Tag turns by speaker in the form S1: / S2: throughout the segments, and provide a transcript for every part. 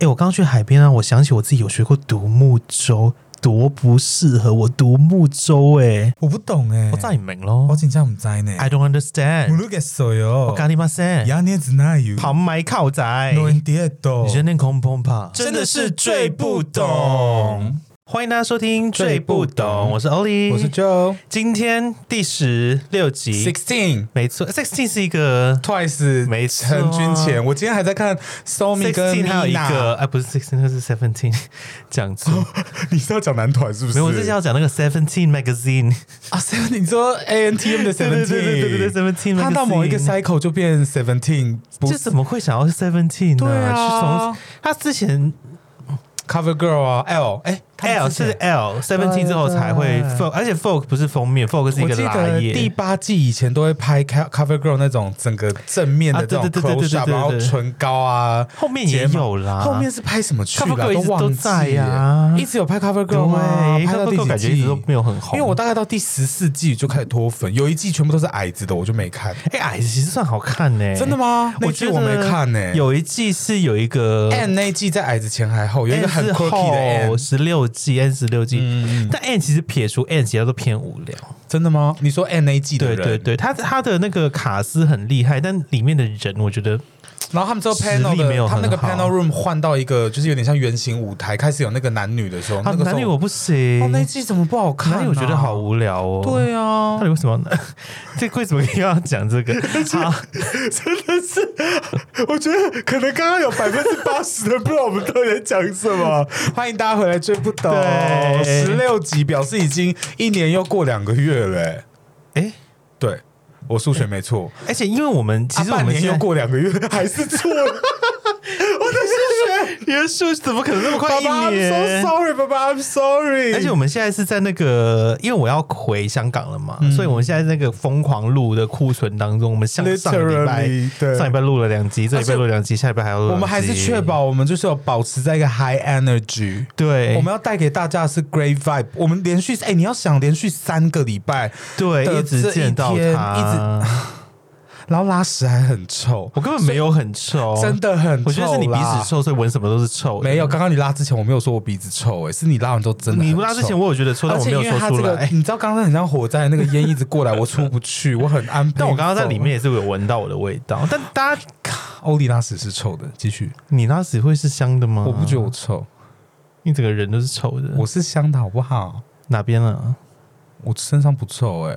S1: 哎，我刚刚去海边啊，我想起我自己有学过独木舟，多不适合我独木舟哎、
S2: 我不懂哎、
S1: 我在明咯
S2: 我真正唔知呢、
S1: ，I don't understand。
S2: 모르겠어요
S1: 我咖喱马塞，
S2: 야네즈나유
S1: 旁麦靠仔，
S2: 노엔
S1: 你
S2: 디에도
S1: 先念空空吧，
S2: 真的是最不懂。
S1: 欢迎大家收听《最
S2: 最
S1: 不
S2: 不
S1: 懂
S2: 懂》，
S1: 我是 Oli，
S2: 我是 Joe
S1: 今天第十六集
S2: Sixteen
S1: 没错，Sixteen 是一 个
S2: Twice
S1: 没错
S2: 成军前，我今天还在看 Somi 跟
S1: Sixteen 还有一
S2: Mina，
S1: 个，哎，不是 Sixteen，那是 Seventeen，讲 错，
S2: 你是要讲男团是不是？
S1: 没有，我是要讲那个 Seventeen Magazine。
S2: 啊，Seven，你说 A N T M 的
S1: 对
S2: Seventeen，
S1: 对对对对对，Seventeen
S2: 他到某一个
S1: magazine
S2: cycle 就变 Seventeen，不
S1: 这
S2: 是
S1: 怎么会想要 Seventeen 呢？
S2: 对啊
S1: 是从他之前
S2: Cover Girl 啊，L，哎
S1: L 是 L Seventeen 之后才会
S2: 对
S1: Folk，而且 Folk 不是封面，Folk 是一
S2: 我
S1: 个
S2: 记
S1: 拉
S2: 得第
S1: 页。
S2: 八季以前都会拍 Co- Cover Girl 那种整个正面
S1: 啊
S2: 的
S1: 对
S2: 这种
S1: 对对对对
S2: close up，
S1: 对对
S2: 然后
S1: 对
S2: 唇膏啊，
S1: 后面也有啦，
S2: 后面是拍什么去
S1: 啊 Cover
S2: 了？
S1: Girl 一直
S2: 忘
S1: 都
S2: 记
S1: 在
S2: 耶
S1: 啊
S2: 一直有拍 Cover
S1: 对啊
S2: Girl 吗？拍到第
S1: Cover Girl
S2: 几
S1: 感觉一
S2: 季
S1: 直都？没有很红，
S2: 因为我大概到第十四季就开始脱粉，有一季全部都是矮子的，我就没看。
S1: 哎矮子其实算好看呢，
S2: 真的？吗？那
S1: 哎我
S2: 一季
S1: 觉得
S2: 我没看呢。
S1: 有一季是有一个
S2: N 那一季在矮子前还后，有一个很 quirky 的 N，
S1: 十六季 N 十六季，
S2: 嗯，
S1: 但 N 其实撇除 N 其他都偏无聊。
S2: 真的吗？你说 N 那一季的
S1: 对
S2: 人，
S1: 对，对，他他的那个卡斯很厉害，但里面的人我觉得
S2: 然后他们之后
S1: 实力
S2: panel
S1: 没有
S2: 的，他们那个
S1: 很
S2: panel
S1: 好
S2: room 换到一个就是有点像圆形舞台，开始有那个男女的时候，
S1: 啊
S2: 那个时
S1: 男
S2: 候
S1: 女我不行，
S2: 哦那一季怎么不好看啊？
S1: 男女我觉得好无聊哦。。
S2: 对啊
S1: 到，底为什么 要？这为什么又要讲这个？啊好，
S2: 我觉得可能刚刚有百分之八十的 人不知道我们到底在讲什么。欢迎大家回来追不懂，
S1: 对
S2: 十六集表示已经一年又过两个月了、欸。
S1: 哎，
S2: 对我数学没错，
S1: 而且因为我们其实
S2: 啊
S1: 我
S2: 半
S1: 们
S2: 年
S1: 现
S2: 又
S1: 在
S2: 过两个月还是 错了。
S1: 你的数怎么可能那么快
S2: 爸爸
S1: 一
S2: ，I'm
S1: 年
S2: so？sorry，爸爸，I'm sorry。
S1: 而且我们现在是在那个，因为我要回香港了
S2: 嗯
S1: 嘛，所以我们现在在那个疯狂录的库存当中，我们上上个礼拜
S2: Literally，对
S1: 上礼拜录了两集，这礼拜录了两集，下礼拜还要录两集。
S2: 我们还是确保我们就是有保持在一个 high energy。
S1: 对，
S2: 我们要带给大家的是 great vibe。我们连续哎、你要想连续三个礼拜，
S1: 对
S2: 的
S1: 一直
S2: 这一
S1: 见到
S2: 天
S1: 他，一直
S2: 然后拉屎还很臭，
S1: 我根本没有很臭，
S2: 真的很臭啦。
S1: 我觉得是你鼻子臭，所以闻什么都是臭的。
S2: 没有，刚刚你拉之前我没有说我鼻子臭、哎，是你拉完之后真的很
S1: 你
S2: 臭。
S1: 拉之前我有觉得臭，但
S2: 而
S1: 我
S2: 且
S1: 没
S2: 因
S1: 有说
S2: 为它这
S1: 出
S2: 个，
S1: 来。
S2: 你知道刚刚很像火灾，那个烟一直过来，我出不去，我很 安。
S1: 但我刚刚在里面，也是有闻到我的味道，但大家，
S2: 欧丽拉屎是臭的。继续，
S1: 你拉屎会是香的吗？
S2: 我不觉得我臭，
S1: 你整个人都是臭的。
S2: 我是香的好不好？
S1: 哪边啊了？
S2: 我身上不臭哎、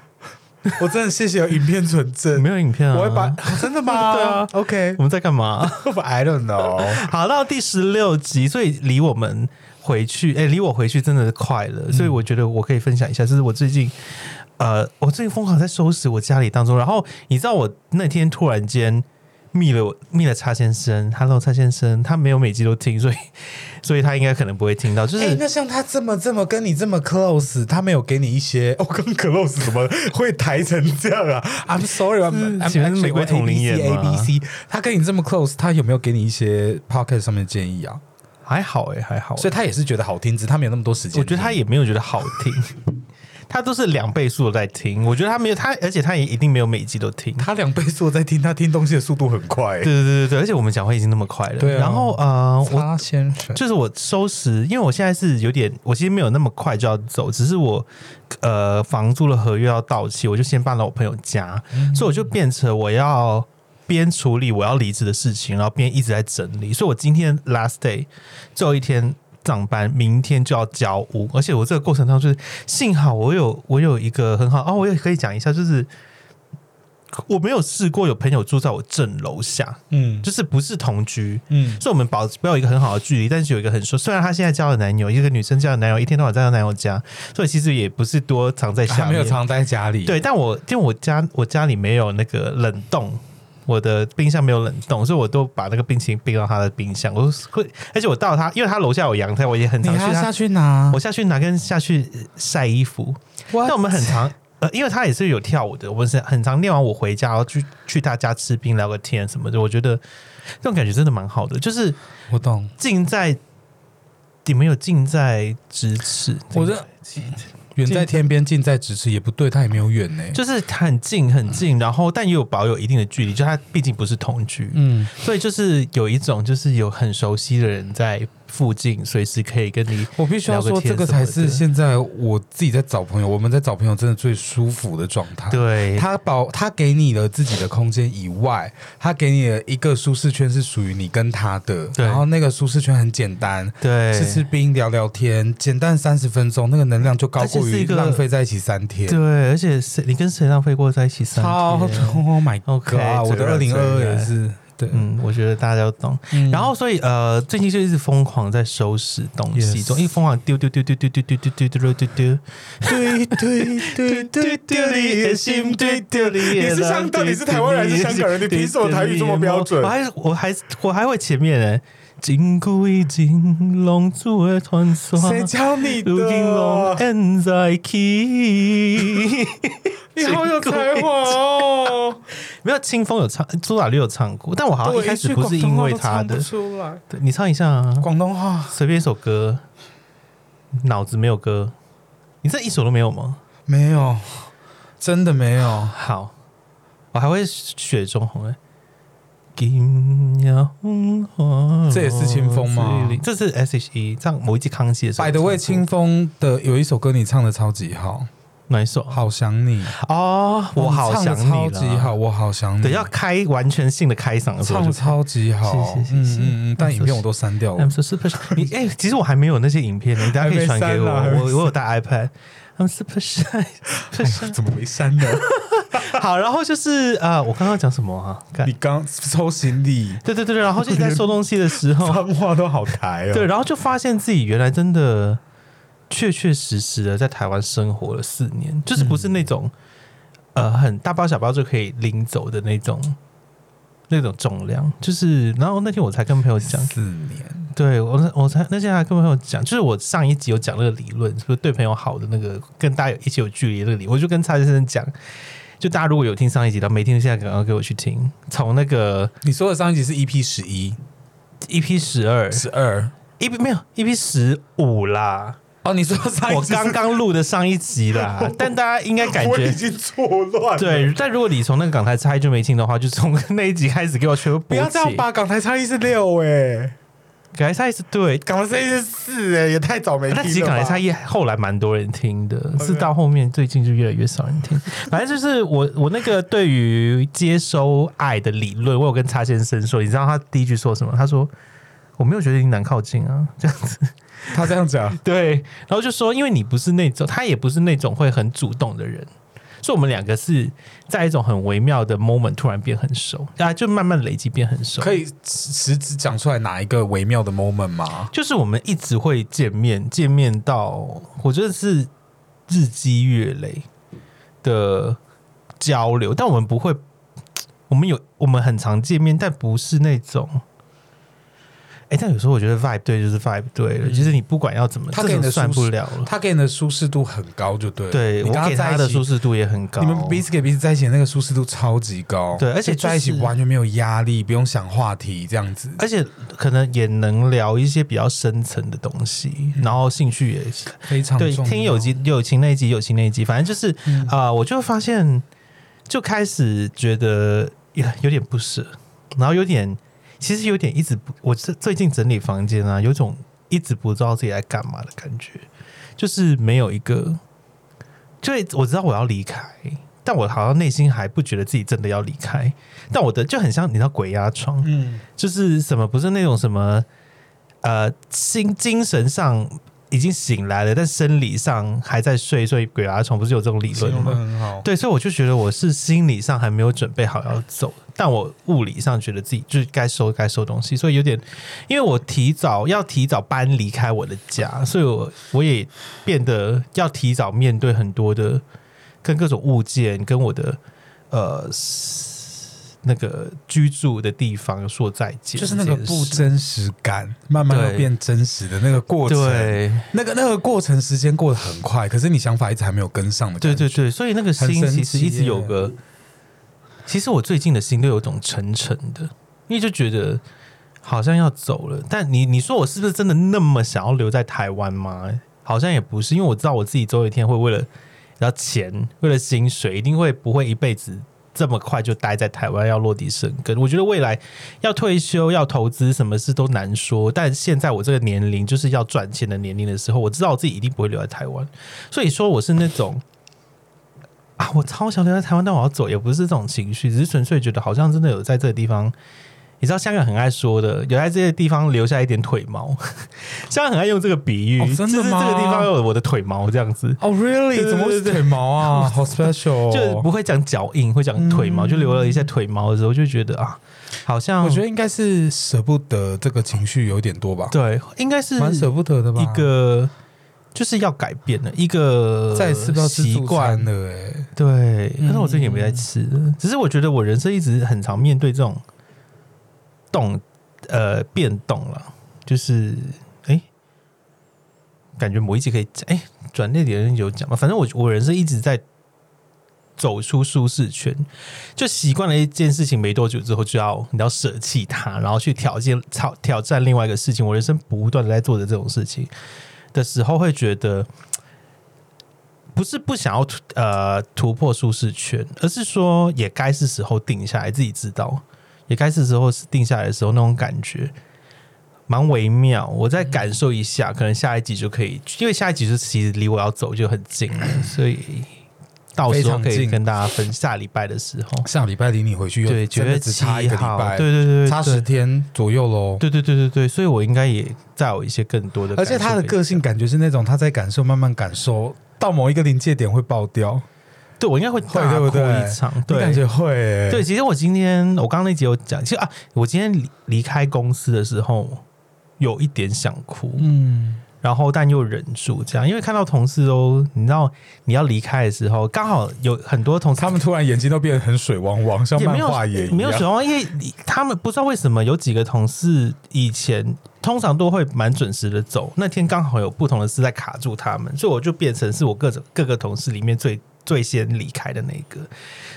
S2: 我真的谢谢有影片存 证
S1: 没，有影片啊。
S2: 我会把、真的吗？
S1: 对啊
S2: ，OK，哎
S1: 我们在干嘛？
S2: I don't know，
S1: 好，到第十六集，所以离我们回去，哎、离我回去真的快了，
S2: 嗯
S1: 所以我觉得我可以分享一下，就是我最近，呃，我最近疯狂在收拾我家里当中，然后你知道我那天突然间密了我密了叉先生，Hello 叉先生，他没有每集都听，所以 所以他应该可能不会听到，就
S2: 哎、
S1: 是。
S2: 那像他这么这么跟你这么 close，他没有给你一些 哦，跟 close 怎么会抬成这样啊？I'm sorry，I'm
S1: 是请问是玫瑰同龄眼
S2: A
S1: 吗
S2: B C，他跟你这么 close，他有没有给你一些 pocket 上面的建议啊？
S1: 还好哎、还好、
S2: 所以他也是觉得好听，只是他没有那么多时间听。
S1: 我觉得他也没有觉得好听，他都是两倍速的在听。我觉得他没有他，而且他也一定没有每一集都听。
S2: 他两倍速在听，他听东西的速度很快、
S1: 对对对对对，而且我们讲话已经那么快了。
S2: 对啊
S1: 然后呃，我
S2: 他先生
S1: 就是我收拾，因为我现在是有点，我其实没有那么快就要走，只是我呃房租的合约要到期，我就先搬到我朋友家，所以我就变成我要边处理我要离职的事情，然后边一直在整理，所以我今天 last day 最后一天。上班，明天就要交屋，而且我这个过程当中，就是幸好我有我有一个很好哦，我也可以讲一下，就是我没有试过有朋友住在我正楼下，
S2: 嗯
S1: 就是不是同居，
S2: 嗯，
S1: 所以我们保不要有一个很好的距离，但是有一个很说，虽然她现在交了男友，一个女生交了男友，一天到晚在她男友家，所以其实也不是多藏在
S2: 他
S1: 下
S2: 没有
S1: 面。
S2: 藏在家里。
S1: 对，但我因为我家我家里没有那个冷冻，我的冰箱没有冷冻，所以我都把那个冰淇淋冰到他的冰箱。我会，而且我到他，因为他楼下有阳台，我也很
S2: 你
S1: 常
S2: 还
S1: 去
S2: 要
S1: 他
S2: 下去拿
S1: 我？下去拿跟下去晒衣服。
S2: What？
S1: 但我们很常呃，因为他也是有跳舞的，我们是很常练完舞回家，然后去去他家吃冰聊个天什么的。我觉得这种感觉真的蛮好的，就是
S2: 我懂，
S1: 近在你们有近在咫尺，
S2: 我这远在天边，近在咫尺，也不对，他也没有远呢。
S1: 就是很近很近，然后但也有保有一定的距离，就他毕竟不是同居，
S2: 嗯，
S1: 所以就是有一种就是有很熟悉的人在附近，随时可以跟你
S2: 我必须要
S1: 聊
S2: 说，
S1: 个天
S2: 这个才
S1: 什么
S2: 是
S1: 的
S2: 现在我自己在找朋友，我们在找朋友真的最舒服的状态。
S1: 对
S2: 他保他给你了自己的空间以外，他给你了一个舒适圈是属于你跟他的，
S1: 对
S2: 然后那个舒适圈很简单，
S1: 对
S2: 吃吃冰聊聊天，简单三十分钟，那个能量就高过
S1: 而且是
S2: 于
S1: 一个
S2: 浪费在一起三天。
S1: 对，而且谁你跟谁浪费过在一起三
S2: 超
S1: 天？
S2: Oh my God！
S1: OK，
S2: 我的二
S1: 这
S2: 零
S1: 个
S2: 二二
S1: 这个
S2: 也是对，
S1: 嗯，我觉得大家都懂。
S2: 嗯
S1: 然后，所以呃，最近就一直疯狂在收拾东西，
S2: Yes
S1: 总一疯狂丢丢丢丢丢丢丢丢丢丢丢丢，
S2: 对对对对对，你也心对。
S1: 丢你
S2: 你是香到底是台湾人还是香港人你凭什么台语这么标准
S1: 我还我还我还会前面呢，禁锢已经龙珠的传说。
S2: 谁教你
S1: 如今龙
S2: 的？
S1: and 在 key，
S2: 你好有才华哦！
S1: 没有清风有唱，苏打绿有唱过，但我好像一开始不是因为他的
S2: 对一，句广东话都唱不出来
S1: 对你唱一下啊，
S2: 广东话
S1: 随便一首歌，脑子没有歌，你这一首都没有吗？
S2: 没有，真的没有。
S1: 好，我还会雪中红哎、金鸟红花
S2: 这也是清风吗
S1: 醉里这是 S H E 唱某一季康熙的时候
S2: 百
S1: 唱过。
S2: 德味清风的有一首歌，你唱的超级好，
S1: 哪一首？
S2: 好想你，
S1: 哦，我好想你
S2: 你唱得超级
S1: 啦
S2: 好，。我好想你，
S1: 对，要开完全性的开嗓的时候
S2: 唱
S1: 就
S2: 得超级好，
S1: 是是是
S2: 嗯
S1: 是
S2: 嗯嗯，但影片我都删掉了
S1: I'm。so super。你哎、其实我还没有那些影 片呢，你大家可以传给我。
S2: 还没删
S1: 我
S2: 啊
S1: 我有带 iPad。I'm super shy。
S2: 哎呦怎么没删呢？
S1: 好，然后就是呃，我刚刚讲什么啊？干
S2: 你刚抽 行李，
S1: 对对对，对然后就是在收东西的时候，
S2: 脏话都好台哦。
S1: 哦对，，然后就发现自己原来真的确确实实的在台湾生活了四年，就是不是那种、呃很大包小包就可以拎走的那种那种重量，就是然后那天我才跟朋友讲，
S2: 四年，
S1: 对我那我才那天还跟朋友讲，就是我上一集有讲那个理论，是不是对朋友好的那个跟大家有一起有距离的那个理论，我就跟蔡先生讲。就大家如果有听上一集的，没听现在赶快给我去听，从那个
S2: 你说的上一集是 EP 十一、
S1: EP 十二、
S2: 十二
S1: EP 没有 EP 十五啦，
S2: 哦，你说 上一
S1: 我
S2: 集是
S1: 刚刚录的上一集 啦，但大家应该感
S2: 我已
S1: 觉
S2: 经错乱了。
S1: 对。但如果你从那个港台差异就没听的话，就从那一集开始给我全部
S2: 不
S1: 补
S2: 要这样
S1: 齐。
S2: 吧，港台差异是六哎、
S1: 港台差异是对，
S2: 港台差异是四哎、也太早没听了
S1: 啊那
S2: 吧。
S1: 其实港台差异后来蛮多人听的，是到后面最近就越来越少人听。反正就是我我那个对于接收爱的理论，我有跟叉先生说，你知道他第一句说什么？他说我没有觉得你难靠近啊， 这样子。
S2: 他这样讲，
S1: 对，然后就说，因为你不是那种，他也不是那种会很主动的人，所以我们两个是在一种很微妙的 moment 突然变很熟，啊，就慢慢累积变很熟。
S2: 可以实质讲出来哪一个微妙的 moment 吗？
S1: 就是我们一直会见面，见面到我觉得是日积月累的交流，但我们不会，我们有我们很常见面，但不是那种。哎、但有时候我觉得 vibe 对就是 vibe 对了，就是你不管要怎么，
S2: 嗯他
S1: 这
S2: 给你
S1: 种
S2: 的
S1: 算
S2: 舒
S1: 不
S2: 适
S1: 了了。
S2: 他给你的舒适度很高，就对了。
S1: 对
S2: 你跟
S1: 我给
S2: 在
S1: 他
S2: 一
S1: 的
S2: 起
S1: 舒，适度也很高。
S2: 你们彼此给彼此在一起的那个舒适度超级高。
S1: 对而且
S2: 就在一起
S1: 就是
S2: 完全没有压力，不用想话题这样子。
S1: 而且可能也能聊一些比较深层的东西，然后兴趣也
S2: 非常
S1: 对。
S2: 重要
S1: 听友集友情那一集，友情那一集，反正就是
S2: 嗯
S1: 啊、呃我就发现就开始觉得呀有点不舍，然后有点其实有点一直不，我最最近整理房间啊，有种一直不知道自己在干嘛的感觉，就是没有一个，就我知道我要离开。但我好像内心还不觉得自己真的要离开，但我的就很像你知道鬼压床，
S2: 嗯，
S1: 就是什么不是那种什么呃心精神上已经醒来了，但生理上还在睡，所以鬼压床不是有这种理
S2: 形
S1: 论
S2: 容的
S1: 吗？
S2: 很好。
S1: 对，所以我就觉得我是心理上还没有准备好要走，但我物理上觉得自己就是该收该收东西，所以有点，因为我提早要提早搬离开我的家，所以我我也变得要提早面对很多的跟各种物件跟我的呃那个居住的地方说再见，
S2: 就是那个不真实感，慢慢要
S1: 对
S2: 变真实的那个过程，
S1: 对
S2: 那个那个过程时间过得很快，可是你想法一直还没有跟上的感
S1: 对
S2: 觉，
S1: 对对，所以那个
S2: 很
S1: 心
S2: 神
S1: 其实一直
S2: 奇
S1: 有
S2: 耶
S1: 个，其实我最近的心都有一种沉沉的，因为就觉得好像要走了。但你你说我是不是真的那么想要留在台湾吗？好像也不是，因为我知道我自己总有一天会为了要钱，为了薪水，一定会不会一辈子这么快就待在台湾要落地生根。我觉得未来要退休、要投资，什么事都难说。但现在我这个年龄就是要赚钱的年龄的时候，我知道我自己一定不会留在台湾，所以说我是那种。啊，我超想留在台湾，但我要走，也不是这种情绪，只是纯粹觉得好像真的有在这个地方。你知道香港很爱说的，有在这些地方留下一点腿毛，香港很爱用这个比喻，
S2: 哦真的
S1: 就是这
S2: 吗
S1: 个地方有我的腿毛这样子。
S2: 哦、r e a l l
S1: 对
S2: y
S1: 对对
S2: 怎么会是腿毛 啊？好 special，哦、嗯
S1: 就不会讲脚印，会讲腿毛，就留了一些腿毛的时候，就觉得啊，好像
S2: 我觉得应该是舍不得这个情绪有点多吧，
S1: 对，应该是
S2: 蛮
S1: 一
S2: 舍不得的吧，
S1: 个就是要改变的一个
S2: 再也吃不到自
S1: 习
S2: 助
S1: 惯
S2: 餐了、欸，
S1: 对，
S2: 嗯
S1: 但是我最近也没在吃了，只是我觉得我人生一直很常面对这种动呃变动了，就是哎、诶感觉某一集可以讲，哎、转捩点有讲嘛，反正我我人生一直在走出舒适圈，就习惯了一件事情没多久之后就要你要舍弃它，然后去挑战挑挑战另外一个事情，我人生不断的在做着这种事情的时候，会觉得。不是不想要突呃突破舒适圈，而是说也该是时候定下来，自己知道，也该是时候是定下来的时候那种感觉，蛮微妙。我再感受一下，可能下一集就可以，因为下一集就其实离我要走就很近了，所以到时候可
S2: 非常
S1: 以
S2: 近
S1: 跟大家分下礼拜的 时候，
S2: 下礼拜领你回去又
S1: 对，九
S2: 真
S1: 月
S2: 的只
S1: 七
S2: 差一个礼
S1: 号，
S2: 拜，
S1: 对对对对，
S2: 差十天左右喽。
S1: 对对对对对，所以我应该也再有一些更多的感
S2: 而
S1: 受可
S2: 且
S1: 以讲，
S2: 他的个性感觉是那种他在感受，慢慢感受到某一个临界点会爆掉，
S1: 对我应该会大
S2: 对
S1: 哭
S2: 不对
S1: 一场，
S2: 你
S1: 对，
S2: 感觉会、欸，
S1: 对，，其实我今天我刚刚那集有讲，其实啊，我今天离离开公司的时候有一点想哭，
S2: 嗯，
S1: 然后但又忍住，这样，因为看到同事都，你知道你要离开的时候，刚好有很多同事
S2: 他们突然眼睛都变得很水汪汪，像
S1: 也
S2: 漫
S1: 没有
S2: 画也一样，
S1: 没有水汪汪，因为你他们不知道为什么有几个同事以前通常都会蛮准时的走，那天刚好有不同的事在卡住他们，所以我就变成是我各种各个同事里面最最先离开的那一个，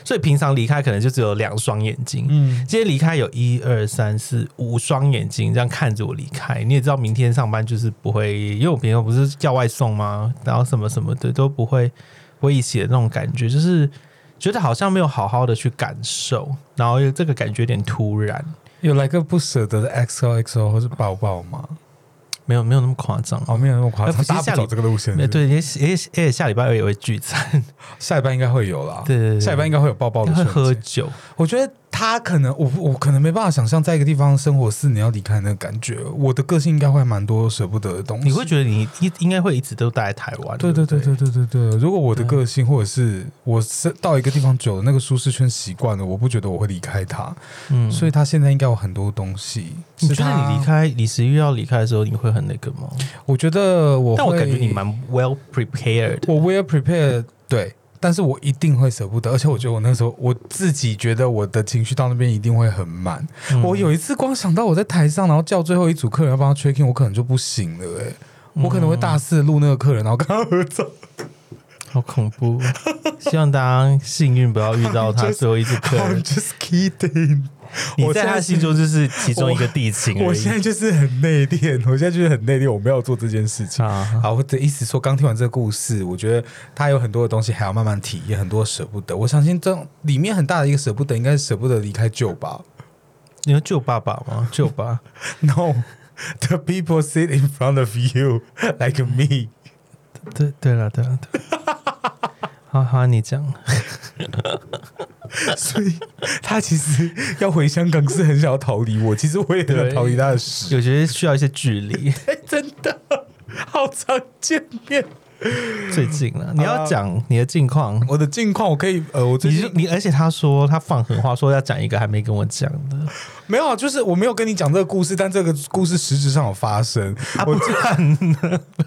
S1: 所以平常离开可能就只有两双眼睛，
S2: 嗯，
S1: 今天离开有一二三四五双眼睛这样看着我离开，你也知道明天上班就是不会，因为我平常不是叫外送吗？然后什么什么的都不会不会一起的那种感觉，就是觉得好像没有好好的去感受，然后又这个感觉有点突然，
S2: 有来个不舍得的 XOXO 或是抱抱吗？
S1: 没有没有那么夸张哦。
S2: 哦，没有那么夸
S1: 呃不
S2: 张，
S1: 是
S2: 大家
S1: 下
S2: 不
S1: 礼
S2: 走这个路线，
S1: 没
S2: 是
S1: 有
S2: 不是，
S1: 对，也也也下礼拜二也会聚餐，
S2: 下一班应该会有啦，
S1: 对对对
S2: 下一班应该会有抱抱的
S1: 会
S2: 瞬间
S1: 喝酒，
S2: 我觉得他可能，我我可能没办法想象在一个地方生活四年要离开那个感觉。我的个性应该会蛮多舍不得的东西。
S1: 你会觉得你一应该会一直都待在台湾，
S2: 对
S1: 啊对嗯
S2: 对
S1: 不
S2: 对对对对对，如果我的个性或者是我是到一个地方久了，那个舒适圈习惯了，我不觉得我会离开他，
S1: 嗯，
S2: 所以他现在应该有很多东西。
S1: 你
S2: 是
S1: 觉得
S2: 他
S1: 你离？开李时玉要离开的时候，你会很那个吗？
S2: 我觉得我，
S1: 但我感觉你，蛮 well prepared 的。
S2: 我 well prepared，对，但是我一定会舍不得，而且我觉得我那时候我自己觉得我的情绪到那边一定会很满，
S1: 嗯
S2: 我有一次光想到我在台上，然后叫最后一组客人要帮他 check in，我可能就不行了、欸，我可能会
S1: 嗯
S2: 大肆录那个客人，然后跟他合照。
S1: 好恐怖，希望大家幸运不要遇 到他
S2: Just-
S1: 最后一次客
S2: I'm
S1: 人。
S2: just kidding，
S1: 你
S2: 我
S1: 在
S2: 现
S1: 他
S2: 在
S1: 心中就是其中一个地勤
S2: 我
S1: 而
S2: 现
S1: 已
S2: 在就是很内敛，我现在就是很内敛，我没有做这件事情。
S1: 啊。
S2: 好，我的意思说，刚听完这个故事，我觉得他有很多的东西还要慢慢体验，很多舍不得。我相信这种里面很大的一个舍不得，应该是舍不得离开酒吧。
S1: 你要救爸爸吗？救 爸，
S2: No，the people sit in front of you like me。
S1: 对对了对了对了。好好，你讲。
S2: 所以他其实要回香港是很想要逃离我，其实我也很想逃离他的 事，
S1: 有些需要一些距离，
S2: 哎真的好常见面。
S1: 最近了。你要讲你的近况，
S2: 我的近况我可以呃，我最
S1: 你就
S2: 近
S1: 你，而且他说他放狠话，说要讲一个还没跟我讲的。
S2: 没有啊，就是我没有跟你讲这个故事，但这个故事实质上有发生。我
S1: 不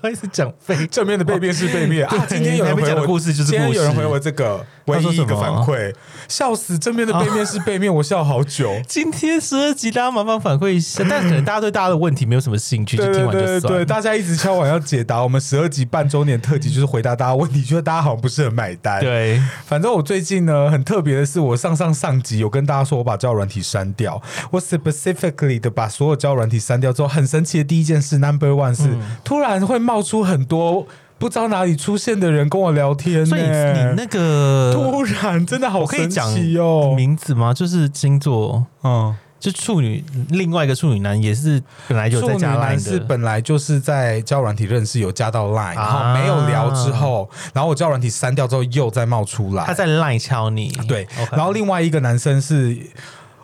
S1: 好意思讲废。
S2: 正面的背面是背面啊，啊
S1: 对
S2: 今天有人
S1: 你还没
S2: 回
S1: 讲的
S2: 我
S1: 故事就是
S2: 今天
S1: 故事
S2: 有人回我这个，唯
S1: 说
S2: 一
S1: 什
S2: 一个
S1: 么
S2: 反馈，笑死！正面的背面是 背面，我笑好久。
S1: 今天十二集，大家麻烦反馈一下。但可能大家对大家的问题没有什么兴趣，就
S2: 对
S1: 听
S2: 对
S1: 完就
S2: 对对
S1: 算
S2: 对，
S1: 了。
S2: 大家一直敲碗要解答，我们十二集半周年特辑就是回答大家问题，觉得大家好像不是很买单。，
S1: 对，
S2: 反正我最近呢很特别的是，我上上上集有跟大家说我把交友软体删掉，我 specifically 的把所有交友软体删掉之后，很神奇的第一件事 number one 是、
S1: 嗯
S2: 突然会冒出很多不知道哪里出现的人跟我聊天、呢
S1: 所以你你那个
S2: 突然真的好
S1: 我可以
S2: 神
S1: 讲
S2: 奇哦，
S1: 名字吗？就是星座，
S2: 嗯。
S1: 就处女，另外一个处女男也是本来就有
S2: 处
S1: 在
S2: 女
S1: 加
S2: 男
S1: line
S2: 是
S1: 的，
S2: 本来就是在交友软体认识，有加到 Line，、然
S1: 啊
S2: 后没有聊之后，然后我交友软体删掉之后又再冒出
S1: 他
S2: 来，
S1: 在 line 敲你。
S2: 对
S1: OK
S2: 然后另外一个男生是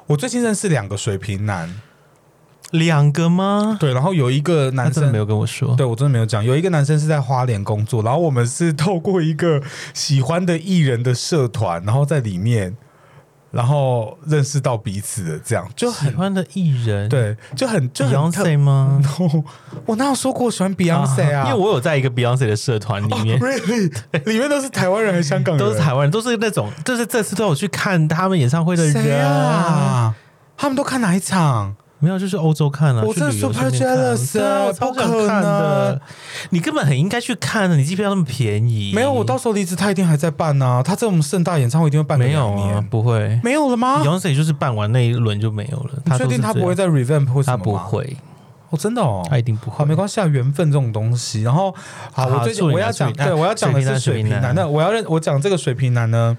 S2: 我最近认识两个水瓶男，
S1: 两个 吗？
S2: 对，然后有一个
S1: 他
S2: 男
S1: 真的
S2: 生
S1: 没有跟我说。
S2: 对我真的没有讲，有一个男生是在花莲工作，然后我们是透过一个喜欢的艺人的社团，然后在里面，然后认识到彼此的，这样就
S1: 喜
S2: 很
S1: 欢的艺人，
S2: 对，就很 就很特。
S1: ，Beyonce 吗？
S2: 我哪有说过我喜欢 Beyonce 啊？ 哦
S1: 因为我有在一个 Beyonce 的社团里 面。
S2: Really，里面都是台湾人和香港人，
S1: 都是台湾人，都是那种，就是这次都有去看他们演唱会的
S2: 谁
S1: 人，
S2: 啊？他们都看哪一场？
S1: 没有，就是欧洲看了、啊
S2: 我
S1: 去
S2: 真的
S1: 旅游
S2: super
S1: 顺便看
S2: jealous
S1: 对啊，
S2: 欸
S1: 我超
S2: 不
S1: 想
S2: 可
S1: 看
S2: 能
S1: 的。你根本很应该去看的，你机票那么便宜。
S2: 没有，我到时候离职，他一定还在办呢、他这种盛大演唱会一定会办个
S1: 没有
S2: 两
S1: 啊，
S2: 年，
S1: 不会。
S2: 没有了吗？
S1: Beyonce 就是办完那一轮就没有了。
S2: 你
S1: 他
S2: 确定他
S1: 他
S2: 不会？再 revamp 或什
S1: 他
S2: 么
S1: 不
S2: 吗？
S1: 会，
S2: 哦，真的哦。
S1: 他一定不会。
S2: 好，没关系啊，缘分这种东西。然后，好，我
S1: 好
S2: 最近
S1: 处女
S2: 我要
S1: 男
S2: 讲，
S1: 处女男
S2: 对我要讲的是水
S1: 啊水
S2: 瓶
S1: 瓶啊
S2: 男。
S1: 男
S2: 那我要认我讲这个水瓶男呢，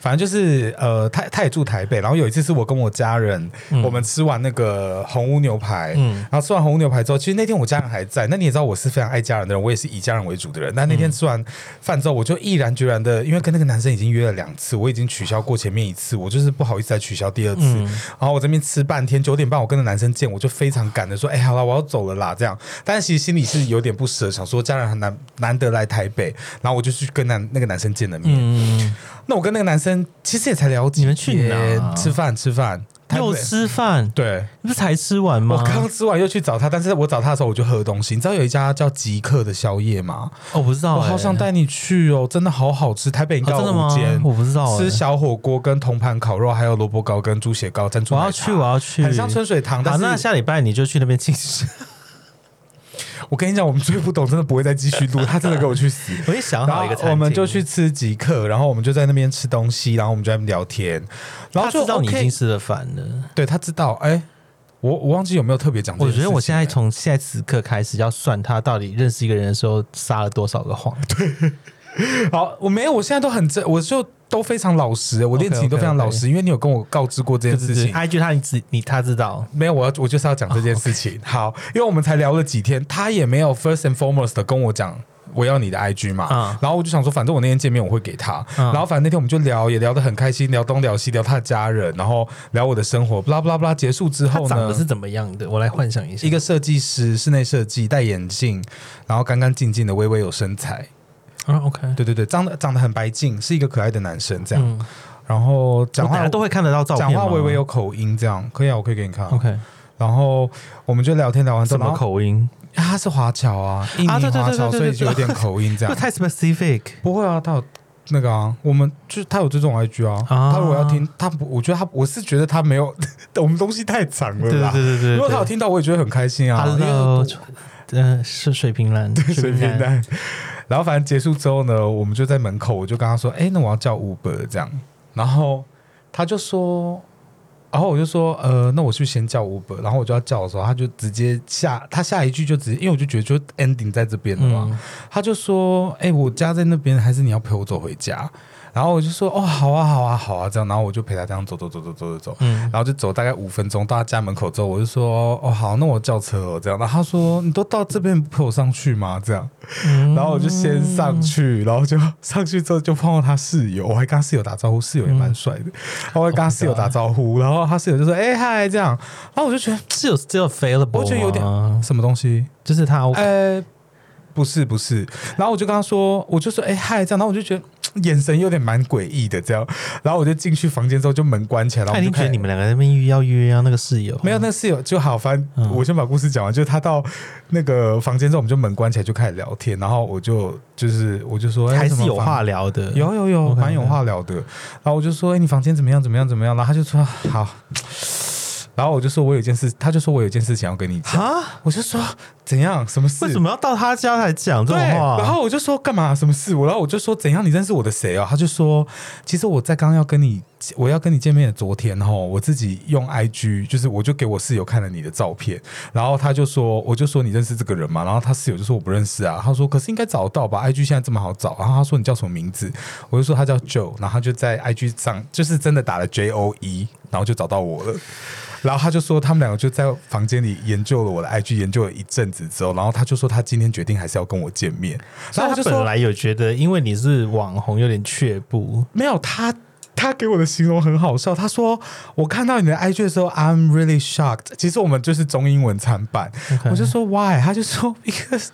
S2: 反正就是呃，他他也住台北。然后有一次是我跟我家人，
S1: 嗯
S2: 我们吃完那个红屋牛排，
S1: 嗯
S2: 然后吃完红屋牛排之后，其实那天我家人还在。那你也知道我是非常爱家人的人，我也是以家人为主的人。那
S1: 嗯
S2: 那天吃完饭之后，我就毅然决然的，因为跟那个男生已经约了两次，我已经取消过前面一次，我就是不好意思再取消第二次。
S1: 嗯
S2: 然后我这边吃半天，九点半我跟着男生见，我就非常赶的说：“哎、好了，我要走了啦。”这样，但是其实心里是有点不舍，想说家人很难难得来台北，然后我就去跟男那个男生见了面。
S1: 嗯，
S2: 那我跟那个男生其实也才了解，
S1: 你们去哪
S2: 吃饭吃饭，台北
S1: 又吃饭，
S2: 对。
S1: 你不是才吃完吗？哦
S2: 我刚吃完又去找他，但是我找他的时候我就喝东西。你知道有一家叫极客的宵夜吗？
S1: 哦，我不知道
S2: 我
S1: 欸，
S2: 好想带你去哦，真的好好吃。台北应
S1: 哦，
S2: 该有
S1: 真的吗
S2: 五间？，
S1: 我不知道欸，
S2: 吃小火锅、跟铜盘烤肉，还有萝卜糕跟猪血糕、珍珠
S1: 我
S2: 奶茶。
S1: 要去，我要去，
S2: 很像春水堂，
S1: 好，
S2: 但
S1: 那
S2: 是
S1: 下礼拜你就去那边庆生。
S2: 我跟你讲，我们追不懂，真的不会再继续录，他真的 给我去死。
S1: 我也想
S2: 然
S1: 好一个餐
S2: 后
S1: 厅，
S2: 我们就去吃极客，然后我们就在那边吃东西，然后我们就在那边聊天，然
S1: 他
S2: 后就
S1: 知道你已
S2: OK
S1: 经吃了饭了。
S2: 对他知道，哎，我我忘记有没有特别讲这
S1: 我
S2: 件事
S1: 觉
S2: 情了。
S1: 得我现在从现在此刻开始要算他到底认识一个人的时候撒了多少个 谎。
S2: 好，我没有，我现在都很真，我就都非常老实，我恋情都
S1: OK，OK，OK
S2: 非常老实，因为你有跟我告知过这件
S1: 对
S2: 事
S1: 对对
S2: 情。
S1: ，IG 他你知你他知道，
S2: 没有，我要我就是要讲这件事
S1: 哦
S2: 情。好，因为我们才聊了几天，他也没有 first and foremost 的跟我讲我要你的 IG 嘛。
S1: 嗯
S2: 然后我就想说，反正我那天见面我会给他。
S1: 嗯
S2: 然后反正那天我们就聊，也聊得很开心，聊东聊西，聊他的家人，然后聊我的生活，blah blah blah。结束之
S1: 他
S2: 后
S1: 长得
S2: 呢
S1: 是，怎么样的？我来幻想一下。
S2: 一个设计师，室内设计，戴眼镜，然后干干净净的，微微有身材。
S1: 啊，OK，
S2: 对对对，长得长得很白净，是一个可爱的男生这样。
S1: 嗯
S2: 然后讲
S1: 我等
S2: 话
S1: 下都会看得到照片
S2: 讲
S1: 吗，
S2: 话微微有口音，这样可以啊，我可以给你看啊。
S1: OK
S2: 然后我们就聊天聊完之
S1: 什
S2: 后，然
S1: 么
S2: 后
S1: 口音？
S2: 他是华侨啊，印尼
S1: 对对对
S2: 华侨，
S1: 对对
S2: 所以
S1: 对
S2: 就有点口音这
S1: 这
S2: 样。
S1: 太 specific，
S2: 不会啊，他有那个啊，我们就是他有这种 IG 啊。
S1: 啊
S2: 他如果要听，他不，我觉得他，我是觉得他没有， 我们东西太长了
S1: 对对
S2: 啦。
S1: 对对对。
S2: 如果他有听到，我也觉得很开心啊。因为
S1: Hello，嗯，是水瓶男，
S2: 随便，带。然后反正结束之后呢，我们就在门口，我就跟他说：“哎、那我要叫 Uber 这样。”然后他就说，然后我就说：“呃，那我去先叫 Uber。”然后我就要叫的时候，他就直接下，他下一句就直接，因为我就觉得就 ending 在这边了嘛。
S1: 嗯
S2: 他就说：“哎、我家在那边，还是你要陪我走回家？”然后我就说：“哦，好啊，好啊，好啊。”这样，然后我就陪他这样走走走走走走走。
S1: 嗯，
S2: 然后就走大概五分钟到他家门口之后，我就说哦好，那我叫车哦这样。然后他说你都到这边不陪我上去吗？这样，
S1: 嗯
S2: 然后我就先上去，然后就上去之后就碰到他室友，我还跟他室友打招呼，室友也蛮
S1: 嗯
S2: 帅的，然后我还跟他室友打招呼，然后他室友就说哎嗨这样，然后我就觉得
S1: 是有只有 available，
S2: 我觉得有点
S1: 吗
S2: 什么东西，
S1: 就是他 OK
S2: 哎呃，不是不是，然后我就跟他说，我就说哎嗨这样，然后我就觉得。嘖眼神有点蛮诡异的这样。然后我就进去房间之后，就门关起来，然后
S1: 他
S2: 我
S1: 一
S2: 就
S1: 定觉
S2: 看
S1: 得你们两个在那边要约啊，那个室友
S2: 没有，那室友就好，反正
S1: 嗯
S2: 我先把故事讲完。就是他到那个房间之后，我们就门关起来就开始聊天，然后我就就是我就说、哎
S1: 还
S2: 什
S1: 是
S2: 么
S1: 有
S2: 房
S1: 话聊的，
S2: 有有有，
S1: OK，OK
S2: 蛮有话聊的。然后我就说：“哎、你房间怎么样？怎么样？怎么样？”然后他就说：“好。”然后我就说：“我有一件事。”他就说：“我有一件事情要跟你讲。
S1: 哈，”
S2: 我就说：“怎样？什么事？”
S1: 为什么要到他家才讲这
S2: 对，
S1: 种话？
S2: 然后我就说干嘛？什么事？我然后我就说怎样？你认识我的谁哦？他就说，其实我在刚要跟你，我要跟你见面的昨天哦，我自己用 IG，就是我就给我室友看了你的照片，然后他就说，我就说你认识这个人吗？然后他室友就说我不认识啊。他说可是应该找得到吧？IG 现在这么好找。然后他说你叫什么名字？我就说他叫 Joe，然后他就在 IG 上就是真的打了 J O E，然后就找到我了。然后他就说，他们两个就在房间里研究了我的 IG，研究了一阵子之后，然后他就说他今天决定还是要跟我见面。
S1: 所以
S2: 然后我
S1: 他
S2: 就
S1: 本
S2: 说
S1: 来有觉得，因为你是网红，有点却步。
S2: 没有他。他给我的形容很好笑，他说：“我看到你的 IG 的时候，I'm really shocked。”其实我们就是中英文参半
S1: OK
S2: 我就说 Why？他就说 Because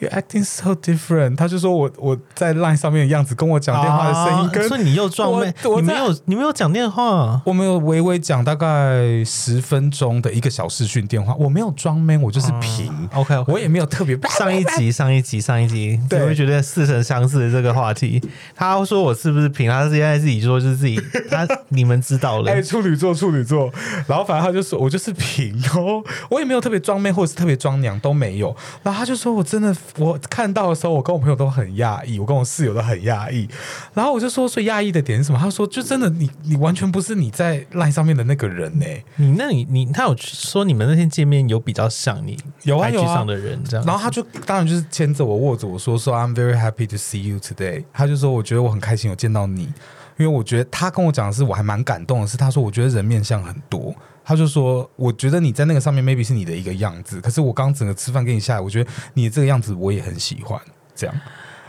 S2: you're acting so different。他就说我我在 Line 上面的样子，跟我讲电话的声音
S1: 啊
S2: 跟
S1: 所以你又撞妹，
S2: 我我
S1: 你没
S2: 在
S1: 有，你没有讲电话，
S2: 我们有微微讲大概十分钟的一个小视讯电话，我没有装 man，我
S1: 啊
S2: 就是平，
S1: OK，, o k
S2: 我也没有特别
S1: 上一集，上一集，上一集，你
S2: 对
S1: 会觉得似曾相识的这个话题。他说我是不是凭他现在自己说就是自 己，他你们知道了
S2: 哎、，处女座，处女座，然后反正他就哦说我就是平，然后我也没有特别装妹或者是特别装娘都没有，然后他就说我真的，我看到的时候，我跟我朋友都很讶异，我跟我室友都很讶异，然后我就说最讶异的点是什么？他说就真的你你完全不是你在 line 上面的那个人呢、
S1: 你那你你他有说你们那天见面有比较像你
S2: 有啊
S1: IG
S2: 有啊
S1: 上的人这样，
S2: 然后他就当然就是牵着我握着我说说 I'm very happy to see you today。他就说我觉得我很开心有见到你，因为我觉得他跟我讲的是我还蛮感动的是，他说我觉得人面相很多。他就说我觉得你在那个上面 maybe 是你的一个样子，可是我刚整个吃饭跟你下来，我觉得你这个样子我也很喜欢这样。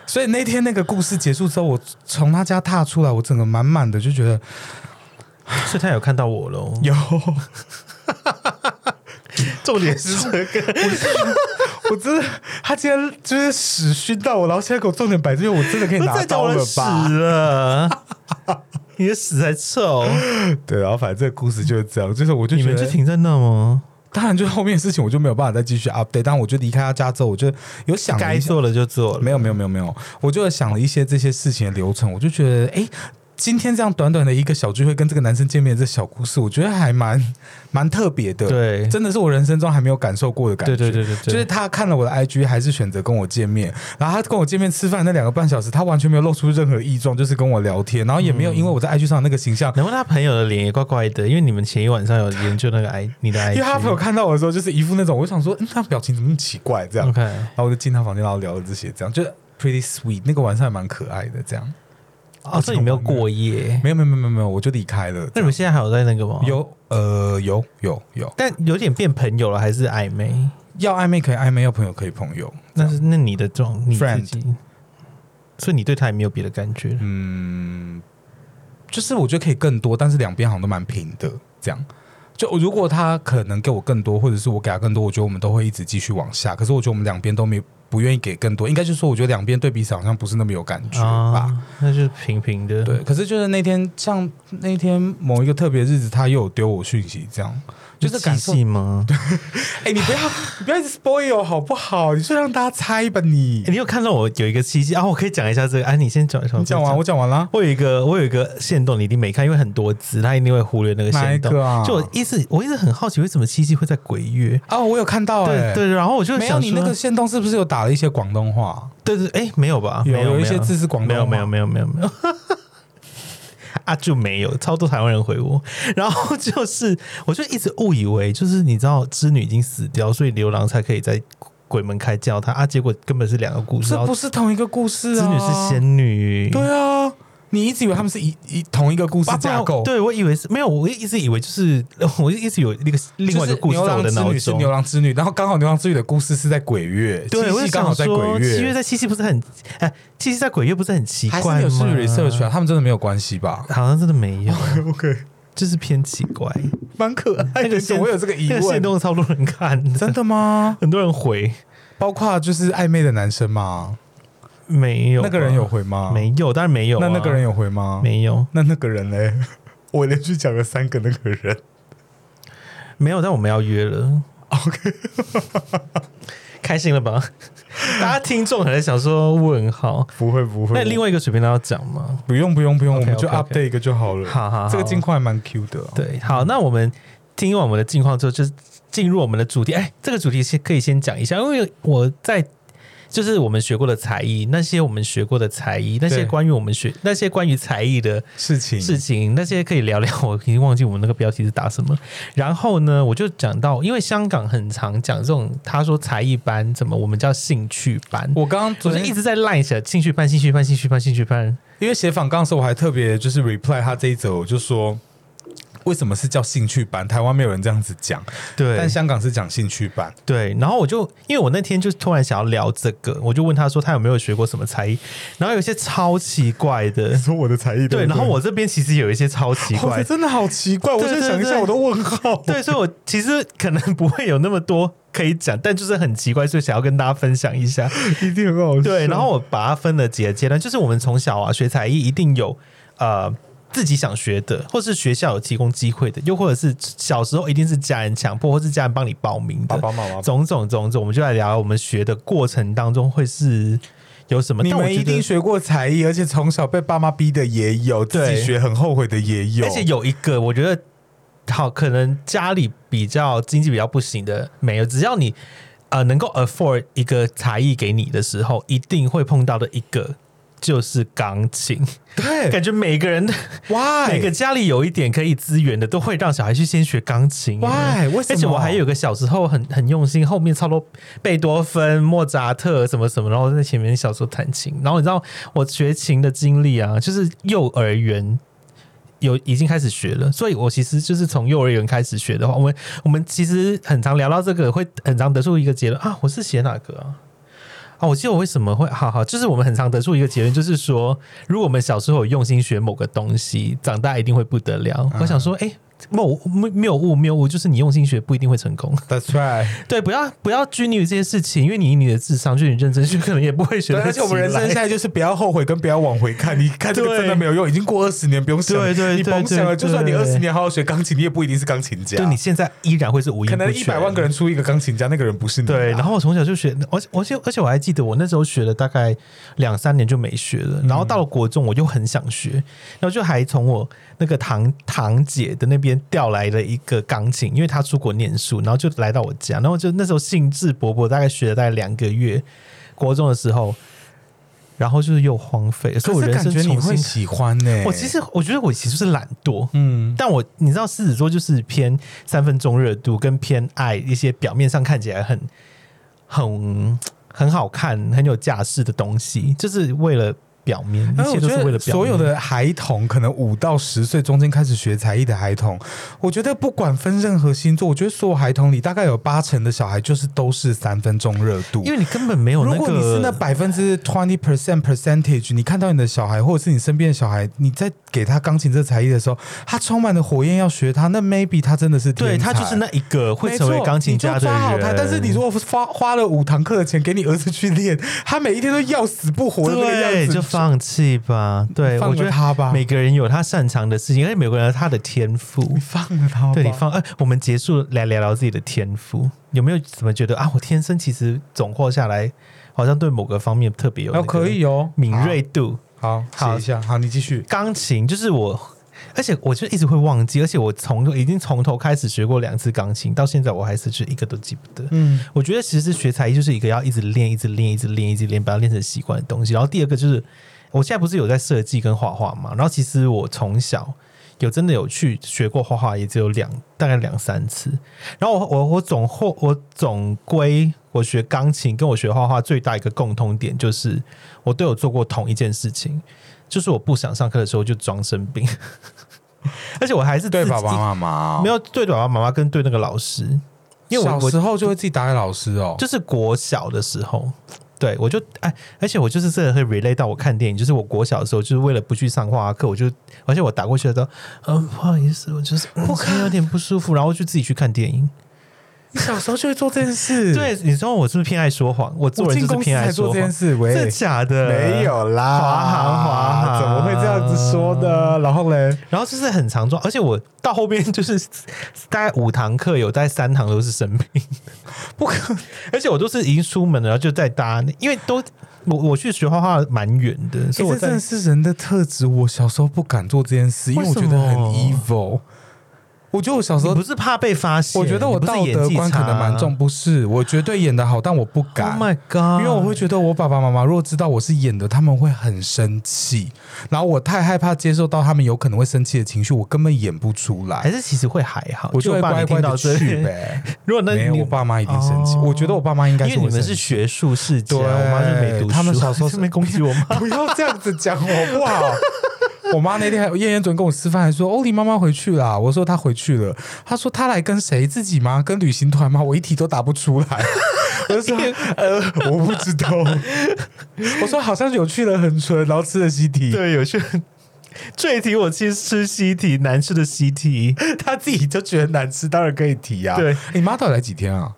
S2: 所以那天那个故事结束之后，我从他家踏出来，我整个满满的就觉得
S1: 所以他有看到我喽。
S2: 有，
S1: 重点是这个，
S2: 我真的，他今天就是屎熏到我，然后现在给我重点摆这边，我真的可以拿
S1: 再讲
S2: 刀
S1: 我
S2: 了
S1: 的
S2: 吧？
S1: 屎了， 你的屎才臭，
S2: 对，然后反正这个故事就是这样，就是我就
S1: 你
S2: 觉
S1: 们就
S2: 得，
S1: 停在那吗？
S2: 当然就是后面的事情我就没有办法再继续 update，但我就离开他家之后，我就有想了
S1: 该
S2: 一下，
S1: 做了就做了，
S2: 没有没有没有没有，我就想了一些这些事情的流程，我就觉得，哎，今天这样短短的一个小聚会，跟这个男生见面的这小故事，我觉得还蛮蛮特别的，，
S1: 对
S2: 真的是我人生中还没有感受过的感觉，
S1: 对对对对对，
S2: 就是他看了我的 IG，还是选择跟我见面。然后他跟我见面吃饭那两个半小时，他完全没有露出任何异状，就是跟我聊天，然后也
S1: 嗯
S2: 没有因为我在 IG 上的那个形象
S1: 难怪他朋友的脸也怪怪的，因为你们前一晚上有研究那个 i 你的 i，
S2: 因为他朋友看到我的时候，就是一副那种，我想说，嗯，他表情怎么那么奇怪这样。
S1: OK，
S2: 然后我就进他房间，然后聊了这些，这样就 pretty sweet。那个晚上还蛮可爱的，这样。
S1: 哦，所以你没有过夜，
S2: 没有没有没有没有没有，我就离开了。
S1: 那你们现在还有在那个吗？，
S2: 有呃有有有，
S1: 但有点变朋友了，还是暧昧？
S2: 要暧昧可以暧昧，要朋友可以朋友。
S1: 那是那你的这种你自己，所以你对他也没有别的感觉了。
S2: 嗯，就是我觉得可以更多，但是两边好像都蛮平的，这样。就如果他可能给我更多，或者是我给他更多，我觉得我们都会一直继续往下。可是我觉得我们两边都没不愿意给更多，应该就是说，我觉得两边对彼此好像不是那么有感觉吧。
S1: 啊，那就是平平的。
S2: 对，，可是就是那天，像那天某一个特别日子，他又有丢我讯息，这样就是
S1: 气
S2: 感受。
S1: 息吗？
S2: 哎、你不要，你不要一直 spoil 好不好？你就让大家猜吧你，
S1: 哎诶你有看到我有一个七夕啊？我可以讲一下这个。哎、啊，你先讲一下。
S2: 你讲完，我讲完啦。
S1: 我有一个，我有一个线动，你一定没看，因为很多字，他一定会忽略那个
S2: 哪一
S1: 线动。
S2: 个啊？
S1: 就我一直，我一直很好奇，为什么七夕会在鬼月？
S2: 哦，我有看到、
S1: 对
S2: 哎，
S1: 对，然后我就
S2: 没有
S1: 想
S2: 你那
S1: 说
S2: 个线动是不是有打了一些广东话？
S1: 对对，哎，没有吧？
S2: 有
S1: 没有
S2: 有一
S1: 没
S2: 些字是广东
S1: 没有
S2: 话
S1: 没有没有没有没有。 啊，就没有，超多台湾人回我，然后就是， 我就一直误以为，就是你知道，织女已经死掉，所以牛郎才可以在鬼门开叫他啊，结果根本是两个故事，
S2: 这
S1: 然后
S2: 不是同一个故事啊？
S1: 织女是，仙女，
S2: 对啊，你一直以为他们是一一同一个故事
S1: 啊，不然
S2: 架构，
S1: 对我以为是没有，我一直以为就是， 我一直有那个另外一个故事在我的脑
S2: 就是
S1: 中
S2: 牛。郎织女是牛郎织女，然后刚好牛郎织女的故事是在鬼月，
S1: 对，
S2: 七
S1: 我
S2: 夕
S1: 就
S2: 刚好
S1: 想
S2: 在鬼
S1: 说，
S2: 月，
S1: 七月在七夕不是很，哎，七夕在鬼月不是很奇
S2: 还
S1: 怪
S2: 是
S1: 吗？
S2: 你有去 research 啊？他们真的没有关系吧
S1: 好像真的没有，
S2: ？OK，
S1: 就是偏奇怪。
S2: 蛮可爱
S1: 那个
S2: 的，
S1: 线
S2: 我有这个疑
S1: 那个线
S2: 问。
S1: 动超多人看，
S2: 真的吗？
S1: 很多人回，
S2: 包括就是暧昧的男生嘛，
S1: 没有吧啊
S2: 那个人有回吗？
S1: 没有？当然没有啊、
S2: 那那个人有回吗？
S1: 没有
S2: 那那个人嘞？ 我连续讲了三个那个人。
S1: 没有，但我们要约了。OK，开心了吧？大家听众还在想说问号，
S2: 不会不会，
S1: 那另
S2: 外
S1: 外一个水平呢要讲吗？
S2: 不用不用不用，我
S1: OK，
S2: 们就
S1: OK，OK
S2: update 一个就好了。
S1: 好好好，
S2: 这个近况还蛮 Q 的、哦。
S1: 对，好，那我们听完我们的近况之后，就是进入我们的主题。哎，这个主题先可以先讲一下，因为我在就是我们学过的才艺，那些我们学过的才艺，那些
S2: 对
S1: 关于我们学那些关于才艺的
S2: 事情
S1: 事情，那些可以聊聊。我已经忘记我们那个标题是打什么。然后呢，我就讲到，因为香港很常讲这种，他说才艺班怎么，我们叫兴趣班。
S2: 我刚刚昨
S1: 我就
S2: 天
S1: 一直在赖着兴趣班、兴趣班、兴趣班、兴趣班。
S2: 因为写访纲的时候，我还特别就是 reply 他这一则，我就说为什么是叫兴趣班？台湾没有人这样子讲，
S1: 对
S2: 但香港是讲兴趣班。
S1: 对，然后我就因为我那天就突然想要聊这个，我就问他说他有没有学过什么才艺，然后有一些超奇怪的，
S2: 说我的才 艺
S1: 对，然哦后我这边其实有一些超奇
S2: 我
S1: 怪的，
S2: 的哦真的好奇怪，我
S1: 对
S2: 现在想一
S1: 对
S2: 下
S1: 对
S2: 我都问号。
S1: 对，所以我其实可能不会有那么多可以讲，但就是很奇怪，所以想要跟大家分享一 下。
S2: 一定很好笑。
S1: 对，然后我把它分了几个阶段，就是我们从小啊学才艺一定有呃自己想学的，或是学校有提供机会的，又或者是小时候一定是家人强迫，或是家人帮你报名的
S2: 爸。爸妈妈，
S1: 种种种种，我们就来聊聊我们学的过程当中会是有什么。
S2: 你
S1: 但我
S2: 们
S1: 觉
S2: 一定
S1: 得，
S2: 学过才艺，而且从小被爸妈逼的也有，自
S1: 对
S2: 己学很后悔的也有，
S1: 而且有一个我觉得好，可能家里比较经济比较不行的没有，只要你呃能够 afford 一个才艺给你的时候，一定会碰到的一个。就是钢琴，
S2: 对
S1: 感觉每个人、每个
S2: ，why
S1: 家里有一点可以资源的，都会让小孩去先学钢琴。
S2: why 为什么？
S1: 而且我还有个小时候很很用心，后面超多贝多芬、莫扎特什么什么，然后在前面小时候弹琴。然后你知道我学琴的经历啊，就是幼儿园有已经开始学了，所以我其实就是从幼儿园开始学的话，我们我们其实很常聊到这个，会很常得出一个结论啊，我是写哪个啊？啊，我记得我为什么会，好好，就是我们很常得出一个结论，就是说，如果我们小时候有用心学某个东西，长大一定会不得了。
S2: 嗯
S1: 我想说，哎、谬谬谬误谬误，就是你用心学不一定会成 功。
S2: That's right。
S1: 对，不要不要拘泥于这些事情，因为你以你的智商，就你认真去，可能也不会学
S2: 对，
S1: 得
S2: 而且我们人生现
S1: 下
S2: 在就是不要后悔，跟不要往回 看。你看这个
S1: 对
S2: 真的没有用，已经过二十年，不用想了。
S1: 对对
S2: 你
S1: 对
S2: 甭想
S1: 对
S2: 了。就算你
S1: 对
S2: 二十年好好学钢琴，你也不一定是钢琴家。
S1: 对你现在依然会是无音
S2: 可能
S1: 不
S2: 一
S1: 全
S2: 百万个人出一个钢琴家，那个人不是你啊。
S1: 对，然后我从小就学，而且而且而且我还记得我那时候学了大概两三年就没学
S2: 嗯
S1: 了，然后到了国中我就很想学，然后就还从我那个堂堂姐的那边调来了一个钢琴，因为她出国念书，然后就来到我家，然后就那时候兴致勃勃，大概学了大概两个月，国中的时候，然后就是又荒废了，所以我
S2: 可是
S1: 人
S2: 感
S1: 生
S2: 觉你
S1: 重
S2: 会
S1: 新。
S2: 喜欢呢、
S1: 我其实我觉得我其实是懒惰，
S2: 嗯，
S1: 但我你知道狮子座就是偏三分钟热度，跟偏爱一些表面上看起来很很很好看、很有架势的东西，就是为了表面，
S2: 然
S1: 一
S2: 哎后我
S1: 切
S2: 觉
S1: 都是为
S2: 得
S1: 了表面。
S2: 所有的孩童，可能五到十岁中间开始学才艺的孩童，我觉得不管分任何星座，我觉得所有孩童里大概有八成的小孩就是都是三分钟热度，
S1: 因为你根本没有那
S2: 如
S1: 个，
S2: 果你是那百分之 twenty percent percentage，你看到你的小孩或者是你身边的小孩，你在给他钢琴这才艺的时候，他充满了火焰要学他，那 maybe 他真的是
S1: 对
S2: 天
S1: 他
S2: 才
S1: 就是那一个会成为
S2: 没错
S1: 钢琴家
S2: 你就
S1: 的
S2: 抓好
S1: 人。
S2: 他，但是你如果花花了五堂课的钱给你儿子去练，他每一天都要死不活的那个样
S1: 对，
S2: 子，
S1: 就放弃吧。对，
S2: 放
S1: 我觉得
S2: 了他吧，
S1: 每个人有他擅长的事情，而且每个人有他的天 赋
S2: 你。放了他吧，
S1: 对你放，呃，我们结束来聊聊自己的天赋，有没有怎么觉得啊？我天生其实总括下来，好像对某个方面特别有、
S2: 哦可以哦，
S1: 敏锐度。
S2: 好，好，
S1: 好
S2: 写一下，好，你继续，
S1: 钢琴就是我，而且我就一直会忘记，而且我从已经从头开始学过两次钢琴，到现在我还是就一个都记不得。
S2: 嗯，
S1: 我觉得其实学才艺就是一个要一直练、一直练、一直练、一直练，把它练成习惯的东西。然后第二个就是，我现在不是有在设计跟画画嘛？然后其实我从小有真的有去学过画画，也只有两大概两三次。然后我我我总后我总归我学钢琴跟我学画画最大一个共通点就是，我都有做过同一件事情，就是我不想上课的时候就装生病， 而且我还是
S2: 对
S1: 自己
S2: 爸爸妈妈，
S1: 没。有对爸爸妈妈跟对那个老师，因为我
S2: 小
S1: 我
S2: 时候就会自己打给老师哦，
S1: 就是国小的时候，对我就哎，而且我就是真的会 relay 到我看电影，就是我国小的时候，就是为了不去上画课，我就而且我打过呃去的时候，嗯，不好意思，我就是我可能有点不舒服，然后就自己去看电影。
S2: 你小时候就会做这件 事，，
S1: 对，你知道我是不是偏爱说谎？我做
S2: 我
S1: 人
S2: 进
S1: 就是
S2: 公司
S1: 偏爱
S2: 才
S1: 说
S2: 做这件
S1: 谎，
S2: 事，
S1: 真的
S2: 喂，呃
S1: 假的？
S2: 没。有啦，
S1: 华航华航
S2: 怎么会这样子说的？然后嘞，
S1: 然后就是很常装，而且我到后边就是大概五堂课有大概三堂都是生 病，不可，而且我都是已经出门了，然后就在搭，因为都我我去学画画蛮远的，所以我
S2: 这真
S1: 在
S2: 的是人的特质。我小时候不敢做这件事，因为我觉得很
S1: 为
S2: evil。我觉得我小时
S1: 你
S2: 候
S1: 不，是怕被发现，
S2: 我觉得我
S1: 你不是
S2: 道
S1: 演
S2: 德
S1: 技
S2: 观可
S1: 差
S2: 能蛮重，。不是？我绝对演的好，但我不
S1: Oh
S2: 敢。
S1: my god！
S2: 因为我会觉得我爸爸妈妈如果知道我是演的，他们会很生气，然后我太害怕接受到他们有可能会生气的情绪，我根本演不出
S1: 还
S2: 来，
S1: 是其实会还好，
S2: 我
S1: 哎就
S2: 就会
S1: 我爸
S2: 乖
S1: 你
S2: 乖
S1: 听
S2: 的
S1: 到这
S2: 去
S1: 里，
S2: 呗。
S1: 如果那
S2: 没有，
S1: 你
S2: 我爸妈一定生气。
S1: 哦
S2: 我觉得我爸妈应该
S1: 因为你
S2: 会
S1: 们
S2: 生
S1: 是
S2: 气。
S1: 学术世家，
S2: 对
S1: 我妈就没读书，
S2: 他们小时候是。
S1: 是没攻击我妈
S2: 不要这样子讲我好不好？我妈那天还燕燕昨天跟我吃饭，还说欧丽妈妈回去啦。我说她回去了，她说她来跟谁？自己吗？跟旅行团吗？我一题都答不出来。我就说呃，我不知道。我说好像有去了恒春，然后吃了西 提。
S1: 对，有些这一题我其实吃西提，难吃的西提，
S2: 他自己就觉得难吃，当然可以提啊。
S1: 对，
S2: 你妈到底来几天啊？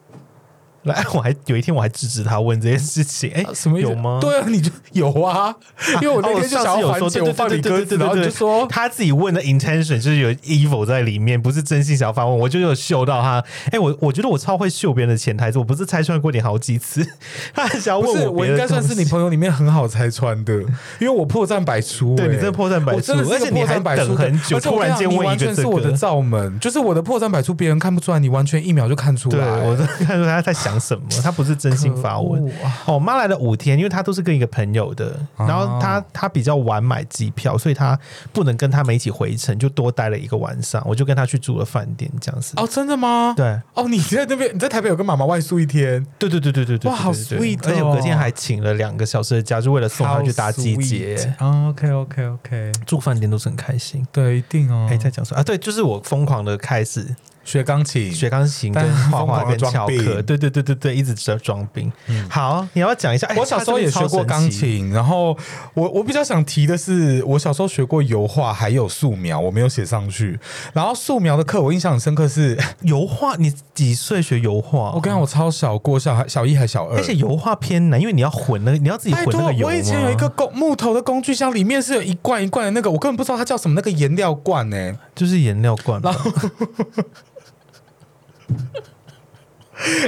S1: 来，我还有一天我还制止他问这件事情，哎、
S2: 什么意思
S1: 有吗？
S2: 对啊，你就有啊，因为我那
S1: 哦
S2: 天就
S1: 上
S2: 想
S1: 次
S2: 要
S1: 有
S2: 缓
S1: 说，
S2: 解
S1: 对
S2: 我
S1: 对
S2: 放
S1: 对
S2: 你鸽
S1: 对
S2: 子，
S1: 对
S2: 然后你
S1: 对
S2: 就说
S1: 对，他自己问的 intention 就是有 evil 在里面，不是真心想要发问，我就有嗅到他。哎，我我觉得我超会嗅别人的潜台词，我不是拆穿过你好几次， 他很想要
S2: 不是，
S1: 问
S2: 我
S1: 别
S2: 应
S1: 的
S2: 该算是
S1: 东西
S2: 你朋友里面很好拆穿的，因为我破绽百出、
S1: 对
S2: 欸
S1: 你真的破绽百出
S2: 我真的是
S1: 而且
S2: 一个破
S1: 你还
S2: 绽百出
S1: 等
S2: 的
S1: 很久
S2: 而且我
S1: 突然间
S2: 跟你
S1: 问一
S2: 讲你
S1: 个
S2: 完全是
S1: 这
S2: 我的
S1: 个
S2: 罩门，就是我的破绽百出，别人看不出来，你完全一秒就看出来。
S1: 对我都看出他在想什么，他不是真心发问
S2: 可恶啊。
S1: 哦，我妈来了五天，因为她都是跟一个朋友的，然后她她比较晚买机票，所以她不能跟他们一起回程，就多待了一个晚上。我就跟她去住了饭店，这样子。
S2: 哦，真的吗？
S1: 对
S2: 哦，你在那边，你在台北有跟妈妈外宿一天，
S1: 对对对对对对，
S2: 哇好
S1: 对对
S2: sweet 哦
S1: 而且我隔天还请了两个小时的假，就为了送她去搭机捷。
S2: OK OK OK，
S1: 住饭店都是很开心。
S2: 哦对，一定哦。
S1: 哎，在讲什么啊？对，就是我疯狂的开始
S2: 学钢琴，
S1: 学钢琴、跟
S2: 但是
S1: 画画、
S2: 疯狂地
S1: 跟翘
S2: 装病
S1: 课，对对对对对，一直在装病。好，你要讲一下，哎
S2: 我小时候也学过钢。琴，然后我我比较想提的是，我小时候学过油画，还有素描，我没有写上去。然后素描的课我印象很深刻是，
S1: 油画，你几岁学油画？
S2: 我跟你讲，我超小过小孩小一还小二，
S1: 哦而且油画偏难，因为你要混那个，你要自己
S2: 拜
S1: 混
S2: 托
S1: 那个，油啊
S2: 我以前有一个
S1: 吗
S2: 工木头的工具箱，里面是有一罐一罐的那个，我根本不知道它叫什么那个颜料罐呢、
S1: 就是颜料罐吧，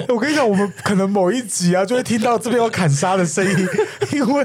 S2: 我跟你讲，我们可能某一集啊，就会听到这边有砍杀的声音，因为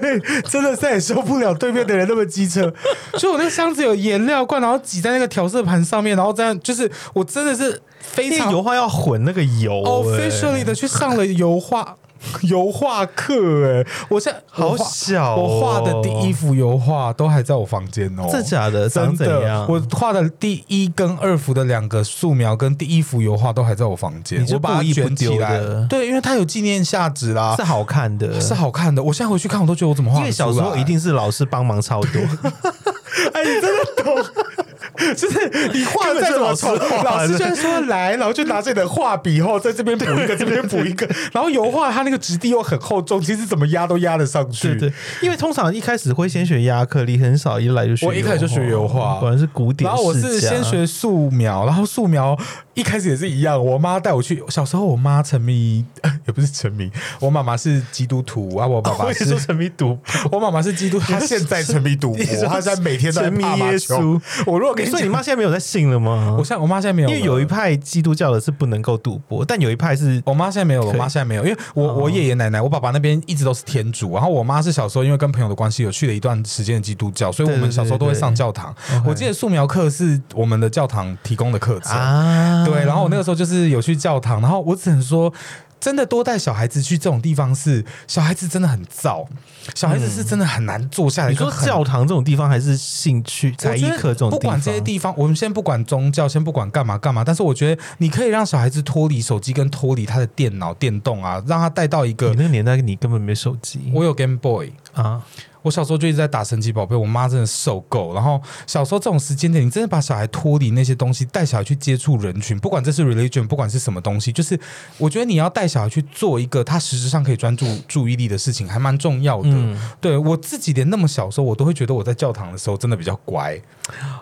S2: 真的再也受不了对面的人那么 机车。所以我那箱子有颜料罐，然后挤在那个调色盘上面，然后这样就是我真的是非
S1: 因为
S2: 常
S1: 油画要混那个油、哎
S2: officially 的去上了 油画油画课、哎，我现在
S1: 好
S2: 我画
S1: 小哦
S2: 我画的第一幅油画都还在我房间哦，
S1: 真假的
S2: 真
S1: 长怎
S2: 的
S1: 样？，
S2: 我画的第一跟二幅的两个素描跟第一幅油画都还在我房间
S1: 你，是
S2: 我把它
S1: 故意不
S2: 卷起
S1: 丢
S2: 来
S1: 的。
S2: 对，因为它有纪念价值啦
S1: 是，好看的，
S2: 是好看的。我现在回去看，我都觉得我怎么画
S1: 因为
S2: 得出来
S1: 小时候一，定是老师帮忙超多，
S2: 哎，你真 的懂，就是你画的再怎么丑，
S1: 根本就是老师画的
S2: 老师就会说来，然后就拿着你的画笔后在这边补一个，这边补 一个，然后油画它那个质地又很厚重，其实怎么压都压得上去。
S1: 对对，因为通常一开始会先学亚克力，很少一来就学油画。
S2: 我一开始就学油画
S1: 果然是古典
S2: 然
S1: 世家。
S2: 后我是先学素描，然后素描一开始也是一样，我妈带我去。小时候我妈沉迷， 也不是沉迷，我妈妈是基督徒啊，我爸
S1: 哦我
S2: 爸
S1: 也
S2: 是
S1: 说。沉迷赌，
S2: 我妈妈 是基督，她现在沉迷赌博
S1: 你说，
S2: 她现在每天都在
S1: 沉迷
S2: 怕马
S1: 耶
S2: 球
S1: 稣。
S2: 我如果跟你
S1: 所以
S2: 讲
S1: 你妈，现在没有在信了吗？
S2: 我现在我妈现在没有
S1: 因
S2: 了，哦
S1: 为有一派基督教的是不能够赌博，但有一派是
S2: 我妈现在没有了，我
S1: 可以哦
S2: 妈现在没有，因为我、我爷爷奶奶、我爸爸那边一直都是天主，然后我妈是小时候因为跟朋友的关系有去了一段时间的基督教，所以我
S1: 对
S2: 们
S1: 对
S2: 小时候都会
S1: 对
S2: 上教堂。
S1: OK
S2: 我记得素描课是我们的教堂提供的课程，
S1: 啊
S2: 对，然后我那个时候就是有去教堂，然后我只能说。真的多带小孩子去这种地方是，小孩子真的很燥，小孩子是真的很难坐下来。
S1: 你说
S2: 跟很
S1: 教堂这种地方还是兴趣才
S2: 我
S1: 艺
S2: 觉得
S1: 课这种
S2: 不
S1: 地方
S2: 管这些地方，我们先不管宗教，先不管干嘛干嘛，但是我觉得你可以让小孩子脱离手机，跟脱离他的电脑、电动啊，让他带到一
S1: 你
S2: 个。
S1: 那个年代你根本没手机
S2: 我有 Game Boy，
S1: 啊，
S2: 我小时候就一直在打神奇宝贝，我妈真的受够。然后小时候这种时间点，你真的把小孩脱离那些东西，带小孩去接触人群，不管这是 religion，不管是什么东西，就是我觉得你要带小孩去做一个他实质上可以专注注意力的事情，还蛮重要的。
S1: 嗯，
S2: 对我自己连那么小时候，我都会觉得我在教堂的时候真的比较乖。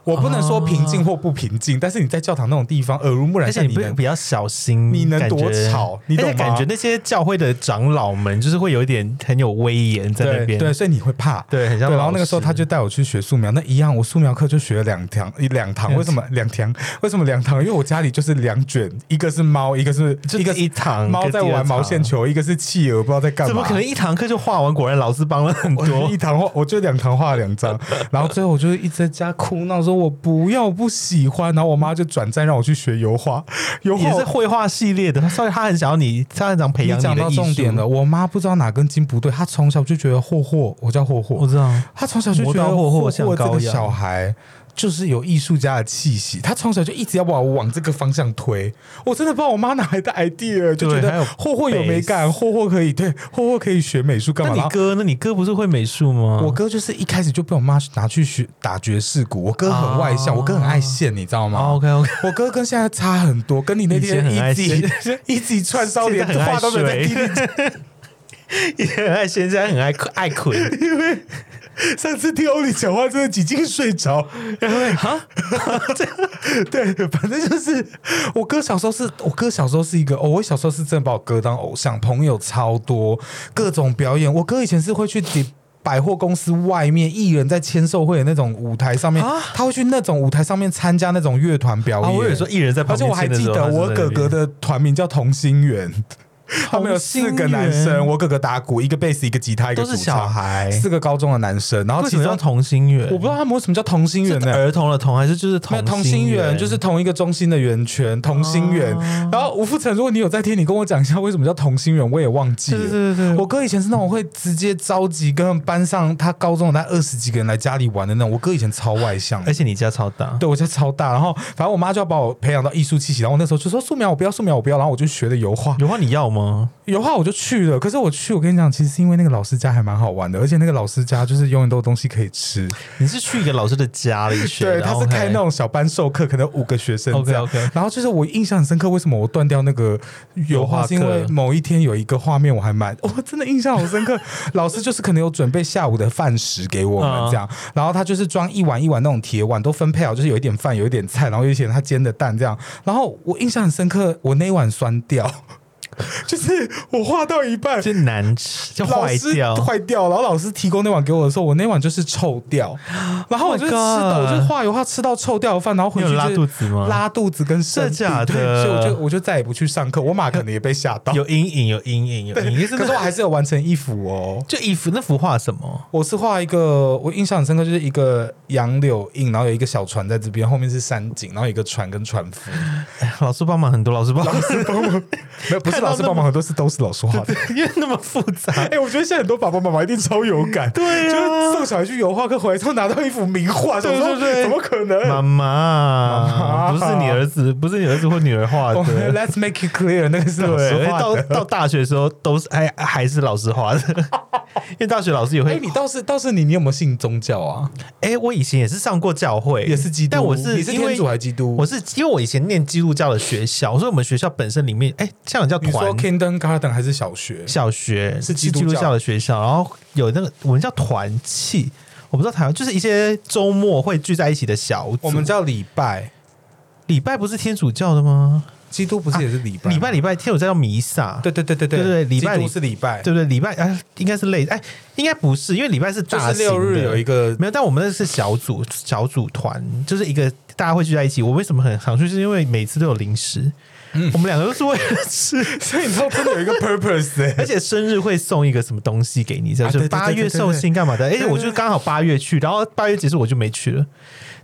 S2: 我不能说平静或不平静，但是你在教堂那种地方耳濡目
S1: 哦
S2: 染
S1: 而
S2: 下，
S1: 且
S2: 你
S1: 你不
S2: 能
S1: 比较小心，
S2: 你能多
S1: 感觉
S2: 吵你懂
S1: 而且感
S2: 吗
S1: 觉那些教会的长老们就是会有一点很有威严在那
S2: 对
S1: 边，
S2: 对，所以你会怕。
S1: 对，很像
S2: 对，
S1: 老师。
S2: 然后那个时候他就带我去学素描，那一样，我素描课就学了两堂，一两堂，
S1: 两
S2: 为什么两堂？为什么两堂？因为我家里就是两卷，一个是猫，一个是
S1: 就
S2: 一个
S1: 是一堂
S2: 猫在玩毛线，球，一个是企鹅，不知道在干嘛。
S1: 跟第二堂怎么可能一堂课就画完？果然老师帮了很
S2: 我就
S1: 多
S2: 一。堂画，我就两堂画了 两张，然后最后我就一直在家哭闹，说我不要，我不喜欢。然后我妈就转战让我去学油画，油画
S1: 也
S2: 我
S1: 是绘画系列的，所以他很想要你，他很想培
S2: 你
S1: 养
S2: 讲
S1: 的
S2: 到
S1: 艺术。
S2: 重点了，，我妈不知道哪根筋不对，她从小就觉得霍霍，我叫霍霍，
S1: 我知道。
S2: 他从小就觉得
S1: 磨刀霍霍像
S2: 这
S1: 羔
S2: 个
S1: 羊
S2: 小孩就是有艺术家的气息，他从小就一直要把我往这个方向推。我真的不知道我妈哪来的 idea，就觉
S1: 还
S2: 得
S1: 有
S2: 霍霍有美感，
S1: bass
S2: 霍霍可以对，霍霍可以学美术干
S1: 那
S2: 嘛？
S1: 你
S2: 然后
S1: 哥呢？你哥不是会美术吗？
S2: 我哥就是一开始就被我妈拿去学打爵士鼓，我哥很外向，
S1: 啊
S2: 我哥很爱现，你知道吗？
S1: OK OK，
S2: 我哥跟现在差很多，跟你那
S1: 以前很
S2: 天一
S1: 爱
S2: 级 一级串烧，连
S1: 现在很爱
S2: 话都没有在
S1: 睡
S2: 听你
S1: 也很爱，现在很爱爱捆，
S2: 上次听欧里讲话，真的几近睡着。
S1: 哈，
S2: 对，反正就是我哥小时候是我哥小时候是一个哦，我小时候是真的把我哥当偶像，朋友超多，各种表演。我哥以前是会去百货公司外面艺人在签售会的那种舞台上面，
S1: 啊
S2: 他会去那种舞台上面参加那种乐团表演。
S1: 啊，我有说艺人在旁
S2: 而且
S1: 边
S2: 我还
S1: 签的
S2: 记
S1: 时候，
S2: 得我
S1: 他是在
S2: 哥
S1: 那边
S2: 哥的团名叫同心圆，他们有四个男
S1: 同心
S2: 生，
S1: 圆
S2: 我哥哥打鼓，一个贝斯，一个吉他，一个
S1: 都是
S2: 主唱
S1: 小孩
S2: 四个高中的男生，然后
S1: 为
S2: 其
S1: 什么
S2: 中
S1: 叫同心圆？
S2: 我不知道他们为什么叫同心圆
S1: 是
S2: 呢、
S1: 儿童的童还是就是
S2: 没有
S1: 同
S2: 同心圆就是同一个中心的圆圈，同心圆。然后吴富城，如果你有在听，你跟我讲一下为什么叫同心圆，我也忘记
S1: 对
S2: 了。
S1: 对对对，
S2: 我哥以前是那种会直接召集跟班上他高中的那二十几个人来家里玩的那种。我哥以前超外向的
S1: 而，且你家超大，
S2: 对我家超大。然后反正我妈就要把我培养到艺术气息，然后我那时候就说素描我不要，素描我不要，然后我就学的油画。
S1: 有话你要吗？
S2: 油画我就去了，可是我去，我跟你讲，其实是因为那个老师家还蛮好玩的，而且那个老师家就是永远都有东西可以吃。
S1: 你是去一个老师的家里学
S2: 对，
S1: 的，
S2: 他是
S1: OK
S2: 开那种小班授课，可能五个学生这样。
S1: OK，OK
S2: 然后就是我印象很深刻，为什么我断掉那个油画，
S1: 油画
S2: 是因为
S1: 课
S2: 某一天有一个画面我还蛮， 我、真的印象好深刻。 老师就是可能有准备下午的饭食给我们
S1: 嗯
S2: 这样，然后他就是装一碗一碗那种铁碗，都分配好，就是有一点饭，有一点菜，然后有一点他煎的蛋这样。然后我印象很深刻，我那一碗酸掉， 就是我画到 一半，
S1: 就难吃，就
S2: 老
S1: 坏
S2: 师
S1: 掉，
S2: 坏掉。然后老师提供那碗给我的时候，我那碗就是臭掉，然后我
S1: Oh my
S2: 就吃到，我
S1: God
S2: 就画油画吃到臭掉的饭，然后回
S1: 你
S2: 去
S1: 有
S2: 就是
S1: 拉肚子吗？
S2: 拉肚子跟生病
S1: 真的假的
S2: 对所以我就我就再也不去上课。我妈可能也被吓到，
S1: 有阴影，有阴影，有阴影，就是
S2: 可 是我还是有完成一幅哦。
S1: 就衣服那幅画什么？
S2: 我是画一个，我印象很深刻，就是一个杨柳印，然后有一个小船在这边，后面是山景，然后有一个船跟船 夫。
S1: 哎老师帮忙很多，老师帮忙，
S2: 没有，不是
S1: 看到
S2: 老师
S1: 那
S2: 帮忙，很多事都是老师画的。
S1: 因为那么复杂
S2: 哎、。我觉得现在很多爸爸妈妈一定超有感，
S1: 对啊
S2: 就是送小孩去油画课回来之后拿到一幅名画，
S1: 对
S2: 想说
S1: 对对
S2: 怎么可
S1: 妈
S2: 能？妈妈
S1: 妈，不是你儿子，不是你儿子或女儿画
S2: 我们
S1: 的。
S2: 哦 Let's make it clear，那个是老
S1: 对，哎
S2: 师画
S1: 到
S2: 的。
S1: 到大学的时候都是还还是老师画的， 因为大学老师也
S2: 哎、
S1: 会
S2: 你倒是倒是你，你有没有信宗教啊？
S1: 哎、我以前也是上过教会，
S2: 也是基督，
S1: 但我是
S2: 你是
S1: 因为
S2: 天主还是基督？
S1: 我是因为我以前念基督教的学校，所以我们学校本身里面，哎、像有叫
S2: 你说
S1: 团
S2: Kindergarten 还是小学？
S1: 小学
S2: 是基
S1: 基
S2: 督教
S1: 教的学校，然后有那个我们叫团契，我不知道台湾就是一些周末会聚在一起的小组。
S2: 我们叫礼拜，
S1: 礼拜不是天主教的吗？
S2: 基督不是也是礼拜？
S1: 啊礼拜礼拜天主教叫弥撒，
S2: 对对对对
S1: 对对礼拜
S2: 基督
S1: 礼
S2: 是礼拜，
S1: 对不对？礼拜哎、应该是类哎、应该不是，因为礼拜是
S2: 就
S1: 大
S2: 是
S1: 型
S2: 六日
S1: 的
S2: 有一个
S1: 没有，但我们那是小组小组团，就是一个大家会聚在一起。我为什么很常去，是因为每次都有零食，
S2: 嗯
S1: 我们两个都是为了吃，
S2: 所以你知道真的有 一个 purpose 哎、
S1: 而且生日会送一个什么东西给你，这样
S2: 啊对
S1: 就
S2: 对对
S1: 八月寿星干嘛的？而且我就刚好八月去，然后八月结束我就没去了，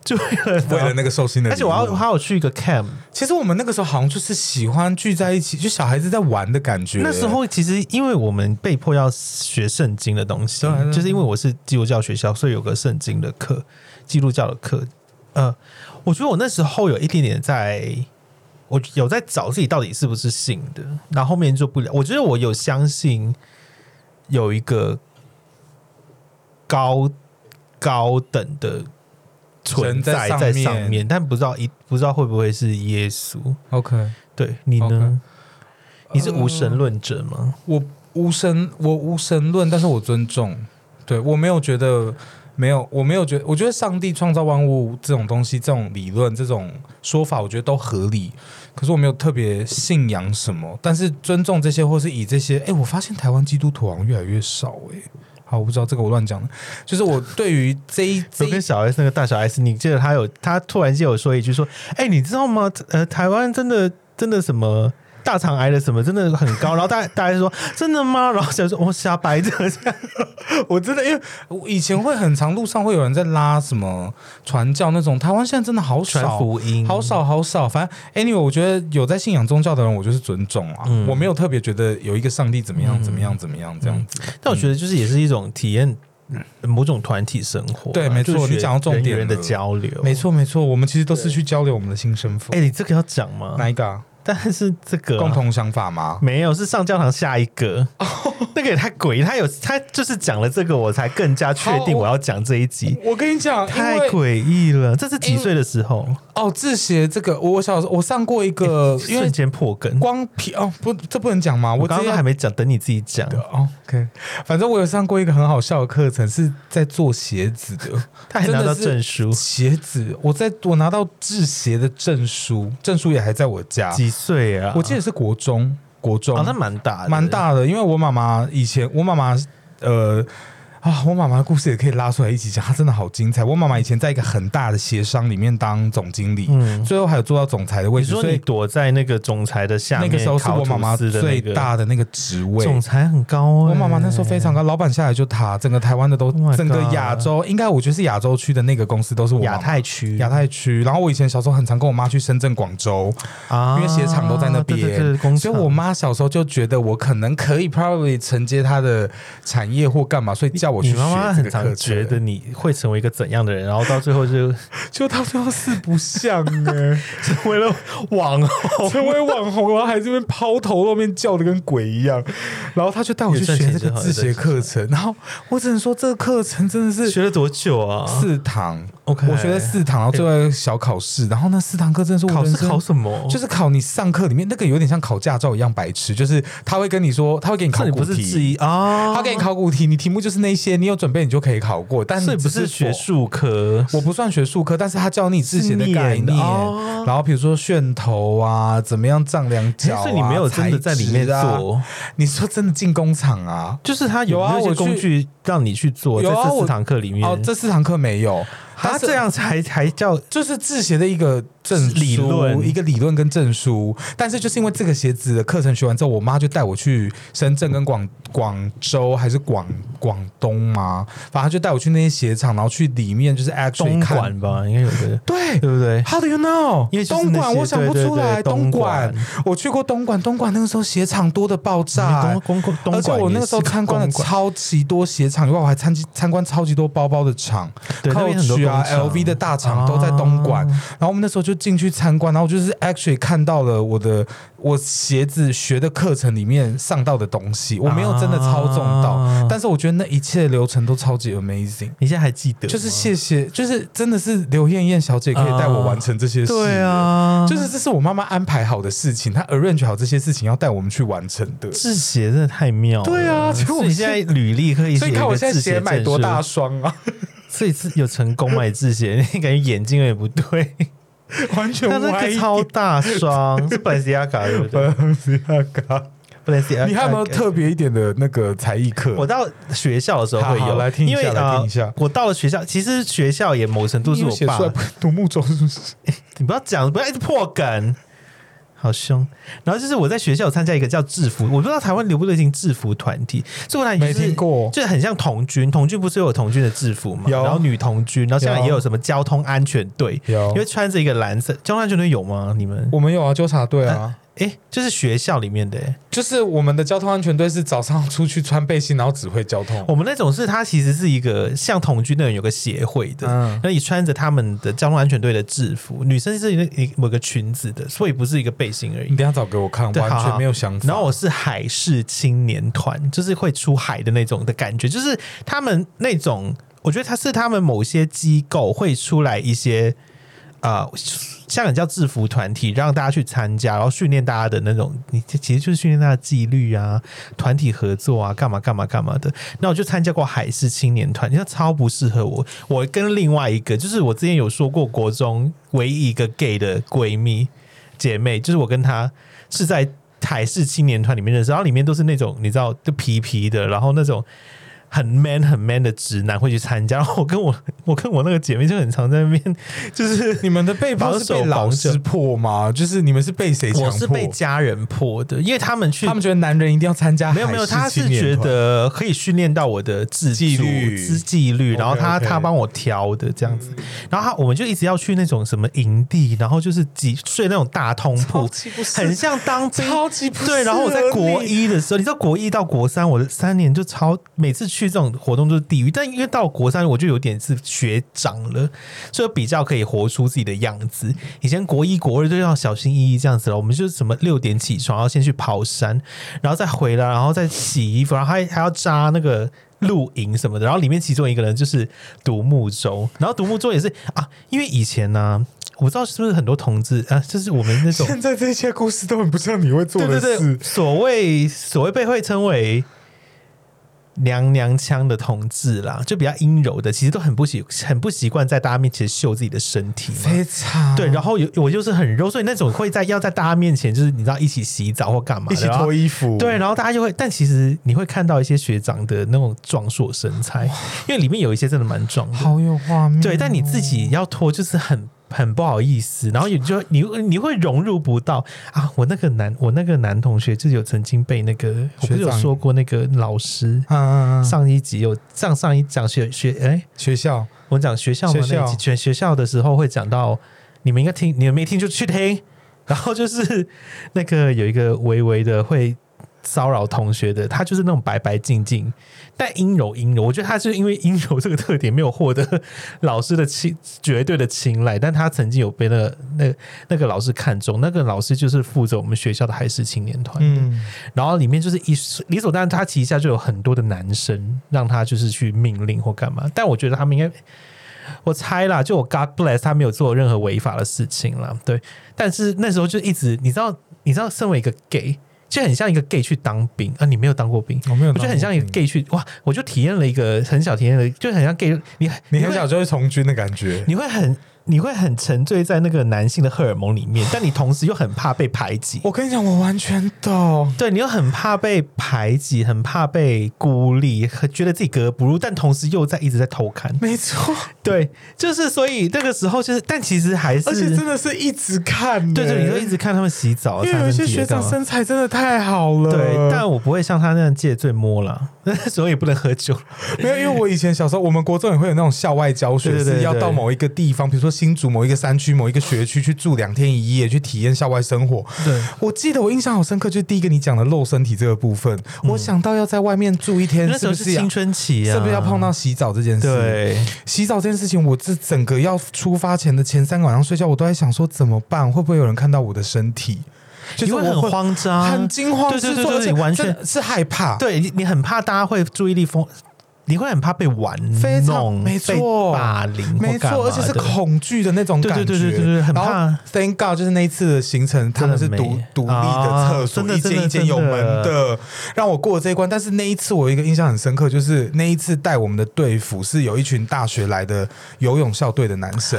S1: 就为了
S2: 为了那个寿星的礼物，
S1: 而且我要还有去一个 camp，
S2: 其实我们那个时候好像就是喜欢聚在一起，就小孩子在玩的感觉。欸
S1: 那时候其实因为我们被迫要学圣经的东西
S2: 对啊对啊，
S1: 就是因为我是基督教学校，所以有个圣经的课，基督教的课。呃，我觉得我那时候有一点点在，我有在找自己到底是不是信的，然后后面就不了。我觉得我有相信有一个高高等的存
S2: 人在
S1: 在
S2: 上
S1: 在
S2: 面
S1: 上面，但不知道一不知道会不会是耶稣。
S2: OK，
S1: 对你呢你是无神论者吗？
S2: 我无神，我无神论，但是我尊重。对我没有觉得没有，我没有觉得，我觉得上帝创造万物这种东西，这种理论、这种说法，我觉得都合理。可是我没有特别信仰什么，但是尊重这些，或是以这些。哎，我发现台湾基督徒好像越来越少哎、好，我不知道这个我乱讲的，就是我对于这一这
S1: 我
S2: 一
S1: 跟小 S 那个大小 S，你记得他有他突然间有说一句说：“哎、你知道吗？呃，台湾真的真的什么大肠癌的什么真的很高。”然后大大家说：“嗯真的吗？”然后想说：“我、瞎掰的。这样
S2: 我真的因为我以前会很常路上会有人在拉什么传教那种，台湾现在真的好”
S1: 传
S2: 少，欸
S1: 福音
S2: 好少好少。反正 anyway，我觉得有在信仰宗教的人，我就是尊重啊，
S1: 嗯
S2: 我没有特别觉得有一个上帝怎么样
S1: 嗯
S2: 怎么样怎么样这样子。
S1: 但我觉得就是也是一种体验某种团体生活啊，
S2: 对没错
S1: 就是学
S2: 你讲到重点
S1: 人与人的
S2: 了
S1: 交流，
S2: 没。错没错，我们其实都是去交流我们的新身
S1: 哎、
S2: 份。
S1: 你这个要讲吗？
S2: 哪一个啊？
S1: 但是这个啊、
S2: 共同想法吗？
S1: 没有，是上教堂下一个，那个也太诡异。他有他就是讲了这个，我才更加确定
S2: 好我
S1: 我要讲这一集，
S2: 我跟你讲，
S1: 太
S2: 因为
S1: 诡异了。这是几岁的时候？
S2: 哦，字写这个，我小时候我上过一个，因为
S1: 瞬间破梗。
S2: 光皮哦，不，这不能讲嘛，
S1: 我
S2: 哎我直
S1: 刚刚
S2: 接
S1: 都还没讲，等你自己讲。
S2: 的哦，OK，反正我有上过一个很好笑的课程，是在做鞋子的。
S1: 他还拿到证书，
S2: 鞋子，我在我拿到制鞋的证书，证书也还在我家。
S1: 几岁啊？
S2: 我记
S1: 得
S2: 得是国中，国中
S1: 哦，那蛮大的，
S2: 蛮。大的，因为我妈妈以前，我妈妈呃啊，我妈妈的故事也可以拉出来一起讲，她真的好精彩。我妈妈以前在一个很大的协商里面当总经理，
S1: 嗯，
S2: 最后还有做到总裁的位
S1: 你
S2: 置，
S1: 说
S2: 所
S1: 你
S2: 以
S1: 躲在那个总裁的下
S2: 那
S1: 面，
S2: 个时候是我妈妈
S1: 烤吐司的那
S2: 最
S1: 个
S2: 大的那个职位。
S1: 总裁很高欸。
S2: 我妈妈那时候非常高，老板下来就她，整个台湾的都
S1: Oh my，God
S2: 整个亚洲，应该我觉得是亚洲区的那个公司都是我妈
S1: 亚
S2: 妈
S1: 太区
S2: 亚太区。然后我以前小时候很常跟我妈去深圳、广州，
S1: 啊，
S2: 因为鞋厂都在那边
S1: 对对对，工
S2: 所
S1: 厂
S2: 以我妈小时候就觉得我可能可以 probably 承接她的产业或干嘛，所以叫我去
S1: 你
S2: 学
S1: 妈妈
S2: 这
S1: 很
S2: 个课
S1: 常
S2: 程。
S1: 觉得你会成为一个怎样的人，然后到最后就
S2: 就到最后四不像 哎、
S1: 成为了网 红，
S2: 成为网红，然后还这边抛头露面叫的跟鬼一样。然后她就带我去学这个自学课程，然后我只能说这个课程真的是
S1: 学了多久啊？
S2: 四堂。
S1: OK
S2: 我学了四堂，然后最后一个小考试，然后那四堂课真的是我
S1: 考试哦
S2: 人生
S1: 考什么？
S2: 就是是考你上课里面那个有点像考驾照一样白痴，就是他会跟你说，他会给你考
S1: 这你
S2: 古
S1: 不是质
S2: 题，
S1: 疑啊？
S2: 他给你考古题，你题目就是那些，你有准备你就可以考过，但
S1: 这
S2: 你
S1: 不
S2: 只
S1: 是
S2: 是
S1: 学
S2: 否。
S1: 术科，
S2: 我不算学术科，但是他教你字写的概
S1: 是念
S2: 念，啊
S1: 的哦
S2: 然后比如说楦头啊，怎么样丈量
S1: 诶
S2: 角、啊，
S1: 哎所以你没有真的在里面
S2: 材质啊。
S1: 做，
S2: 你说真的进工厂啊？
S1: 就是他
S2: 有
S1: 有
S2: 啊
S1: 那
S2: 我
S1: 些
S2: 去
S1: 工具让你去做，
S2: 有
S1: 在
S2: 啊
S1: 这
S2: 我
S1: 四堂课里面，
S2: 哦，这四堂课没有，但
S1: 他
S2: 是
S1: 这样才还叫
S2: 就是自学的一个证书
S1: 理论
S2: 一个理论跟证书。但是就是因为这个鞋子的课程学完之后，我妈就带我去深圳跟广广州还是广广东吗？反正她就带我去那些鞋厂，然后去里面就是 actually
S1: 东
S2: 看。
S1: 莞吧？应该有 的，
S2: 对
S1: 对不对？
S2: ，How do you know？
S1: 因为就是
S2: 东
S1: 那
S2: 莞
S1: 些
S2: 我想不
S1: 对对
S2: 出来，
S1: 对东
S2: 莞我去过东莞，东莞那个时候鞋厂多的爆炸、
S1: 东东东东
S2: 啊而且
S1: 莞
S2: 我
S1: 也
S2: 那个时候
S1: 是
S2: 参观了
S1: 公馆
S2: 超级多鞋厂，因为我还参参观超级多包包的厂，
S1: 对那边很多
S2: Coach 啊、
S1: 工厂
S2: LV 的大厂都在东莞。
S1: 啊
S2: 然后我们那时候就进去参观，然后我就是 actually 看到了我的我鞋子学的课程里面上到的东西，我没有真的操纵到，
S1: 啊
S2: 但是我觉得那一切流程都超级 amazing。
S1: 你现在还记得吗？
S2: 就是谢谢，就是真的是刘艳艳小姐可以带我完成这些事、
S1: 对，啊，
S2: 就是这是我妈妈安排好的事情，她 arrange 好这些事情要带我们去完成的。
S1: 制鞋真的太妙了。
S2: 对啊其实我
S1: 所以现在履历可以写
S2: 所以
S1: 一
S2: 你看我
S1: 个
S2: 现
S1: 制
S2: 在鞋
S1: 鞋
S2: 买
S1: 证
S2: 多大
S1: 书，
S2: 双啊，
S1: 所以是有成功买制鞋， 你感觉眼睛有点不对，
S2: 完全
S1: 他那
S2: 歪
S1: 个
S2: 一
S1: 超大双，是 Balenciaga 对不对
S2: 点。
S1: ？Balenciaga，
S2: 你还有没有特别一点的那个才艺课？
S1: 我到学校的时候会
S2: 好好
S1: 有，
S2: 来听一下
S1: 因为
S2: 来听一下
S1: 呃我到了学校，其实学校也某程度是我
S2: 写
S1: 爸
S2: 出来，独木舟是不是？
S1: 你不要讲，不要一直破梗，好凶。然后就是我在学校有参加一个叫制服，我不知道台湾流不流行制服团体，这个团体
S2: 没
S1: 就是
S2: 听过
S1: 就很像童军，童军不是有童军的制服嘛？
S2: 有
S1: 然后女童军，然后现在
S2: 有
S1: 也有什么交通安全队，
S2: 有
S1: 因为穿着一个蓝色，交通安全队有吗？你们？
S2: 我们有啊，纠察队啊，
S1: 诶，就是学校里面的、诶
S2: 就是我们的交通安全队是早上出去穿背心，然后指挥交通。
S1: 我们那种是它其实是一个像童军那种有个协会的，
S2: 嗯
S1: 那你穿着他们的交通安全队的制服，女生是一个一某个裙子的，所以不是一个背心而已
S2: 你。等一下找给我看，
S1: 对好
S2: 完全没有想法。
S1: 然后我是海事青年团，就是会出海的那种的感觉，就是他们那种，我觉得他是他们某些机构会出来一些，呃，像你叫制服团体，让大家去参加，然后训练大家的那种，你其实就是训练大家的纪律啊，团体合作啊，干嘛干嘛干嘛的。那我就参加过海事青年团，你知道超不适合我。我跟另外一个，就是我之前有说过，国中唯一一个 gay 的闺蜜姐妹，就是我跟她是在海事青年团里面认识，然后里面都是那种你知道，就皮皮的，然后那种。很 man 很 man 的直男会去参加，然后我跟我 我跟我那个姐妹就很常在那边， 就是
S2: 你们的被迫是被老师迫吗？就是你们是被谁强迫？
S1: 我是被家人迫的，因为他们去
S2: 他们觉得男人一定要参 加
S1: 没有没有，
S2: 海事
S1: 他是
S2: 青年
S1: 觉
S2: 团
S1: 得可以训练到我的自
S2: 纪
S1: 主
S2: 律
S1: 自纪律，然后他
S2: OK，OK
S1: 他帮我挑的这样子，然后他我们就一直要去那种什么营地，然后就是几睡那种大通
S2: 超
S1: 铺，
S2: 级不适
S1: 很像当兵，
S2: 超级不
S1: 对。然后我在
S2: 适合
S1: 国
S2: 你
S1: 一的时候，你知道国一到国三，我的三年就超每次去这种活动就是地狱，但因为到国三我就有点是学长了，所以比较可以活出自己的样子。以前国一国二就要小心翼翼这样子了，我们就是什么六点起床，然后先去跑山，然后再回来，然后再洗衣服，然后还还要扎那个。露营什么的，然后里面其中一个人就是独木舟，然后独木舟也是啊，因为以前呢、啊我不知道是不是很多同志啊，就是我们那种
S2: 现在这些故事都很不像你会做的事。
S1: 对对对，所谓所谓被会称为娘娘腔的同志啦，就比较阴柔的，其实都很不习很不习惯在大家面前秀自己的身体嘛。
S2: 非常
S1: 对，然后有我就是很肉，所以那种会在要在大家面前，就是你知道一起洗澡或干嘛的，
S2: 一起
S1: 然后
S2: 脱衣服，
S1: 对，然后大家就会，但其实你会看到一些学长的那种壮硕身材，因为里面有一些真的蛮壮的，
S2: 好有画面哦。
S1: 对，但你自己要脱就是很很不好意思，然后你就你你会融入不到啊。我那个男我那个男同学就是有曾经被那个我不是有
S2: 学长
S1: 说过那个老师。
S2: 嗯嗯嗯，
S1: 上一集有上上一讲学学哎、
S2: 学校
S1: 我讲学校嘛
S2: 学校
S1: 那一集全学校的时候会讲到，你们应该听，你们没听就去听。然后就是 那个有一个微微的会骚扰同学的，他就是那种白白净净，但阴柔阴柔。我觉得他是因为阴柔这个特点没有获得老师的青绝对的青睐，但他曾经有被那个那个那个老师看中，那个老师就是负责我们学校的海事青年团，
S2: 嗯，
S1: 然后里面就是一理所当然，他旗下就有很多的男生，让他就是去命令或干嘛。但我觉得他们应该，我猜啦，就我 God bless 他没有做任何违法的事情啦。对，但是那时候就一直，你知道，你知道，身为一个 gay，就很像一个 gay 去当兵啊，你没有当过兵。
S2: 我没有，
S1: 我觉得很像一个。gay 去哇，我就体验了一个很小体验了，就很像 gay，你
S2: 你很
S1: 会
S2: 小就会从军的感觉，
S1: 你会很你会很沉醉在那个男性的荷尔蒙里面，但你同时又很怕被排挤。
S2: 我跟你讲，我完全懂。
S1: 对你又很怕被排挤，很怕被孤立，很觉得自己格格不入，但同时又在一直在偷看。
S2: 没错，
S1: 对，就是所以那个时候就是，但其实还是
S2: 而且真的是一直看呢，
S1: 对对，你会一直看他们洗澡，
S2: 因为有一些学长
S1: 生
S2: 身材真的太好了，
S1: 对，但我不会像他那样借醉摸了， 所以也不能喝酒。
S2: 没有，因为我以前小时候，我们国中也会有那种校外教学，
S1: 对对对
S2: 是要
S1: 对
S2: 到某一个地方，比如说新竹某一个山区、某一个学区去住两天一夜，去体验校外生活。
S1: 对，
S2: 我记得我印象好深刻，就是第一个你讲的露身体这个部分，我想到要在外面住一天，
S1: 嗯那时
S2: 是
S1: 候
S2: 不
S1: 是
S2: 是要
S1: 青春期啊，
S2: 是不是要碰到洗澡这件事？，
S1: 对，
S2: 洗澡这件事情，我这整个要出发前的前三个晚上睡觉，我都在想说怎么办，会不会有人看到我的身体？就
S1: 你
S2: 是
S1: 会
S2: 我
S1: 很
S2: 会
S1: 慌张，
S2: 很惊慌
S1: 对对
S2: 失
S1: 对
S2: 措，
S1: 对
S2: 而且
S1: 你完
S2: 真
S1: 全
S2: 的是害怕。
S1: 对你，你很怕大家会注意力丰，你会很怕被玩
S2: 非常
S1: 弄，
S2: 没错
S1: 被霸凌，
S2: 没错，而且是。恐惧的那种感
S1: 对
S2: 觉。
S1: 对对对对对很怕
S2: 然后 Thank God，就是那一次的行程，他们是
S1: 真的
S2: 独
S1: 美
S2: 独立的厕所，
S1: 啊真的
S2: 一间一间有门
S1: 真
S2: 的，让我过了这一关。但是那一次我有一个印象很深刻，就是那一次带我们的队服是有一群大学来的游泳校队的男生，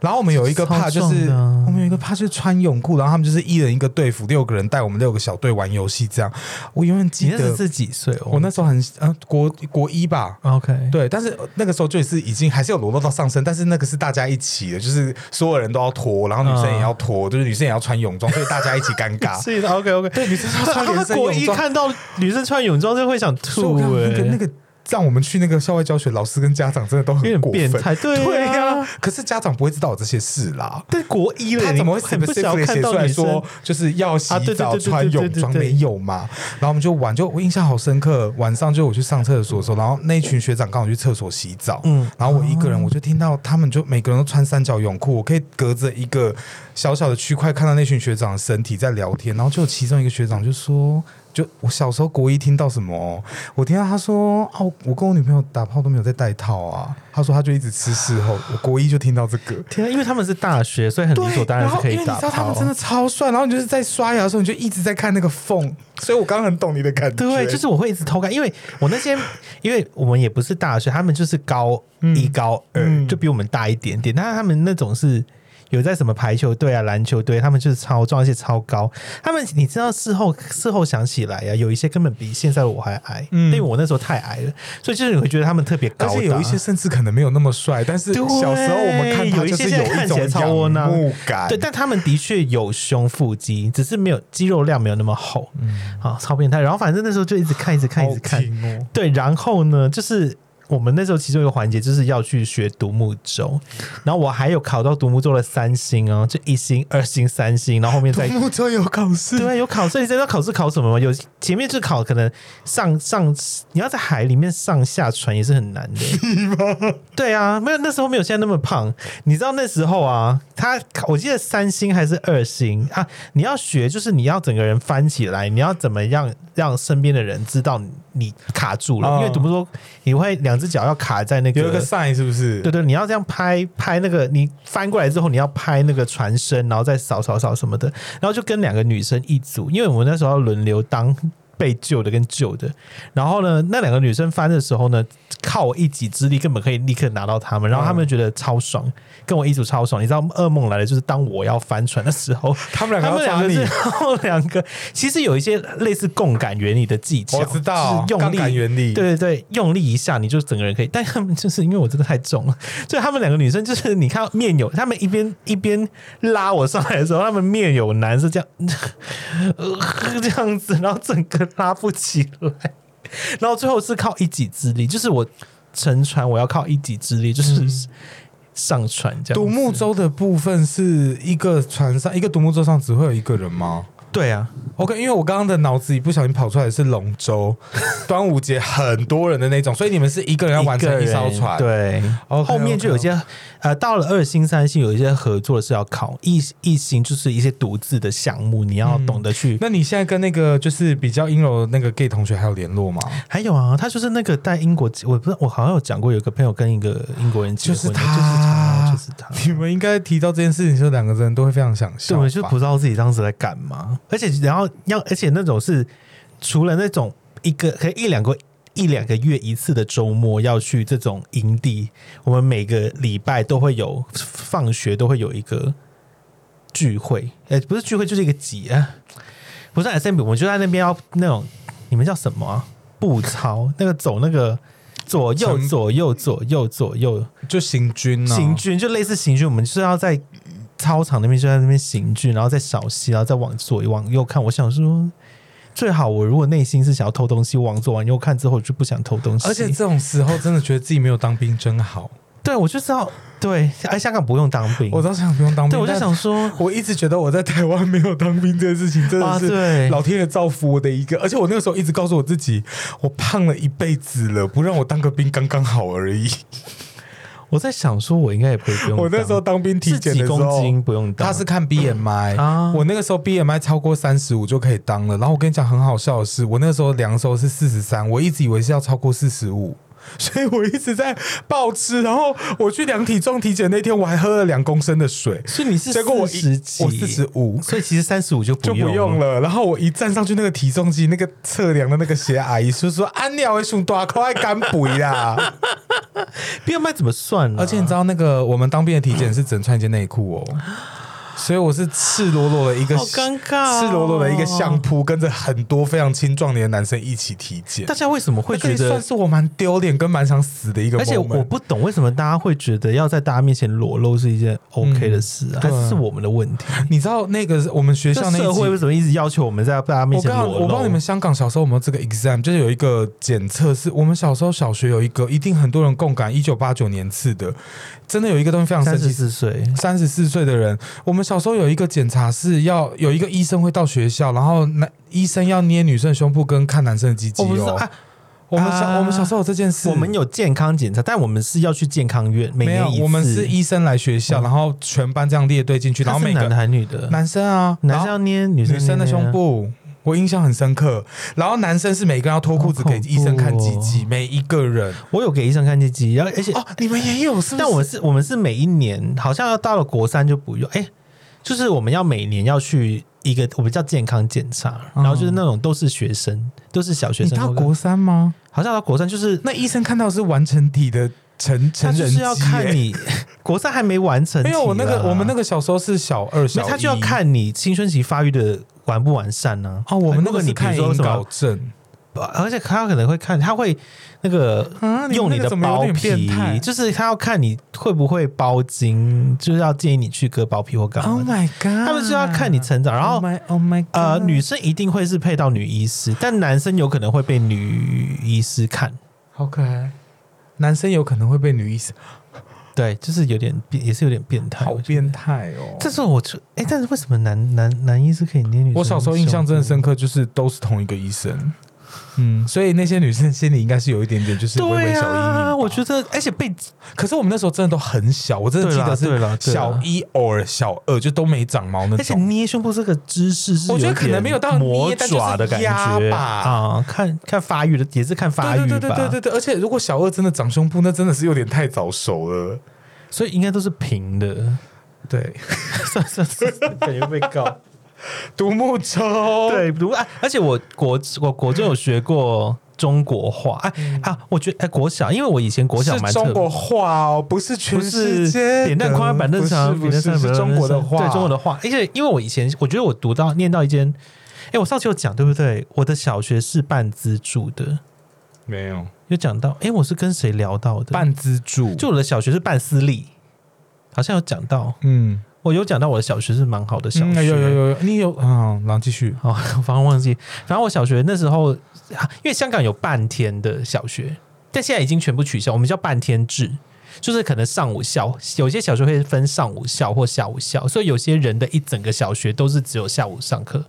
S2: 然后我们有一个怕就
S1: 啊超壮
S2: 是
S1: 的啊
S2: 我们有一个怕就是穿泳裤，然后他们就是一人一个队服，六个人带我们六个小队玩游戏这样。我永远记
S1: 你那时
S2: 得，
S1: 是几岁哦？
S2: 我那时候很呃国国一吧，
S1: OK，
S2: 对，但是呃那个时候就是已经还是有裸露到上身，但是那个是大家一起的，就是所有人都要脱，然后女生也要脱，就是女生也要穿泳装，所以大家一起尴尬。
S1: 嗯 是 OK OK。
S2: 啊对，女生要穿连身
S1: 国
S2: 泳
S1: 一
S2: 装，
S1: 看到女生穿泳装就会想
S2: 所以
S1: 吐
S2: 我看那个
S1: 哎、
S2: 那个让我们去那个校外教学，老师跟家长真的都
S1: 有点
S2: 很过
S1: 变
S2: 分。
S1: 态，对
S2: 对呀、
S1: 啊。
S2: 可是家长不会知道有这些事啦。
S1: 但国一了，
S2: 他怎么会
S1: 你很不想
S2: specifically
S1: 要看
S2: 写出
S1: 到
S2: 来
S1: 女生
S2: 说就是要洗
S1: 啊对对
S2: 澡
S1: 对对
S2: 穿
S1: 对对
S2: 泳
S1: 对
S2: 装
S1: 对
S2: 没有嘛？然后我们就玩，就我印象好深刻。晚上就我去上厕所的时候，然后那一群学长刚好去厕所洗澡，
S1: 嗯
S2: 然后我一个人我就听到他们就每个人都穿三角泳裤，我可以隔着一个小小的区块看到那群学长的身体在聊天，然后就有其中一个学长就说。就我小时候国一听到什么哦，我听到他说哦、我跟我女朋友打炮都没有在戴套啊。他说他就一直吃事后，我国一就听到这个，
S1: 天、啊，因为他们是大学，所以很
S2: 对，
S1: 理所当然是可以
S2: 然后因为你
S1: 打
S2: 知道他
S1: 炮
S2: 们。真的超帅，然后你就是在刷牙的时候，你就一直在看那个缝，所以我刚刚很懂你的感觉。
S1: 对，就是我会一直偷看，因为我那些， 因为我们也不是大学，他们就是高一、高二、
S2: 嗯
S1: 就比我们大一点点。但是他们那种是有在什么排球队啊、篮球队，他们就是超壮，而且超高。他们你知道事后事后想起来呀、有一些根本比现在的我还矮，
S2: 嗯
S1: 因为我那时候太矮了，所以就是你会觉得他们特别
S2: 而
S1: 高
S2: 且有
S1: 大
S2: 一些甚至可能没有那么帅，但是
S1: 对
S2: 小时候我们看他
S1: 有一
S2: 就
S1: 些
S2: 是
S1: 现在
S2: 一
S1: 看起
S2: 种
S1: 来超
S2: 仰
S1: 窝囊
S2: 慕感。
S1: 对，但他们的确有胸腹肌，只是没有肌肉量没有那么厚，嗯，好、超变态。然后反正那时候就一直看，一直看，一直看
S2: 好，听哦，
S1: 对，然后呢，就是我们那时候其中一个环节就是要去学独木舟，然后我还有考到独木舟的三星哦，就一星、二星、三星，然后后面再
S2: 独木舟有考试，
S1: 对，啊有考试，你知道考试考什么吗？有前面就考可能上上，你要在海里面上下船也是很难的。对啊，没有那时候没有现在那么胖。你知道那时候啊，他我记得三星还是二星啊，你要学就是你要整个人翻起来，你要怎么样让身边的人知道你你卡住了，
S2: 哦
S1: 因为怎么说你会两只脚要卡在那
S2: 有一个 sign 是不是？
S1: 对对，你要这样拍拍那个，你翻过来之后，你要拍那个船身，然后再扫扫扫什么的，然后就跟两个女生一组，因为我们那时候要轮流当被救的跟救的。然后呢，那两个女生翻的时候呢，靠我一己之力根本可以立刻拿到他们，
S2: 嗯
S1: 然后他们觉得超爽，跟我一组超爽。你知道，噩梦来了，就是当我要翻船的时 候，
S2: 他们两
S1: 他
S2: 个
S1: 们
S2: 要抓
S1: 两个
S2: 你
S1: 是，，然后两个其实有一些类似共感原理的技巧，
S2: 我知道
S1: 就是用
S2: 杠杆
S1: 力
S2: 原理，，
S1: 对对对，用力一下你就整个人可以。 但他们就是因为我真的太重了，所以他们两个女生就是你看到面有，他们一边一边拉我上来的时候，他们面有难是这样， 呃这样子，然后整个拉不起来，然后最后是靠一己之力，就是我沉船，我要靠一己之力，就是上船这样子。
S2: 嗯独木舟的部分是一个船上一个独木舟上只会有一个人吗？
S1: 对啊，
S2: OK，因为我刚刚的脑子里不小心跑出来的是龙 舟，端午节很多人的那种，所以你们是一个人要完成一艘船。
S1: 一个人对。
S2: OK，OK，OK，
S1: 后面就有一些呃，到了二星、三星，有一些合作是要考一一星，就是一些独自的项目，你要懂得去。
S2: 那你现在跟那个就是比较阴柔的那个 gay 同学还有联 络吗？
S1: 还有啊，他就是那个带英国籍，我不是我好像有讲过，有个朋友跟一个英国人结
S2: 就是
S1: 婚的，
S2: 他
S1: 就是他，就是他。
S2: 你们应该提到这件事情，就两个人都会非常想
S1: 对，
S2: 笑吧。
S1: 我就不知道自己当时在干嘛，而且然后要，而且那种是除了那种一个可能一两个一两个月一次的周末要去这种营地，我们每个礼拜都会有放学都会有一个聚会，呃，不是聚会就是一个集啊，不是 S M B，我们就在那边要那种你们叫什么、啊、步操，那个走那个左右
S2: 成
S1: 左右左右左右。
S2: 就行军啊呢、
S1: 行军，就类似行军，我们就是要在操场那边就在那边行军，然后再小溪，然后再往左往右看。我想说，最好我如果内心是想要偷东西，往左往右看之后，我就不想偷东西。
S2: 而且 这种时候真的觉得自己没有当兵真好。
S1: 对我就知道，对，哎，香港不用当兵，
S2: 我当时想不用当兵，
S1: 对我就
S2: 但
S1: 想说，
S2: 我一直觉得我在台湾没有当兵这件事情真的
S1: 啊
S2: 是
S1: 对
S2: 老天爷造福我的一个，而且我那个时候一直告诉我自己，我胖了一辈子了，不让我当个兵刚刚好而已。
S1: 我在想说，我应该也不会不用当。
S2: 我那时候当兵体
S1: 是
S2: 检的
S1: 几
S2: 时
S1: 公
S2: 候，
S1: 斤不用当，
S2: 他是看 BMI，、
S1: 啊
S2: 我那个时候 BMI 超过三十五就可以当了。然后我跟你讲很好笑的是，我那个时候量的时候是四十三，我一直以为是要超过四十五。 所以我一直在暴吃，然后我去量体重体检那天，我还喝了两公升的水，
S1: 所以你是
S2: 结果我一
S1: 十几，
S2: 我四十五，
S1: 所以其实三十五就不
S2: 就不用
S1: 了。
S2: 了。然后我一站上去，那个体重机那个测量的那个鞋阿姨就说：“啊，你会胸大块干肥 啦。
S1: BMI 怎么算、”啊？
S2: 而且你知道那个我们当兵的体检是整穿一件内裤哦，所以我是赤裸裸的一个
S1: 好尴尬哦
S2: 赤裸裸的一个相扑，跟着很多非常青壮年的男生一起体检
S1: 大。家为什么会觉
S2: 那个
S1: 得
S2: 算？是我蛮丢脸跟蛮想死的一个 moment，
S1: 而且我不懂为什么大家会觉得要在大家面前裸露是一件 OK 的事、啊，
S2: 嗯对
S1: 还
S2: 啊
S1: 是我们的问题？
S2: 你知道那个我们学校
S1: 这
S2: 那一
S1: 社会
S2: 集
S1: 为什么一直要求我们在大家面
S2: 我
S1: 前
S2: 告
S1: 裸
S2: 诉
S1: 露？
S2: 我不知道你们香港小时候有没有这个 exam，就是有一个检测，是我们小时候小学有一个，一定很多人共感，一九八九年次的，真的有一个东西非常神
S1: 三十
S2: 奇。
S1: 四岁，
S2: 三十四岁的人，我们小时候有一个检查是要有一个医生会到学校，然后男医生要捏女生的胸部跟看男生的鸡鸡
S1: 我不是
S2: 哦。
S1: 啊，
S2: 我们小、
S1: 啊
S2: 我们小时候有这件事，
S1: 我们有健康检查，但我们是要去健康院，每
S2: 没
S1: 年
S2: 有
S1: 一？次。
S2: 我们是医生来学校，
S1: 嗯
S2: 然后全班这样列队进去，然
S1: 他
S2: 后
S1: 是
S2: 每
S1: 男的
S2: 个
S1: 还是女的？
S2: 男生啊，
S1: 男
S2: 然
S1: 生
S2: 后
S1: 要捏女生
S2: 女生的
S1: 捏
S2: 胸
S1: 啊，
S2: 部，我印象很深刻。然后男生是每个人要脱裤子
S1: 好
S2: 给
S1: 恐怖
S2: 医生看鸡鸡，
S1: 哦
S2: 每一个人。
S1: 我有给医生看鸡鸡，然后而且
S2: 哦，你们也有是不是？
S1: 但我们是我们是每一年，好像要到了国三就不用。哎、就是我们要每年要去一个我们叫健康检查，
S2: 嗯
S1: 然后就是那种都是学生，都是小学
S2: 你
S1: 生。
S2: 到
S1: 都是
S2: 国三吗？
S1: 好像到国三就是
S2: 那医生看到的是完成体的成
S1: 他
S2: 成
S1: 就
S2: 人
S1: 是要
S2: 机
S1: 看
S2: 耶
S1: 你国三还没完成体
S2: 没
S1: 啦，
S2: 有，我那个我们那
S1: 个
S2: 个小时候是小二小一，
S1: 他就要看你青春期发育的完不完善呢、
S2: 哦，我们那
S1: 如
S2: 个
S1: 果
S2: 是
S1: 你比
S2: 看
S1: 如说
S2: 引
S1: 什
S2: 导
S1: 么，
S2: 症
S1: 而且他可能会看，他会那个
S2: 啊
S1: 用
S2: 们
S1: 你
S2: 那个
S1: 的
S2: 怎么有
S1: 包
S2: 点变
S1: 皮
S2: 态，
S1: 就是他要看你会不会包茎，就是要建议你去割包皮或干嘛
S2: Oh
S1: 的。
S2: my god！
S1: 哦他们是要看你成长，然后
S2: Oh my Oh my God
S1: 呃，女生一定会是配到女医师，但男生有可能会被女医师看。
S2: 好可爱，男生有可能会被女医生，
S1: 对，就是有点变，也是有点变态。
S2: 好
S1: 我觉得
S2: 变态哦！
S1: 这时候我就哎、但是为什么男男男医师可以捏女？
S2: 我小时候印象真的，深刻，就是都是同一个医生。嗯，所以那些女生心里应该是有一点点就是微微
S1: 对
S2: 小阴影吧。
S1: 啊，我觉得，而且被
S2: 可是我们那时候真的都很小，我真的
S1: 对
S2: 记
S1: 啦
S2: 得
S1: 对啦
S2: 是
S1: 对啦
S2: 小一偶尔小二就都没长毛那
S1: 而且
S2: 种。
S1: 捏胸部这个姿势是有
S2: 我觉得可能
S1: 点
S2: 没有到捏
S1: 魔
S2: 但就是
S1: 爪的感
S2: 压
S1: 觉
S2: 吧
S1: 啊，看看发育的也是看发育吧，
S2: 对对对对对对对，而且如果小二真的长胸部，那真的是有点太早熟了。
S1: 所以应该都是平的。
S2: 对，
S1: 算算算，感觉被告。
S2: 独木舟，，
S1: 对，如果啊而且我国我国中有学过中国话，哎、啊，我觉得哎、国小，因为我以前国小蛮
S2: 嗯是
S1: 特
S2: 中
S1: 别
S2: 国话哦，不是全
S1: 不
S2: 世
S1: 是
S2: 界
S1: 扁担宽板凳长，
S2: 不
S1: 扁担
S2: 是
S1: 长
S2: 不是是中国的话，
S1: 对中国的话。而且因为我以前我觉得我读到念到一间，哎，我上次有讲对不对？我的小学是半资助的，
S2: 没有
S1: 有讲到，哎，我是跟谁聊到的？
S2: 半资助，
S1: 就我的小学是半私立，好像有讲到，
S2: 嗯，
S1: 我有讲到我的小学是蛮好的小学，
S2: 嗯有有有有，你有啊，然后继续，
S1: 哦， 反正忘记。反正我小学那时候，啊因为香港有半天的小学，但现在已经全部取消，我们叫半天制，就是可能上午校，有些小学会分上午校或下午校，所以有些人的一整个小学都是只有下午上课。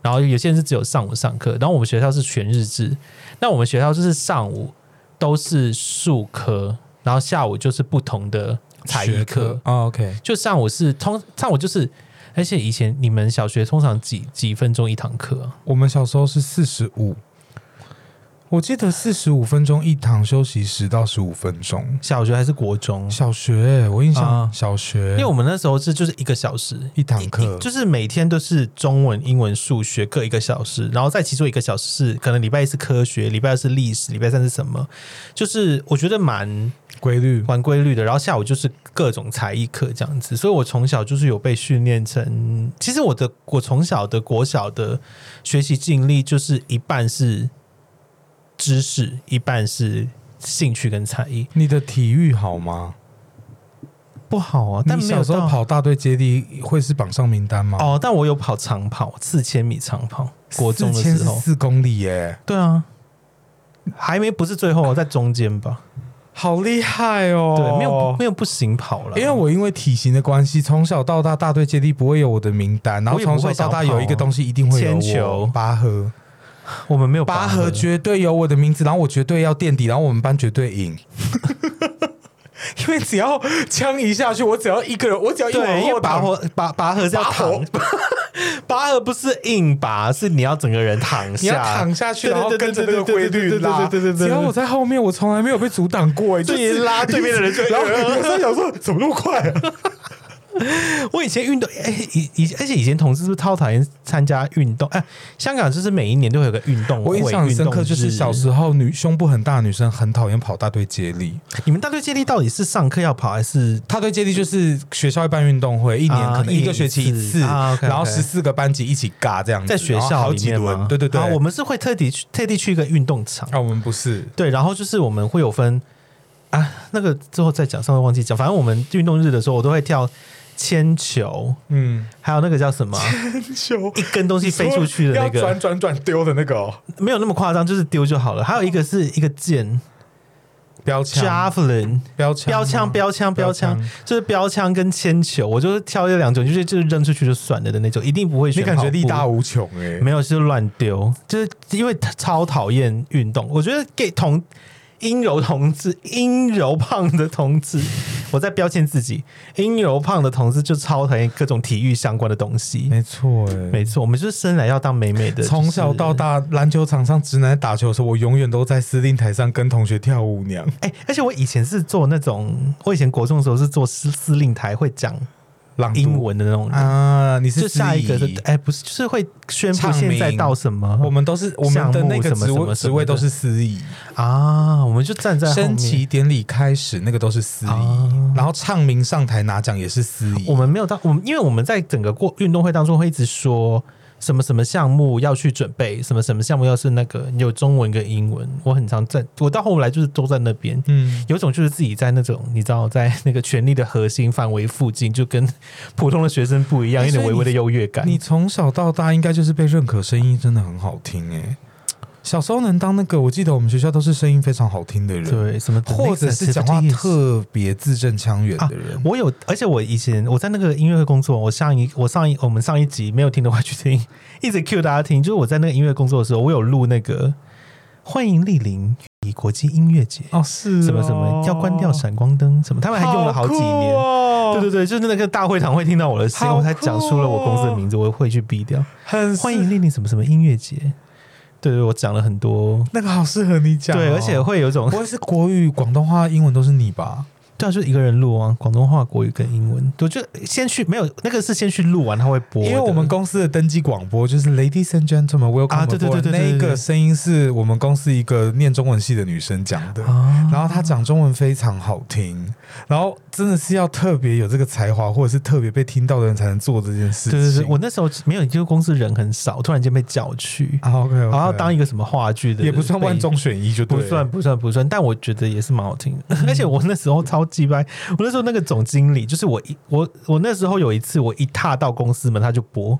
S1: 然后有些人是只有上午上课，然后我们学校是全日制，那我们学校就是上午都是数科，然后下午就是不同的才艺
S2: 学
S1: 课，
S2: 哦，OK，
S1: 就上午是通上午就是，而且以前你们小学通常几几分钟一堂课、啊？
S2: 我们小时候是四十五，我记得四十五分钟一堂，休息十到十五分钟。
S1: 小学还是国中？
S2: 小学、我印象
S1: 啊
S2: 小学，
S1: 因为我们那时候是就是一个小时
S2: 一堂课
S1: 就是每天都是中文、英文、数学各一个小时，然后在其中一个小时是可能礼拜一是科学，礼拜二是历史，礼拜三是什么？就是我觉得蛮
S2: 规律
S1: 蛮规律的。然后下午就是各种才艺课这样子，所以我从小就是有被训练成，其实我的我从小的国小的学习经历就是一半是知识，一半是兴趣跟才艺。
S2: 你的体育好吗？
S1: 不好啊，但
S2: 你
S1: 没有
S2: 小时候
S1: 到
S2: 跑大队接力会是榜上名单吗？，
S1: 哦，但我有跑长跑，四千米长跑，国中的时候，
S2: 四公里耶，
S1: 对啊，还没不是最后，在中间吧，
S2: 好厉害哦！
S1: 对，没有没有不行跑了，
S2: 因为我因为体型的关系，从小到大大队接力不会有我的名单，然后
S1: 我也不
S2: 从
S1: 会
S2: 小到大
S1: 想跑
S2: 有一个东西一定会有我
S1: 铅球
S2: 拔河，
S1: 我们没有
S2: 拔
S1: 拔
S2: 河绝对有我的名字，然后我绝对要垫底，然后我们班绝对赢。因为只要枪一下去，我只要一个人，我只要一
S1: 对，
S2: 往
S1: 因为
S2: 后
S1: 拔
S2: 倒，
S1: 河拔拔河是要
S2: 拔河
S1: 躺， 拔河不是硬拔，是你要整个人躺
S2: 你要
S1: 下，
S2: 躺下去，
S1: 对
S2: 然后跟着那个规律拉。
S1: 对对对对对对对对对对对对对对
S2: 只要我在后面，我从来没有被阻挡过，哎，就
S1: 对
S2: 是
S1: 拉对面的人就
S2: 然后有时候想说，怎么那么快啊？
S1: 我以前运动，哎、以以而且以前同志是不是超讨厌参加运动？哎、香港就是每一年都会有个运动
S2: 我
S1: 会，
S2: 印象很
S1: 运
S2: 深
S1: 动
S2: 刻，就是
S1: 日
S2: 小时候女胸部很大的女生很讨厌跑大队接力。
S1: 你们大队接力到底是上课要跑还是
S2: 大队接力就是学校会办运动会，一年
S1: 啊
S2: 可能
S1: 一
S2: 一
S1: 年
S2: 个学期一
S1: 一
S2: 次，
S1: 次啊，OK，OK
S2: 然后十四个班级一起尬这样子，
S1: 在学
S2: 然后
S1: 校
S2: 好
S1: 里
S2: 几
S1: 面吗
S2: 轮，？对对对。
S1: 啊我们是会特地去特地去一个运动场，
S2: 啊，我们不是，
S1: 对，然后就是我们会有分啊，那个之后再讲，上回忘记讲。反正我们运动日的时候，我都会跳铅球，
S2: 嗯，
S1: 还有那个叫什么，
S2: 球
S1: 一根东西 飞出去的那
S2: 要
S1: 个
S2: 转，转转丢的那个、哦、
S1: 没有那么夸张，就是丢就好了。还有一个是一个箭
S2: 标枪，
S1: ，javelin。
S2: 标枪，
S1: 标枪，标枪，标枪
S2: 标枪，
S1: 就是标枪跟铅球，我就是挑这两种，就是就是扔出去就算了的那种，一定不会选
S2: 你
S1: 跑步。
S2: 感觉力大无穷哎、
S1: 没有，就是乱丢，就是因为超讨厌运动。我觉得给同阴柔同志、阴柔胖的同志，我在标签自己，阴柔胖的同志就超讨厌各种体育相关的东西。
S2: 没错哎、
S1: 没错，我们就是生来要当美美的，
S2: 从小到
S1: 大。
S2: 大，篮球场上直男打球的时候，我永远都在司令台上跟同学跳舞娘。
S1: 哎、而且我以前是做那种，我以前国中的时候是做司司令台会讲
S2: 朗读
S1: 英文的那种人，
S2: 嗯啊，你是
S1: 就下一个是
S2: 司仪
S1: 哎、不是，就是会宣布
S2: 唱
S1: 现在
S2: 名
S1: 到什么，
S2: 我们都是我们的那
S1: 项
S2: 个
S1: 目什么
S2: 职
S1: 什
S2: 位
S1: 么
S2: 职位都
S1: 什
S2: 是司仪，
S1: 啊，我们就站在后
S2: 升
S1: 面
S2: 旗典礼开始那个都是司仪，
S1: 啊
S2: 然后唱名上台拿奖也是司仪。
S1: 我们没有到我们，因为我们在整个过运动会当中会一直说什么什么项目要去准备，什么什么项目要是那个有中文跟英文，我很常在，我到后来就是都在那边。
S2: 嗯，
S1: 有种就是自己在那种你知道，在那个权力的核心范围附近，就跟普通的学生不一样，
S2: 哎
S1: 有点
S2: 所以
S1: 微微的优越感。
S2: 你从小到大应该就是被认可，声音真的很好听哎、小时候能当那个，我记得我们学校都是声音非常好听的人，
S1: 对什么的
S2: 或者是讲话特别字正腔圆的人。
S1: 我有，而且我以前我在那个音乐会工作，我上一我上一我们上一集没有听的话去听，一直 cue 大家听。就是我在那个音乐工作的时候，我有录那个欢迎莅临以国际音乐节，
S2: 哦，是
S1: 什么什么要关掉，闪光灯什么，他们还用了好几年。对对
S2: 对，
S1: 对，就是那个大会堂会听到我的声音，
S2: 好
S1: 我
S2: 酷
S1: 才讲出了我公司的名字，我会去逼掉。
S2: 很
S1: 欢迎莅临什么什么音乐节，对对，我讲了很多，
S2: 那个好适合你讲哦、
S1: 对，而且会有一种
S2: 不会是国语、广东话、英文都是你吧？
S1: 对啊，就是一个人录啊，广东话、国语跟英文，我就先去没有那个是先去录完，他会播的，
S2: 因为我们公司的登记广播就是 “Ladies and Gentlemen, Welcome”，、
S1: 啊对对对对对
S2: 那一
S1: 对
S2: 个
S1: 对
S2: 声音是我们公司一个念中文系的女生讲的，
S1: 啊，
S2: 然后她讲中文非常好听，然后真的是要特别有这个才华，或者是特别被听到的人才能做这件事
S1: 对
S2: 情。
S1: 对对，我那时候没有，就是公司人很少，突然间被叫去，
S2: 啊 OK，
S1: 然后当一个什么话剧的，
S2: 也不算万。中选一，就对
S1: 不
S2: 了
S1: 算不算不算，但我觉得也是蛮好听的。 而且我那时候超鸡掰，我那时候那个总经理，就是我一我我那时候有一次，我一踏到公司门，他就播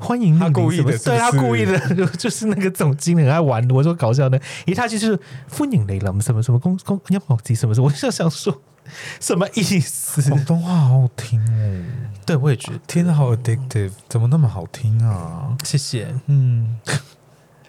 S1: 欢迎莅临
S2: 他故意
S1: 什么
S2: 的
S1: 对他
S2: 是不是
S1: 故意的， 就就是那个总经理很爱玩的，我说搞笑的，一踏进去就是欢迎雷了什么什么公公要保级什么什么，我就想说什么意思？
S2: 广东话好好听哦，
S1: 对，我也觉得，
S2: 天哪，好 addictive，怎么那么好听啊？
S1: 谢谢。
S2: 嗯，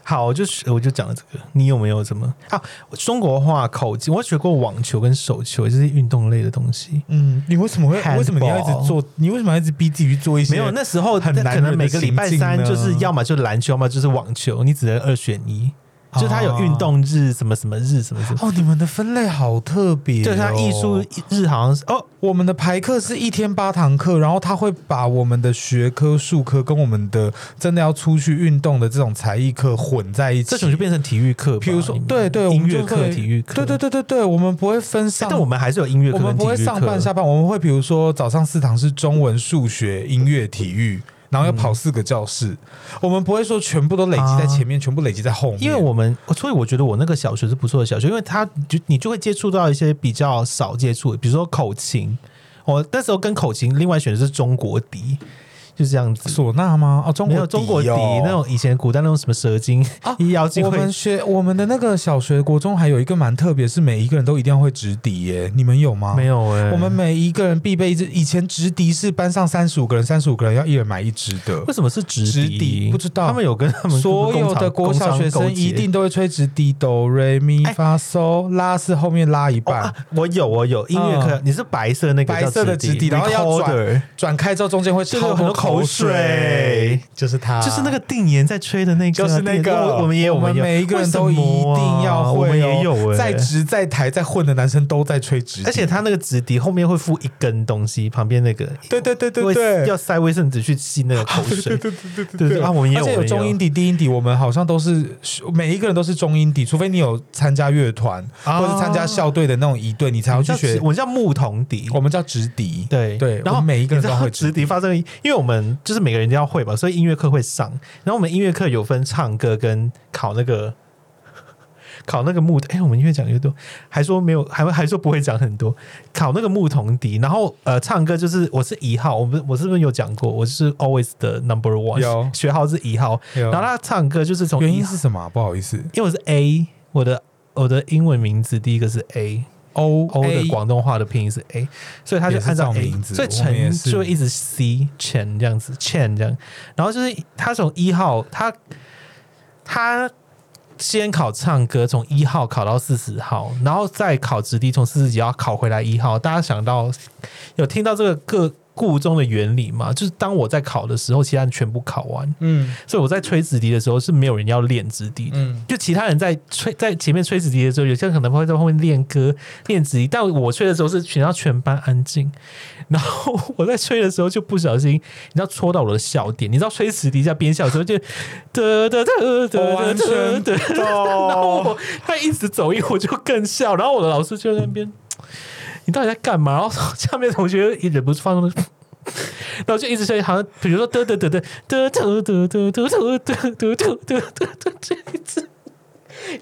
S1: 好，就是我就讲了这个。你有没有什么啊？中国话口技，我学过网球跟手球，也就是运动类的东西。
S2: 嗯，你为什么会
S1: Handball
S2: 为什么你要一直做？你为什么要一直逼自己去做一些？
S1: 没有，那时候
S2: 很难
S1: 可能
S2: 忍的
S1: 每个礼拜
S2: 行径
S1: 三
S2: 呢
S1: 就是要么就是篮球，要么就是网球，你只能二选一。就是它有运动日，什么什么日，什么什么，
S2: 哦哦，你们的分类好特别、哦，
S1: 就是它艺术。日好像是哦，
S2: 我们的排课是一天八堂课，然后他会把我们的学科、术科跟我们的真的要出去运动的这种才艺课混在一起。
S1: 这种就变成体育课吧。
S2: 比如说
S1: 你，们
S2: 对对，我
S1: 音
S2: 们
S1: 乐
S2: 就
S1: 课、
S2: 会
S1: 体育课，
S2: 对对
S1: 哎。
S2: 对对对，我们不会分上，
S1: 但我们还是有音乐课，
S2: 我们不会上半下。半，我们会比如说早上四堂是中文、数学、音乐、体育，然后要
S1: 嗯
S2: 跑四个教室，我们不会说全部都累积在前面，全部累积在后面，
S1: 啊因为我们，所以我觉得我那个小学是不错的小学，因为他就你就会接触到一些比较少接触的，比如说口琴。我那时候跟口琴，另外选的是中国笛，就是这样子。
S2: 唢呐吗？哦，中
S1: 没
S2: 国
S1: 有中国笛
S2: 哦
S1: 那种以前古代那种什么蛇精
S2: 啊、
S1: 妖精
S2: 我
S1: 会
S2: 们学我们的那个小学、国中还有一个蛮特别，是每一个人都一定要会直笛耶，你们有吗？
S1: 没。有哎、
S2: 啊我们每一个人必备一支，以前直笛是班上三十五个人，三十五个人要一人买一支的
S1: 为，什么是直
S2: 直
S1: 笛？
S2: 笛不知道
S1: 他们有跟他们
S2: 所有的国小学生一定都会吹直笛，哆瑞咪
S1: 哎
S2: 发嗦拉是后面拉一
S1: 哦
S2: 半，
S1: 啊，我有我有音乐课，你是白色那个
S2: 嗯白色的
S1: 直
S2: 直笛然后要转
S1: 转
S2: 转开之后中间会
S1: 就是
S2: 超
S1: 有很多
S2: 口
S1: 口水，
S2: 就是他，
S1: 就是那个定眼在吹的那个，
S2: 啊 就是那个，
S1: 我我们也有，
S2: 我们
S1: 也有
S2: 每一个人都一定要
S1: 啊为什么啊我
S2: 会哦、
S1: 们也有哎
S2: 在职在台在混的男生都在吹直笛，
S1: 而且他那个纸笛后面会附一根东西，旁边那个
S2: 对对对对
S1: 会
S2: 对，
S1: 要塞卫生纸去吸那个口水
S2: 对。 对对
S1: 对
S2: 对
S1: 对啊我们也有
S2: 而
S1: 我
S2: 且有
S1: 们也有
S2: 中音底、低音底，我们好像都是每一个人都是中音底，除非你有参加乐团、
S1: 啊
S2: 或者是参加校队的那种一队，你才要去学
S1: 我。们叫牧童笛，
S2: 我们叫直笛，
S1: 对
S2: 对，
S1: 然
S2: 我
S1: 后
S2: 们每一个人都
S1: 你知道
S2: 会
S1: 直笛发生，因为我们就是每个人都要会吧，所以音乐课会上。然后我们音乐课有分唱歌跟考那个考那个木，哎、我们音乐讲越多，还说没有，还会还说不会讲很多，考那个牧童笛。然后呃，唱歌就是我是一号，我们我是不是有讲过，我是 always 的 number one，
S2: 有
S1: 学号是一号。
S2: 有
S1: 然后他唱歌就是从
S2: 原
S1: 一
S2: 因
S1: 号
S2: 是什么啊、不好意思
S1: 因为我是 A，我的我的英文名字第一个是 A。
S2: ，O
S1: O 的
S2: A
S1: 广东话的拼音是 A，所以他就按照 A，
S2: 也是照名字
S1: 所以
S2: 我们也
S1: 陈
S2: 是
S1: 就会一直 C 陈这样子，Chen 这样，然后就是他从一号，他他先考唱歌，从一号考到四十号，然后再考直笛，从四十几号考回来一号。大家想到有听到这个个故中的原理吗？就是当我在考的时候，其他人全部考完，
S2: 嗯
S1: 所以我在吹直笛的时候是没有人要练直笛的。
S2: 嗯，
S1: 就其他人在吹在前面吹直笛的时候，有些人可能会在后面练歌、练直笛，但我吹的时候是全要全班安静。然后我在吹的时候就不小心，你知道戳到我的笑点，你知道吹直笛在边笑的时候就得得得
S2: 我
S1: 得得
S2: 完全
S1: 得，然后
S2: 懂。
S1: 我他一直走音，我就更笑。然后我的老师就在那边，你到底在干嘛？然后下面的同学也忍不住放声。然后就一直在好像比如说得得得得得得得得得得得得得得得这一次，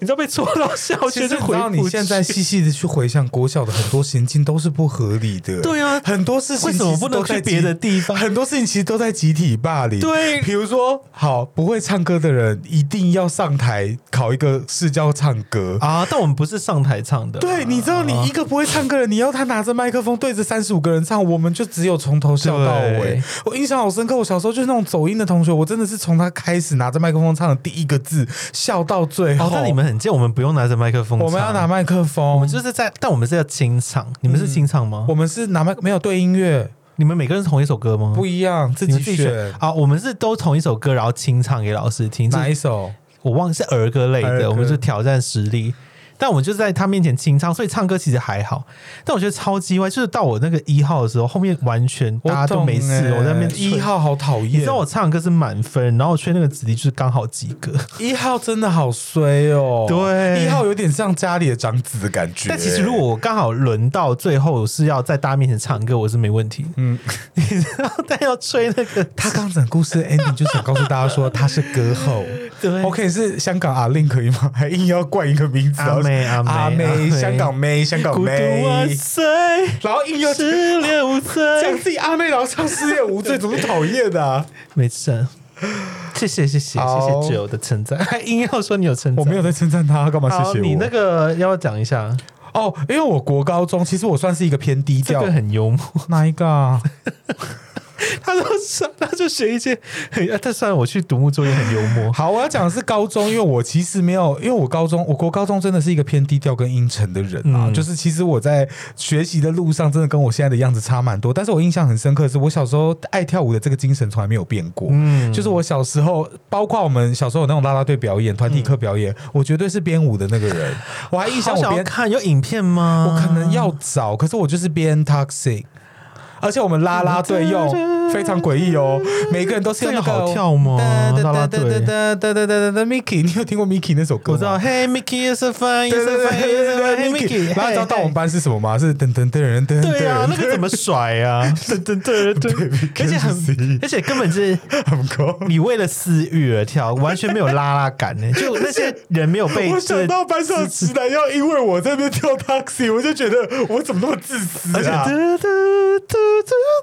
S1: 你知道被戳到笑
S2: 其
S1: 圈
S2: 实
S1: 就
S2: 你知
S1: 回
S2: 道，你现在细细的去回想国小的很多行径都是不合理的，
S1: 对啊
S2: 很多事情
S1: 为什么
S2: 其实
S1: 不能
S2: 都在
S1: 去别的
S2: 集
S1: 地方
S2: 很多事情其实都在集体霸凌，
S1: 对
S2: 比如说，好不会唱歌的人一定要上台考一个试教唱歌。
S1: 啊！但我们不是上台唱的，
S2: 对，你知道你一个不会唱歌的人，你要他拿着麦克风对着三十五个人唱，我们就只有从头笑到尾
S1: 对。
S2: 我印象好深刻，我小时候就是那种走音的同学，我真的是从他开始拿着麦克风唱的第一个字笑到最后。
S1: 哦，但你们很贱，我们不用拿着麦克风，
S2: 我们要拿，麦克风，
S1: 我们就是在，但我们是要清唱，你们是清唱吗？
S2: 我们是拿麦没有对音乐
S1: 你们每个人是同一首歌吗？
S2: 不一样，自
S1: 你
S2: 己
S1: 们自
S2: 选
S1: 己选啊！我们是都同一首歌，然后清唱给老师听，是
S2: 哪一首？
S1: 我忘了是儿歌类
S2: 儿歌
S1: 的，我们就挑战实力。但我们就在他面前清唱，所以唱歌其实还好。但我觉得超级歪，就是到我那个一号的时候，后面完全大家都没事，我欸在那边吹
S2: 哎一。号好讨厌，
S1: 你知道我唱歌是满分，然后我吹那个指笛就是刚好及格。
S2: 一号真的好衰哦，
S1: 对
S2: 一号有点像家里的长子的感觉。
S1: 但其实如果我刚好轮到最后是要在大家面前唱歌，我是没问题。
S2: 嗯
S1: 嗯， 你知道，但要吹那个，
S2: 他刚整故事 ending 就想告诉大家说他是歌后。
S1: 对
S2: OK，是香港阿令可以吗？还硬要冠一个名字，
S1: 阿妹
S2: 然后
S1: 阿妹
S2: 阿
S1: 阿
S2: 妹，
S1: 妹
S2: 香港妹，香港
S1: 孤独啊万
S2: 妹，
S1: 岁，
S2: 然后硬要
S1: 失恋无
S2: 讲
S1: 罪。
S2: 自己阿妹，然后唱失恋无罪，怎么讨厌啊？
S1: 没事啊，谢谢谢谢
S2: 好
S1: 谢谢九的称赞， 还硬要说你有称赞，
S2: 我没有在称赞他，干嘛谢
S1: 好，
S2: 谢我？
S1: 你那个要讲一下，
S2: 哦，因为我国高中其实我算是一个偏低
S1: 这
S2: 调
S1: 个，很幽默。
S2: 哪一个啊？
S1: 他都上，他就学一些很，但啊虽然我去独木舟也很幽默。
S2: 好，我要讲的是高中，因为我其实没有，因为我高中，我国高中真的是一个偏低调跟阴沉的人啊，
S1: 嗯
S2: 就是其实我在学习的路上，真的跟我现在的样子差蛮多。但是我印象很深刻的是，我小时候爱跳舞的这个精神从来没有变过。
S1: 嗯，
S2: 就是我小时候，包括我们小时候有那种啦啦队表演、团体课表演，我绝对是编舞的那个人。我还印象
S1: 嗯好
S2: 我
S1: 想要
S2: 编
S1: 看有影片吗？
S2: 我可能要找，可是我就是编 toxic。而且我们啦啦队用非常诡异哦，每个人都是用那
S1: 这
S2: 个
S1: 个好跳吗啦啦队
S2: 哒哒哒哒哒哒哒，Mickey，你有听过 Mickey 那首歌
S1: 我
S2: 吗？
S1: 知道。Hey Mickey is a fun, is
S2: 对
S1: a
S2: 对对
S1: fun,
S2: 对
S1: is a fun.
S2: 对对
S1: Hey
S2: ，Mickey。
S1: Mickey，哎
S2: 然后你知道到我们班是什么吗？是噔噔噔噔噔。
S1: 对啊，那个怎么甩 啊？对对对对对，而且很，而且根本 是
S2: 很高。
S1: 你为了私欲而跳，完全没有拉拉感呢。就那些人没有被，
S2: 我
S1: 就是
S2: 想到班上的直男要因为我在那边跳 toxic，我就觉得我怎么那么自私
S1: 而且
S2: 啊！
S1: 嘟嘟嘟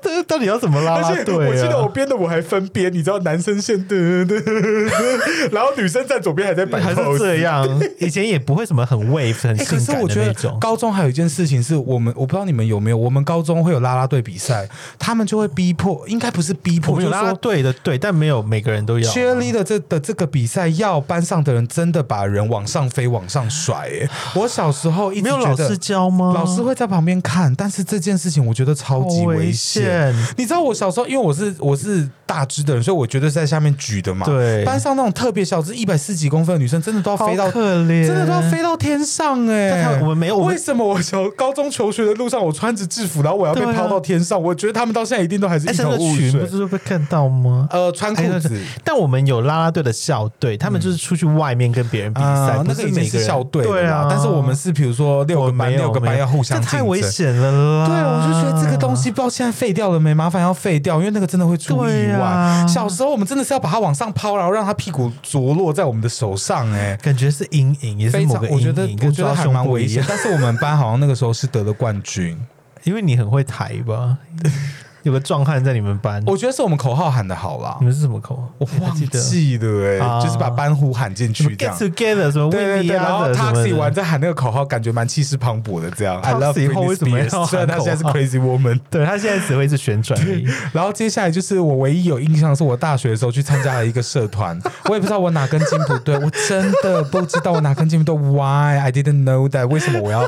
S1: 嘟嘟，到底要怎么拉拉
S2: 而且
S1: 队啊？
S2: 我记得我编的我还分编，你知道男生先噔噔噔，然后女生在左边还在摆
S1: 还是
S2: pose。
S1: 这样， 以前也不会什么很 wave 很
S2: 哎、可
S1: 性
S2: 是
S1: 感
S2: 我
S1: 的
S2: 觉
S1: 那
S2: 得
S1: 种。
S2: 高中还有一件事情是我们，我不知道你们有没有，我们高中会有啦啦队比赛，他们就会逼迫，应该不是逼
S1: 我
S2: 迫，
S1: 们
S2: 就
S1: 有
S2: 是
S1: 拉拉
S2: 说。
S1: 队啊的队，但没有每个人都要。
S2: Cheerly 的这的这个比赛，要班上的人真的把人往上飞、往上甩、 哎，我小时候一直
S1: 没有
S2: 觉
S1: 老
S2: 得
S1: 师教啊吗？
S2: 老师会在旁边看，但是这件事情我觉得超级
S1: 好危
S2: 危险
S1: 险。
S2: 你知道我小时候，因为我是我是大只的人，所以我觉得是在下面举的嘛。
S1: 对
S2: 班上那种特别小只，一百四几公分的女生，真的都要
S1: 好
S2: 飞到，
S1: 可怜，
S2: 真的都要飞到天上哎、
S1: 但他我们没有我们
S2: 为什么我求高中求学的路上，我穿着制服，然后我要被
S1: 对啊
S2: 抛到天上？我觉得他们到现在一定都还是
S1: 哎，
S2: 一
S1: 那
S2: 头
S1: 个
S2: 雾
S1: 群不
S2: 水。
S1: 是都被看到吗？
S2: 呃，穿裤
S1: 哎那
S2: 子
S1: 是，但我们有啦啦队的校队，他们就是出去外面跟别人比赛
S2: 啊，，
S1: 不
S2: 那
S1: 是
S2: 个已经
S1: 每
S2: 是
S1: 个人
S2: 校队了啦
S1: 对啊，
S2: 但是我们是比如说六
S1: 我
S2: 个班，
S1: 没有
S2: 六个班
S1: 没有
S2: 要互相
S1: 这太
S2: 竞
S1: 危
S2: 争。
S1: 险了啦。
S2: 对，啊我就觉得这个东西不知道现在废掉了没，麻烦要废掉，因为那个真的会出意
S1: 对
S2: 外。
S1: 啊
S2: 小时候我们真的是要把它往上抛，然后让它屁股着落在我们的手上、哎。
S1: 感觉是阴影，也是
S2: 非
S1: 某
S2: 常
S1: 个，阴
S2: 我觉得
S1: 影，
S2: 我
S1: 跟
S2: 觉得
S1: 抓
S2: 还
S1: 胸
S2: 蛮
S1: 部
S2: 危
S1: 一
S2: 险
S1: 样。，
S2: 嗯但是我们班好像那个时候是得了冠军，
S1: 因为你很会抬吧？ 有个壮汉在你们班，
S2: 我觉得是我们口号喊的好啦
S1: 你，们是什么口？
S2: 嗯我
S1: 还
S2: 忘
S1: 记得
S2: 记了哎、
S1: 啊
S2: 就是把班呼喊进
S1: 什么
S2: 去
S1: get
S2: 这样。
S1: together 什么 w
S2: 对
S1: i
S2: 对
S1: t
S2: 对，
S1: h
S2: 然后 Taxi 完
S1: 的，
S2: 再喊那个口号，感觉蛮气势磅礴的这样。I love
S1: Taxi 后
S2: Britney
S1: 为什么要
S2: Spears，虽然
S1: 喊
S2: 他现在是
S1: 口号
S2: Crazy Woman，
S1: 对他现在只会是旋转而 已。
S2: 然后接下来就是我唯一有印象，是我大学的时候去参加了一个社团，我也不知道我哪根筋不对，我真的不知道我哪根筋不对。Why I didn't know that？为什么我要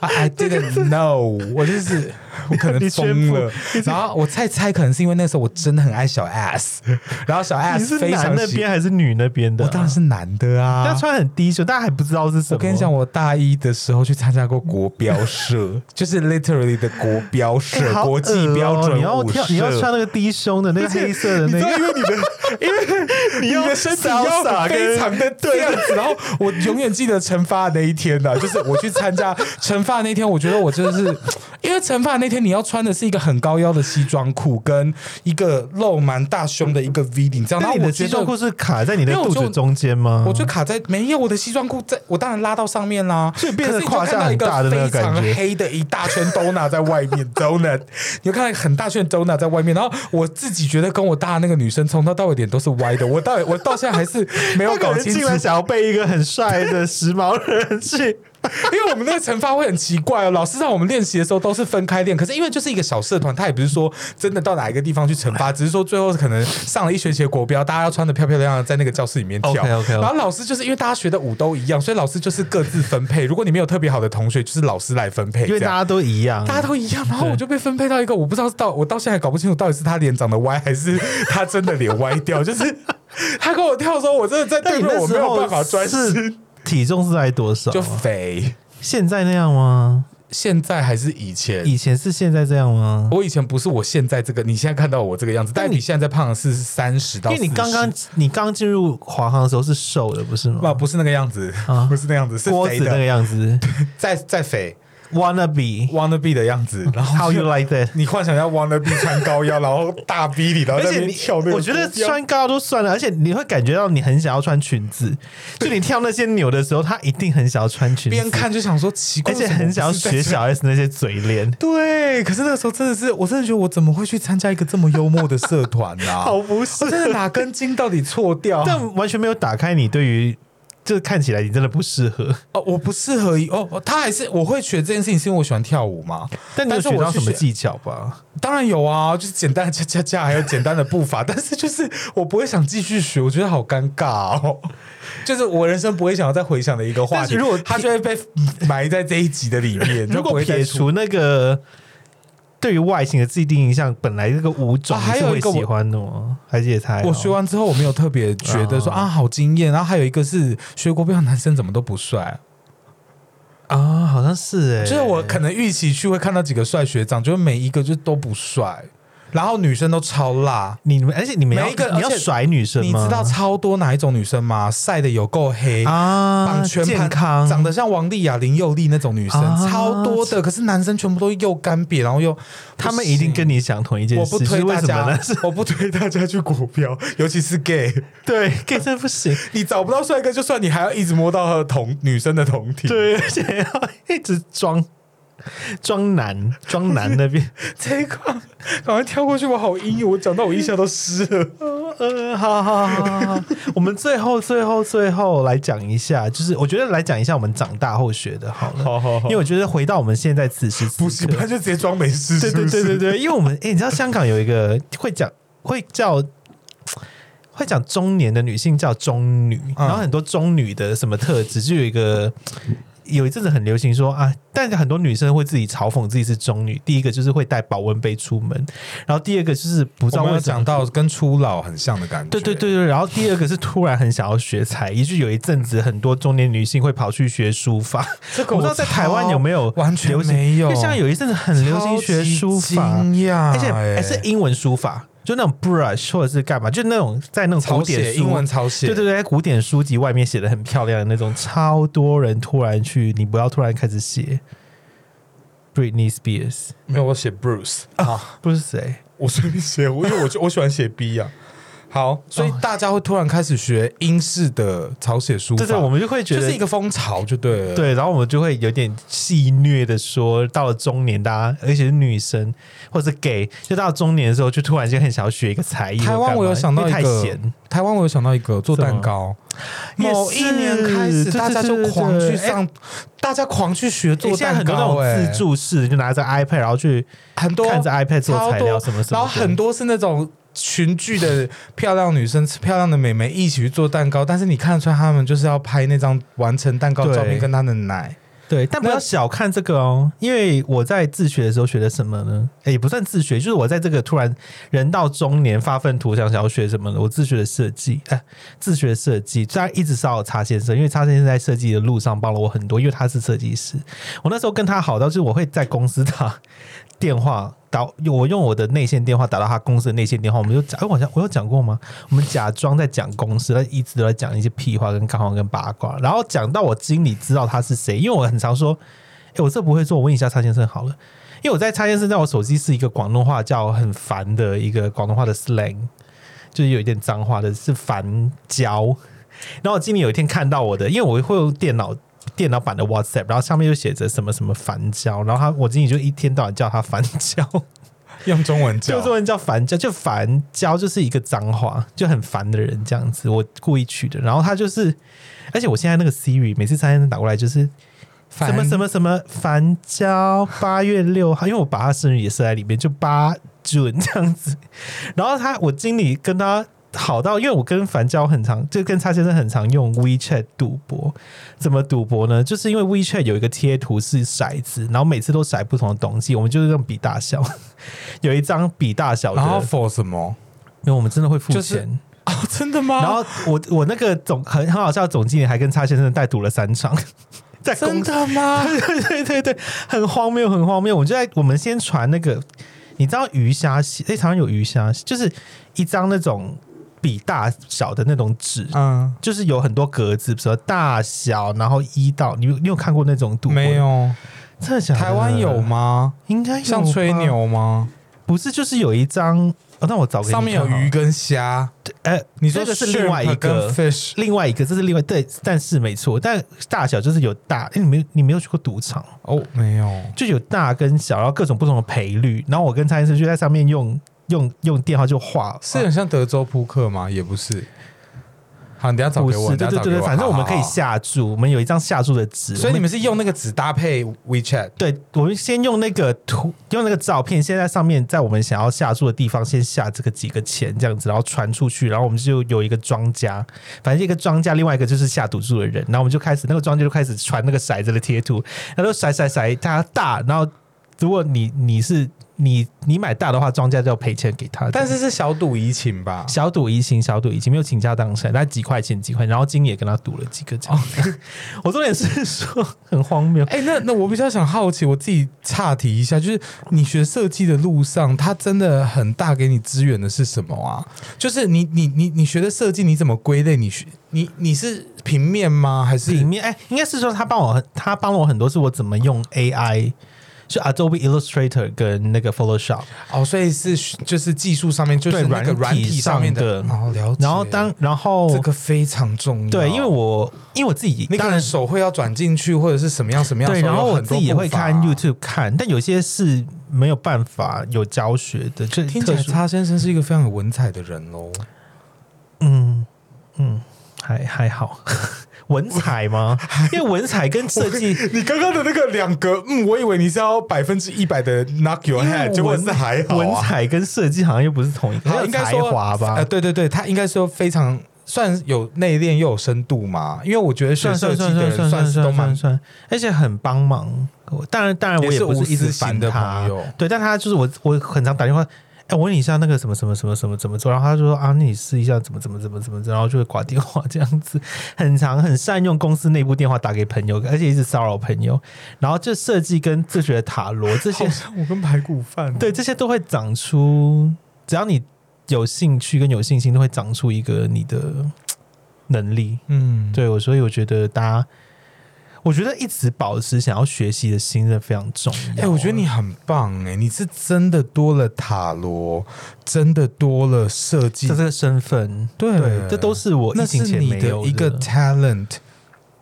S2: ？I I didn't know，我就是我可能疯了。然后我猜猜，可能是因为那时候我真的很爱小 S，然后小
S1: 你
S2: S
S1: 是
S2: 非
S1: 男
S2: 常
S1: 那
S2: 喜，
S1: 边还是女那边的
S2: 我
S1: 啊？
S2: 当然是男的啊。
S1: 但穿很低胸，大家还不知道是什么。
S2: 我跟你讲，我大一的时候去参加过国标社，就是 literally 的国标
S1: 哎，
S2: 社、
S1: 好
S2: 国际
S1: 恶哦
S2: 标准
S1: 你要
S2: 舞
S1: 跳
S2: 社，，
S1: 你要穿那个低胸的那个黑色的
S2: 你
S1: 那
S2: 知道，
S1: 个，
S2: 因为你的，因为你的身体要非常的对样子。然后我永远记得惩罚的那一天呢、 就是我去参加惩罚的那天，我觉得我真的是，因为惩罚的那天你要穿的是一个很高腰的西装裤，跟一个露蛮大胸的一个 V 领，这样。
S1: 那
S2: 然后
S1: 你
S2: 我
S1: 的
S2: 觉
S1: 西
S2: 得
S1: 装裤是卡在你的
S2: 因为我
S1: 肚
S2: 就
S1: 子中间吗？
S2: 我就卡在没有我的西装裤在，我当然拉到上面啦，
S1: 所以变得
S2: 可是你就
S1: 胯
S2: 看
S1: 下
S2: 到一
S1: 很
S2: 个
S1: 大的那个
S2: 非常
S1: 感觉
S2: 黑的一大圈 donut 在外面 donut，你就看到很大圈 donut 在外面，然后我自己觉得跟我搭的那个女生从头到尾脸都是歪的，我到我到现在还是没有
S1: 那个
S2: 搞
S1: 人
S2: 清楚
S1: 进，来想要被一个很帅的时髦的人去，
S2: 因为我们那个惩罚会很奇怪哦，老师让我们练习的时候都是分开练，可是因为就是一个小社团，他也不是说真的到哪一个地方去惩罚，只是说最后可能上了一学期的国标，大家要穿的漂漂亮亮在那个教室里面跳。
S1: OK，OK，OK
S2: 然后老师就是因为大家学的舞都一样，所以老师就是各自分配。如果你没有特别好的同学，就是老师来分配
S1: 因
S2: 这
S1: 为大
S2: 样。
S1: 家都一样，
S2: 大家都一样，然后我就被分配到一个我不知道是到我到现在还搞不清楚到底是他脸长得歪还是他真的脸歪掉，就是他跟我跳的时候，我真的在
S1: 那
S2: 对
S1: 你
S2: 面
S1: 那
S2: 我没
S1: 时
S2: 有
S1: 候
S2: 办法专
S1: 是
S2: 心，
S1: 体重是在多少啊？
S2: 就肥。
S1: 现在那样吗？
S2: 现在还是以前？
S1: 以前是现在这样吗？
S2: 我以前不是我现在这个，你现在看到我这个样子，
S1: 但
S2: 但
S1: 你
S2: 你现在胖的是三十到
S1: 因
S2: 40，
S1: 为你刚刚你刚进入华航的时候是瘦的，不是吗？
S2: 啊不是那个样子，
S1: 啊
S2: 不是那样子，是
S1: 锅
S2: 肥
S1: 子那个
S2: 的，
S1: 样 子
S2: 再再肥
S1: ，wanna be
S2: ，wanna be 的 样子，然后
S1: how you like that？
S2: 你幻想要 wanna be 穿高腰，然后大逼里，然
S1: 而
S2: 后在那
S1: 且
S2: 边
S1: 你
S2: 跳那个，
S1: 我觉得穿高都算了，而且你会感觉到你很想要穿裙子，就你跳那些扭的时候，他一定很想要穿裙子，
S2: 边，看就想说奇怪，
S1: 而且很想要学
S2: 小。
S1: 小 S 那些嘴脸，
S2: 对，可是那个时候真的是，我真的觉得我怎么会去参加一个这么幽默的社团呢、啊？
S1: 好不是
S2: 我真的哪根筋到底错掉？
S1: 但完全没有打开你对于，就看起来你真的不适合。
S2: 哦，我不适合哦，他还是我会学这件事情，是因为我喜欢跳舞嘛。
S1: 但你有
S2: 但是
S1: 学
S2: 我
S1: 到
S2: 去
S1: 什么
S2: 学
S1: 技巧吧？
S2: 当然有啊，就是简单的加加加，还有简单的步伐， 但是就是我不会想继续学，我觉得好尴尬哦。 就是我人生不会想要再回想的一个话
S1: 但
S2: 题。
S1: 是如果
S2: 他就会被埋在这一集的里面，
S1: 如
S2: 就不
S1: 果
S2: 会再
S1: 撇
S2: 出。哦
S1: 除那个对于外形的既定印象，本来这个舞种
S2: 啊
S1: 你
S2: 还
S1: 是
S2: 有
S1: 会
S2: 一个
S1: 喜
S2: 我
S1: 欢的吗？还是也猜？
S2: 我学完之后，我没有特别觉得说
S1: 啊
S2: 啊好惊艳。然后还有一个是学国标的男生怎么都不帅，
S1: 啊，好像是哎、
S2: 就是我可能预期去会看到几个帅学长，就是每一个就都不帅，然后女生都超辣。
S1: 你们，而且你们要
S2: 每一个
S1: 你要
S2: 而且
S1: 甩女生
S2: 你
S1: 吗？
S2: 知道超多哪一种女生吗？晒的有够黑，
S1: 啊，
S2: 绑全
S1: 健
S2: 盘
S1: 康
S2: 长得像王丽雅、林佑利那种女生，
S1: 啊
S2: 超多的。可是男生全部都又干瘪，然后又
S1: 他们一定跟
S2: 你。
S1: 你想同一件
S2: 我
S1: 事，
S2: 不推
S1: 是为
S2: 大
S1: 什么
S2: 家
S1: 呢？，
S2: 我不推大家去国标，尤其是 gay。
S1: 对，gay 真的不行，
S2: 你找不到帅哥，就算你还要一直摸到同女生的同体，
S1: 对，而且要一直装装男，装男那边，
S2: 这一块赶快跳过去，我好阴，我讲到我一下都湿了。
S1: 呃，好好好好好，我们最后最后最后来讲一下，就是我觉得来讲一下我们长大后学的，好了，
S2: 好好好
S1: 因为我觉得回到我们现在此时
S2: 补
S1: 此
S2: 习
S1: 刻，
S2: 班就直接装没事，
S1: 对对对对
S2: 对，
S1: 对，因为我们诶，你知道香港有一个会讲会叫。会讲中年的女性叫中女，然
S2: 嗯
S1: 后很多中女的什么特质，就有一个有一阵子很流行说啊，但是很多女生会自己嘲讽自己是中女。第一个就是会带保温杯出门，然后第二个就是不知道
S2: 我们
S1: 为
S2: 有
S1: 什么
S2: 讲到跟初老很像的感觉，
S1: 对对对对，然后第二个是突然很想要学才艺，就有一阵子很多中年女性会跑去学书 法。
S2: 这个
S1: 我不知道在台湾有没有
S2: 完全
S1: 流行
S2: 没有
S1: 因为像有一阵子很流行学书法，
S2: 惊讶
S1: 而且
S2: 欸
S1: 还是英文书法，就那种 brush 或者是干嘛，就那种在那种
S2: 抄
S1: 古典
S2: 写
S1: 书
S2: 英文抄写，
S1: 对对对，在古典书籍外面写的很漂亮的那种，超多人突然去，你不要突然开始写。Britney Spears
S2: 没有我写 Bruce 啊，
S1: 不是谁？
S2: 我随便写，我因为我就我喜欢写 B 啊。好，所
S1: 哦
S2: 以大家会突然开始学英式的抄写书法，
S1: 对对，我们就会觉
S2: 就
S1: 得
S2: 是一个风潮，就对了。，
S1: 对，然后我们就会有点戏谑的说，到了中年，大家而且是女生或者 gay，就到了中年的时候，就突然间很想要学一个才艺或干
S2: 台
S1: 嘛。
S2: 湾我有想到
S1: 因
S2: 一
S1: 为
S2: 个
S1: 太闲，
S2: 台湾我有想到一个做蛋糕，
S1: 什么
S2: 某一年开
S1: 也
S2: 始
S1: 是
S2: 大家就狂去上，大家狂去学做
S1: 欸现在
S2: 蛋
S1: 很多那
S2: 糕，
S1: 种自
S2: 哎
S1: 助式，就拿着 iPad，然后去
S2: 很多
S1: 看着 iPad 做
S2: 超
S1: 材
S2: 多
S1: 料什么什么的，
S2: 然后很多是那种群聚的漂亮女生、漂亮的美眉一起去做蛋糕，但是你看得出来她们就是要拍那张完成蛋糕
S1: 对
S2: 照片跟她的奶。
S1: 对，但不
S2: 那
S1: 要小看这个哦，因为我在自学的时候学的什么呢？哎，也不算自学，就是我在这个突然人到中年发愤图强，想要学什么呢？我自学的设计，哎、自学的设计，当然一直骚扰查先生，因为查先生在设计的路上帮了我很多，因为他是设计师。我那时候跟他好到，就是我会在公司打电话。打我用我的内线电话打到他公司的内线电话，我们就假，哎我好像我有讲过吗？我们假装在讲公司，但一直都在讲一些屁话、跟干话、跟八卦，然后讲到我经理知道他是谁，因为我很常说，哎、我这不会做，我问一下蔡先生好了。因为我在蔡先生在我手机是一个广东话叫很烦的一个广东话的 slang，就是有一点脏话的，是烦教。然后我经理有一天看到我的，因为我会用电脑电脑版的 WhatsApp，然后上面就写着什么什么烦教，然后他我经理就一天到晚叫他烦教。
S2: 用中文
S1: 就
S2: 教，
S1: 中文叫烦教，就烦教就是一个脏话，就很烦的人这样子，我故意取的。然后他就是，而且我现在那个 Siri 每次三先生打过来就是
S2: 烦
S1: 什么什么什么烦教八月六号，因为我把他生日也设在里面，就八 June 这样子。 然后他我经理跟他。好到，因为我跟樊娇很常，就跟蔡先生很常用 WeChat 赌博。怎么赌博呢？就是因为 WeChat 有一个贴图是骰子，然后每次都骰不同的东西，我们就是用比大小。 有一张比大小的，
S2: 然后 for 什么？
S1: 因为我们真的会付钱。
S2: 就是哦，真的吗？
S1: 然后我我那个总很很好笑，总经理还跟蔡先生带赌了三场， 在公
S2: 真
S1: 司。
S2: 的 吗？
S1: 对对对对，很荒谬，很荒谬。我就在我们先传那个，你知道鱼虾蟹？哎、常常有鱼虾蟹，就是一张那种比大小的那种纸，
S2: 嗯，
S1: 就是有很多格子，比如说大小，然后一到你有你有看过那种赌博
S2: 没？有，
S1: 真的假的？
S2: 台湾有？吗？
S1: 应该有
S2: 像吹
S1: 吧，
S2: 牛吗？
S1: 不是就是有一张。哦，那我找给你
S2: 上面有
S1: 看好了
S2: 鱼，跟虾，
S1: 呃，
S2: 你说
S1: 这个是另外
S2: shrimp
S1: 一
S2: 跟
S1: 个
S2: fish
S1: 另外一个，这是另外对，但是没错，但大小就是有大，哎、你没有你没有去过赌场，
S2: 哦，没有，
S1: 就有大跟小，然后各种不同的赔率，然后我跟蔡医生就在上面用用用电话就画，
S2: 是很像德州扑克吗？也不是。好，你等一下找
S1: 不
S2: 给我，
S1: 是，
S2: 你
S1: 对对
S2: 等一下找
S1: 对
S2: 给
S1: 对，
S2: 我
S1: 反正我们可以
S2: 好好好
S1: 下注，我们有一张下注的纸，
S2: 所以你
S1: 我
S2: 们是用那个纸搭配 WeChat，
S1: 对，我们先用那个图，用那个照片，先在上面，在我们想要下注的地方先下这个几个钱这样子，然后传出去，然后我们就有一个庄家，反正一个庄家，另外一个就是下赌注的人，然后我们就开始那个庄家就开始传那个骰子的贴图，然后骰骰骰，他大，然后如果你你是你你买大的话，庄家就要赔钱给他，
S2: 但是是小赌怡情吧？
S1: 小赌怡情，小赌怡情，没有倾家荡产，那几块钱几块钱，然后经理也跟他赌了几个这样子。我重点是说很荒谬，
S2: 哎、那那我比较想好奇，我自己岔题一下，就是你学设计的路上，它真的很大给你资源的是什么啊？就是你你你你学的设计，你怎么归类？你学你你是平面吗？还
S1: 里
S2: 是
S1: 面哎、应该是说他帮我很，他帮了我很多，是我怎么用 AI。就 Adobe Illustrator 跟那个 Photoshop，
S2: 哦？所以是就是技术上面，就是
S1: 对
S2: 那个
S1: 软
S2: 软
S1: 体
S2: 体上面的。
S1: 上的
S2: 哦，了解。
S1: 然后当然后、
S2: 这个非常重要，
S1: 对，因为我因为我自己
S2: 你可
S1: 当
S2: 能
S1: 然
S2: 手绘要转进去，或者是什么样什么样的
S1: 对，
S2: 时候，
S1: 然后
S2: 有
S1: 我
S2: 很
S1: 自
S2: 多
S1: 己也
S2: 步
S1: 会
S2: 伐啊
S1: 看 YouTube 看，但有些是没有办法有教学的，这
S2: 听起来
S1: 特殊
S2: 叉先生是一个非常有文采的人哦喽。
S1: 嗯，嗯，还还好。 文采 吗？因为文采跟设计，
S2: 你刚刚的那个两个，嗯，我以为你是要百分之一百的 knock your
S1: 因为
S2: head，结果是还好
S1: 文
S2: 啊。
S1: 采跟设计好像又不是同一个，
S2: 好
S1: 有
S2: 应该
S1: 才
S2: 说
S1: 华吧
S2: 呃，？对对对，他应该说非常算有内敛又有深度嘛？因为我觉得学
S1: 算
S2: 设
S1: 算
S2: 计
S1: 算算
S2: 的人
S1: 算
S2: 算
S1: 算
S2: 是都
S1: 算
S2: 蛮
S1: 算，算，而且很帮忙。我当然，当然我
S2: 也是
S1: 不
S2: 无
S1: 是一直
S2: 私
S1: 烦
S2: 型的
S1: 他
S2: 朋友，
S1: 对，但他就是我，我很常打电话，哎、我问你一下那个什么什么什么什么怎么做，然后他就说啊，那你试一下怎么怎么怎么怎么，然后就会挂电话这样子，很常很善用公司内部电话打给朋友，而且一直骚扰朋友，然后这设计跟自学塔罗这些
S2: 好，像我跟排骨饭
S1: 对，这些都会长出，只要你有兴趣跟有信心，都会长出一个你的嘖能力。
S2: 嗯，
S1: 对我，所以我觉得大家，我觉得一直保持想要学习的心，真的非常重要。
S2: 哎、我觉得你很棒哎、你是真的多了塔罗，真的多了设计
S1: 这，这个身份，
S2: 对
S1: 对，这都是我疫
S2: 那
S1: 情
S2: 是
S1: 前
S2: 你
S1: 没
S2: 的
S1: 有
S2: 一个 talent。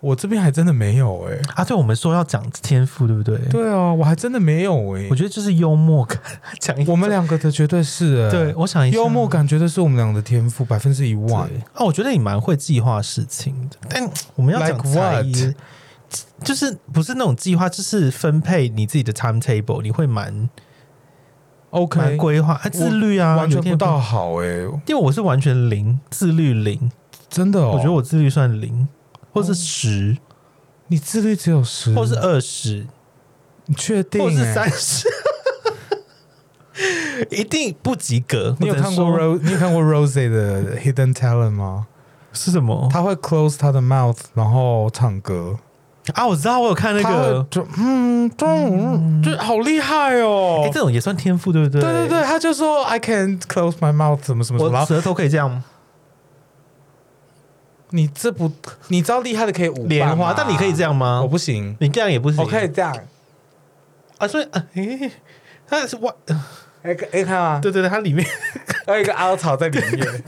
S2: 我这边还真的没有哎、
S1: 啊。对，我们说要讲天赋，对不对？，
S2: 对啊，我还真的没有哎、
S1: 我觉得就是幽默感，讲一
S2: 我们两个的绝对是哎、
S1: 对，我想一下
S2: 幽默感绝对是我们两个的天赋，百分之一万。
S1: 对啊，我觉得你蛮会计划事情的，但我们要讲
S2: Like
S1: 才
S2: what？
S1: 艺，就是不是那种计划，就是分配你自己的 timetable，你会蛮
S2: OK，
S1: 蛮规划、啊、自律啊，
S2: 完全
S1: 有点
S2: 不到，好哎、
S1: 因为我是完全零自律零，
S2: 真的哦。
S1: 我觉得我自律算零，或是
S2: 哦
S1: 十、
S2: 你自律只有十，
S1: 或是二十，
S2: 你确定、
S1: 或
S2: 欸？
S1: 是三十。 一定不及格。
S2: 你有
S1: 我只能
S2: 看
S1: 说
S2: 过 Rose？你有看过 Rose 的 Hidden Talent 吗？
S1: 是什么？
S2: 他会 close 他的 mouth，然后唱歌。
S1: 啊，我知道，我有看那
S2: 他
S1: 个
S2: 会，就嗯，中就好厉害哦
S1: 哎、。这种也算天赋，对不对？
S2: 对对对，他就说 I can close my mouth 什么什么什么。然
S1: 我
S2: 后
S1: 舌头可以这样
S2: 你这不，你知道厉害的可以五瓣
S1: 莲花，
S2: 吗
S1: 但你可以这，样吗？
S2: 我不行，
S1: 你这样也不行。
S2: 我可以这样。
S1: 啊，所以啊，诶、它是外，
S2: 哎哎，看啊，
S1: 对对对，它里面
S2: 还有一个凹槽在里面。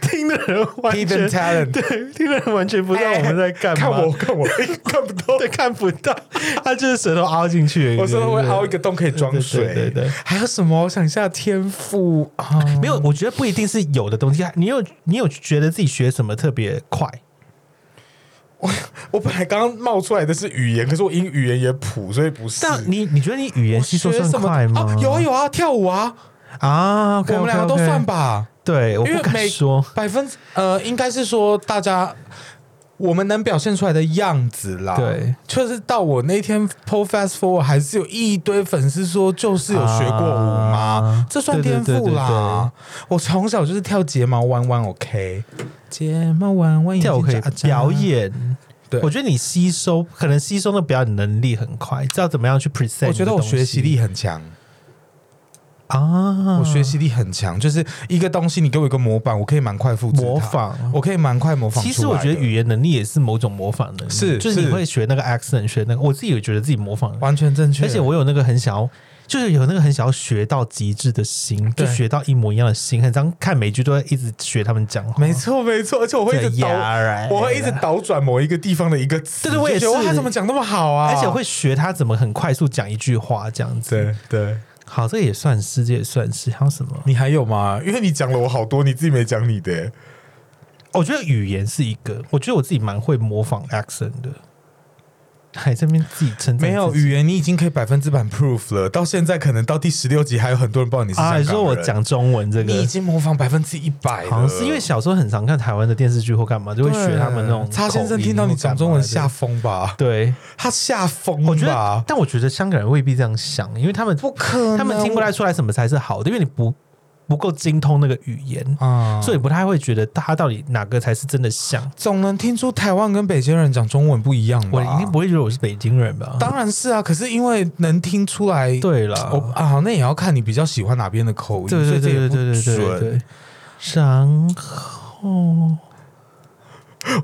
S1: 听的人完全
S2: Hidden talent，
S1: 对，听的人完全不知道我们在干嘛，
S2: 看我，看我，看不到。
S1: 对，看不到，他就是舌头凹进去而已，
S2: 我说会
S1: 对
S2: 凹一个。洞可以装水，
S1: 对对对对
S2: 还有什么？我想一下，天赋啊，
S1: 对对没有，我觉得不一定是有的东西。你有你有觉得自己学什么特别快？
S2: 我本来刚刚冒出来的是语言，可是我英语言也普，所以不是。
S1: 但你你觉得你语言
S2: 我
S1: 吸收
S2: 学
S1: 算
S2: 什么
S1: 快吗？
S2: 啊有啊有啊，跳舞啊
S1: 啊，
S2: 我们两个都算。吧。
S1: 对，我
S2: 因
S1: 不
S2: 为
S1: 敢
S2: 每
S1: 说。
S2: 百分之呃，应该是说大家我们能表现出来的样子啦。
S1: 对，
S2: 就是到我那天 po fast forward，还是有一堆粉丝说，就是有学过舞吗？
S1: 啊
S2: 这算天
S1: 对对
S2: 赋啦！
S1: 对对
S2: 我从小就是跳睫毛弯弯，OK，睫毛弯弯，
S1: 跳舞可以
S2: 眼睛眨眨
S1: 表。演，
S2: 对
S1: 我觉得你吸收可能吸收的表演能力很快，知道怎么样去 present 你的
S2: 我
S1: 东西。
S2: 觉得我学习力很强，
S1: 啊，
S2: 我学习力很强，就是一个东西，你给我一个模板，我可以蛮快复制它
S1: 模，仿。
S2: 我可以蛮快模仿出
S1: 其
S2: 来的。
S1: 实我觉得语言能力也是某种模仿能力，
S2: 是
S1: 就是你
S2: 是
S1: 会学那个 accent，学那个，我自己也觉得自己模仿，
S2: 完全正确，
S1: 而且我有那个很想要。就是有那个很想要学到极致的心，就
S2: 对
S1: 学到一模一样的心。很常看美剧都会一直学他们讲话，
S2: 没错没错，而且我会一直
S1: 对
S2: 倒，
S1: 呀
S2: 我会一直倒转某一个地方的一个词，
S1: 对对我也
S2: 就觉得
S1: 是
S2: 哇他怎么讲那么好啊？
S1: 而且我会学他怎么很快速讲一句话这样子。
S2: 对对。
S1: 好，这个也算是，这也算是。还有什么？
S2: 你还有吗？因为你讲了我好多，你自己没讲你的、
S1: 哦我觉得语言是一个，我觉得我自己蛮会模仿 accent 的，还这边自己称赞
S2: 没有
S1: 自己
S2: 语言，你已经可以百分之百 proof 了。到现在可能到第十六集，还有很多人不知道你是香港
S1: 啊？
S2: 人。
S1: 你说我讲中文这
S2: 你已
S1: 个，
S2: 经模仿百分之一百了，
S1: 好像是因为小时候很常看台湾的电视剧或干嘛，就会
S2: 对啊
S1: 学他们那种。啊
S2: 查先生听到你讲中文吓，疯吧？
S1: 对，
S2: 他吓疯
S1: 我觉得
S2: 吧，？
S1: 但我觉得香港人未必这样想，因为他们
S2: 不可能，
S1: 他们听不太出来什么才是好的，因为你不不够精通那个语言，
S2: 啊，
S1: 所以不太会觉得他到底哪个才是真的像。
S2: 总能听出台湾跟北京人讲中文不一样吧？
S1: 我一定不会觉得我是北京人吧？
S2: 当然是啊，可是因为能听出来，
S1: 对了，
S2: 我啊，那也要看你比较喜欢哪边的口音，
S1: 对对对对对
S2: 所以
S1: 对
S2: 这也不
S1: 对
S2: 准
S1: 对。然后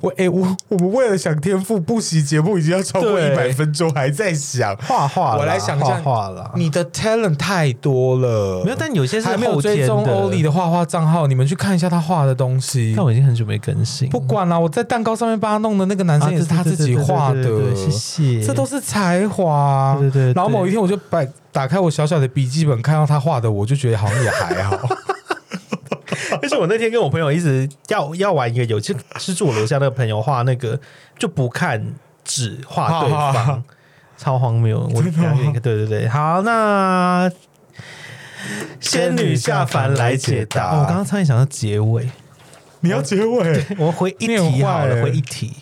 S2: 我哎、我我们为了想天赋不习节目已经要超过
S1: 对
S2: 一百分钟，还在想
S1: 画画啦，
S2: 我来想象
S1: 画画啦。
S2: 啊你的 talent 太多了，
S1: 没有，但有些是
S2: 还没有
S1: 后
S2: 追
S1: 天
S2: 踪欧里
S1: 的，
S2: 的画画账号，你们去看一下他画的东西
S1: 但。我已经很久没更新。
S2: 不管啦、我在蛋糕上面帮他弄的那个男
S1: 啊
S2: 生也是他自
S1: 对对
S2: 己
S1: 对对
S2: 画的，
S1: 对对对谢谢。
S2: 这都是才华。
S1: 对对对对
S2: 然后某一天我就把打开我小小的笔记本，看到他画的，我就觉得好像也还好。
S1: 而且我那天跟我朋友一直要要玩一个游戏，是住我楼下那个朋友画那个，就不看纸画对
S2: 好好
S1: 方
S2: 好，
S1: 超荒谬。我
S2: 真的吗
S1: 感觉一个对对对，好，那仙女下凡来解答。
S2: 仙女下凡来解答
S1: 哦我刚刚差点想到结尾，
S2: 你要结尾，
S1: 我回一
S2: 你很
S1: 题好
S2: 坏欸
S1: 了，回一题。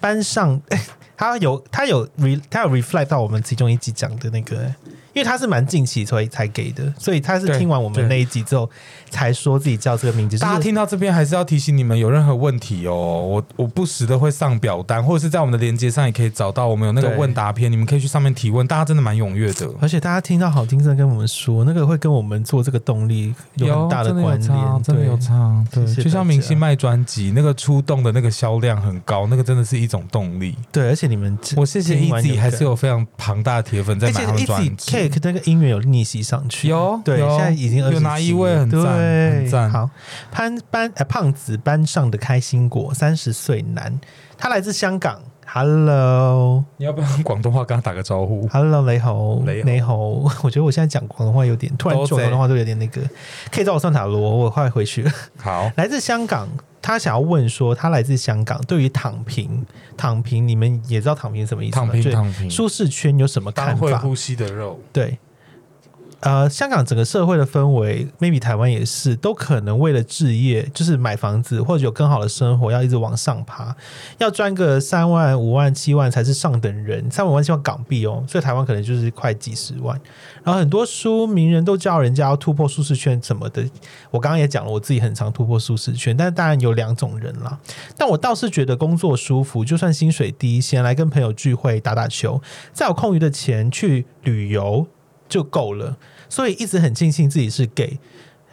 S1: 班上， 他有他有 re 他有 reflect 到我们其中一集讲的那个、因为他是蛮近期所以才给的，所以他是
S2: 对
S1: 听完我
S2: 对
S1: 们那一集之后才说自己叫这个名字。
S2: 大家
S1: 就是
S2: 听到这边还是要提醒你们，有任何问题哦，我我不时的会上表单，或者是在我们的链接上也可以找到我们有那个
S1: 对
S2: 问答篇，你们可以去上面提问，大家真的蛮踊跃的，
S1: 而且大家听到好听声跟我们说，那个会跟我们做这个动力有很大
S2: 真的有
S1: 关
S2: 差
S1: 联，
S2: 真的有
S1: 对
S2: 差，对，
S1: 谢谢
S2: 就像
S1: 大
S2: 明
S1: 家
S2: 星卖专辑，那个出动的那个销量很高，那个真的是一种动力。
S1: 对，而且你们
S2: 我谢谢
S1: 听完
S2: EZ
S1: 有
S2: 还是有非常庞大的铁粉在
S1: 而
S2: 买
S1: 且
S2: 他们
S1: e
S2: 专
S1: z y
S2: 辑。
S1: Cake 那个音乐有逆袭上去，
S2: 有
S1: 对，
S2: 有
S1: 现在已经
S2: 有
S1: 二
S2: 拿一位很赞很赞
S1: 好，潘班呃胖子班上的开心果，三十岁男，他来自香港。Hello，Hello，
S2: 你要不要用广东话跟他打个招呼？
S1: 雷猴，
S2: 雷猴
S1: 猴， 我觉得我现在讲广东话有点，突然
S2: 都
S1: 讲广
S2: 贼
S1: 东话都有点那个，可以找我算塔罗，我快回去了。
S2: 好，
S1: 来自香港，他想要问说，他来自香港，对于躺平，躺平，你们也知道躺平什么意思吗？
S2: 躺平
S1: 对
S2: 躺平，
S1: 舒适圈有什么
S2: 当
S1: 看
S2: 会
S1: 法？
S2: 呼吸的肉，
S1: 对，呃，香港整个社会的氛围，maybe 台湾也是，都可能为了置业，就是买房子或者有更好的生活，要一直往上爬，要赚个三万、五万、七万才是上等人，三五万七万港币哦，所以台湾可能就是快几十万。然后很多书名人都教人家要突破舒适圈什么的，我刚刚也讲了，我自己很常突破舒适圈，但当然有两种人啦。但我倒是觉得工作舒服，就算薪水低，闲来跟朋友聚会打打球，再有空余的钱去旅游就够了。所以一直很庆幸自己是 gay。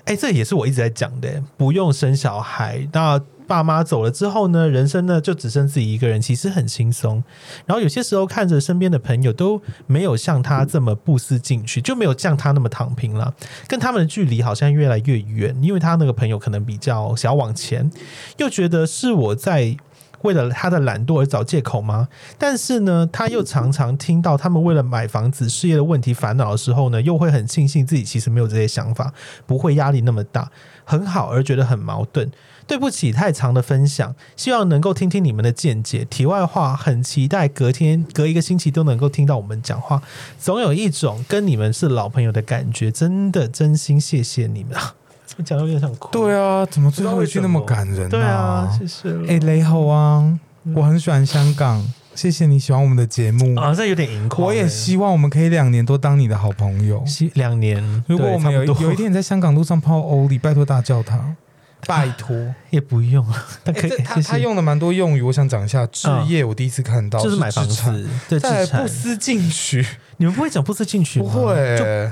S1: 哎、这也是我一直在讲的、欸不用生小孩。那爸妈走了之后呢，人生呢就只剩自己一个人，其实很轻松。然后有些时候看着身边的朋友都没有像他这么不思进取，就没有像他那么躺平了，跟他们的距离好像越来越远。因为他那个朋友可能比较想要往前，又觉得是我在为了他的懒惰而找借口吗？但是呢，他又常常听到他们为了买房子、事业的问题烦恼的时候呢，又会很庆幸自己其实没有这些想法，不会压力那么大，很好，而觉得很矛盾。对不起，太长的分享，希望能够听听你们的见解。题外话，很期待隔天、隔一个星期都能够听到我们讲话，总有一种跟你们是老朋友的感觉。真的，真心谢谢你们 啊！怎么讲有点想哭。
S2: 对啊，怎么最后一句那么感人、
S1: 对啊，
S2: 啊，
S1: 谢谢了。
S2: 哎、雷猴啊，我很喜欢香港，谢谢你喜欢我们的节目，
S1: 啊，这有点盈眶
S2: 嗯我
S1: 欸。
S2: 也希望我们可以两年多当你的好朋友。
S1: 希两年，
S2: 如果
S1: 对
S2: 我们有
S1: 差不多
S2: 有一天你在香港路上泡欧里，拜托大叫他，拜托。
S1: 也不用了，但 可以、
S2: 欸这 他
S1: 谢谢嗯
S2: 他用了蛮多用语，我想讲一下。置业我第一次看到，
S1: 就是买房
S2: 资产，
S1: 子，对，
S2: 再
S1: 资
S2: 来
S1: 产
S2: 不，思 进取，
S1: 你们不会讲不思进取
S2: 不
S1: 吗？就
S2: 会，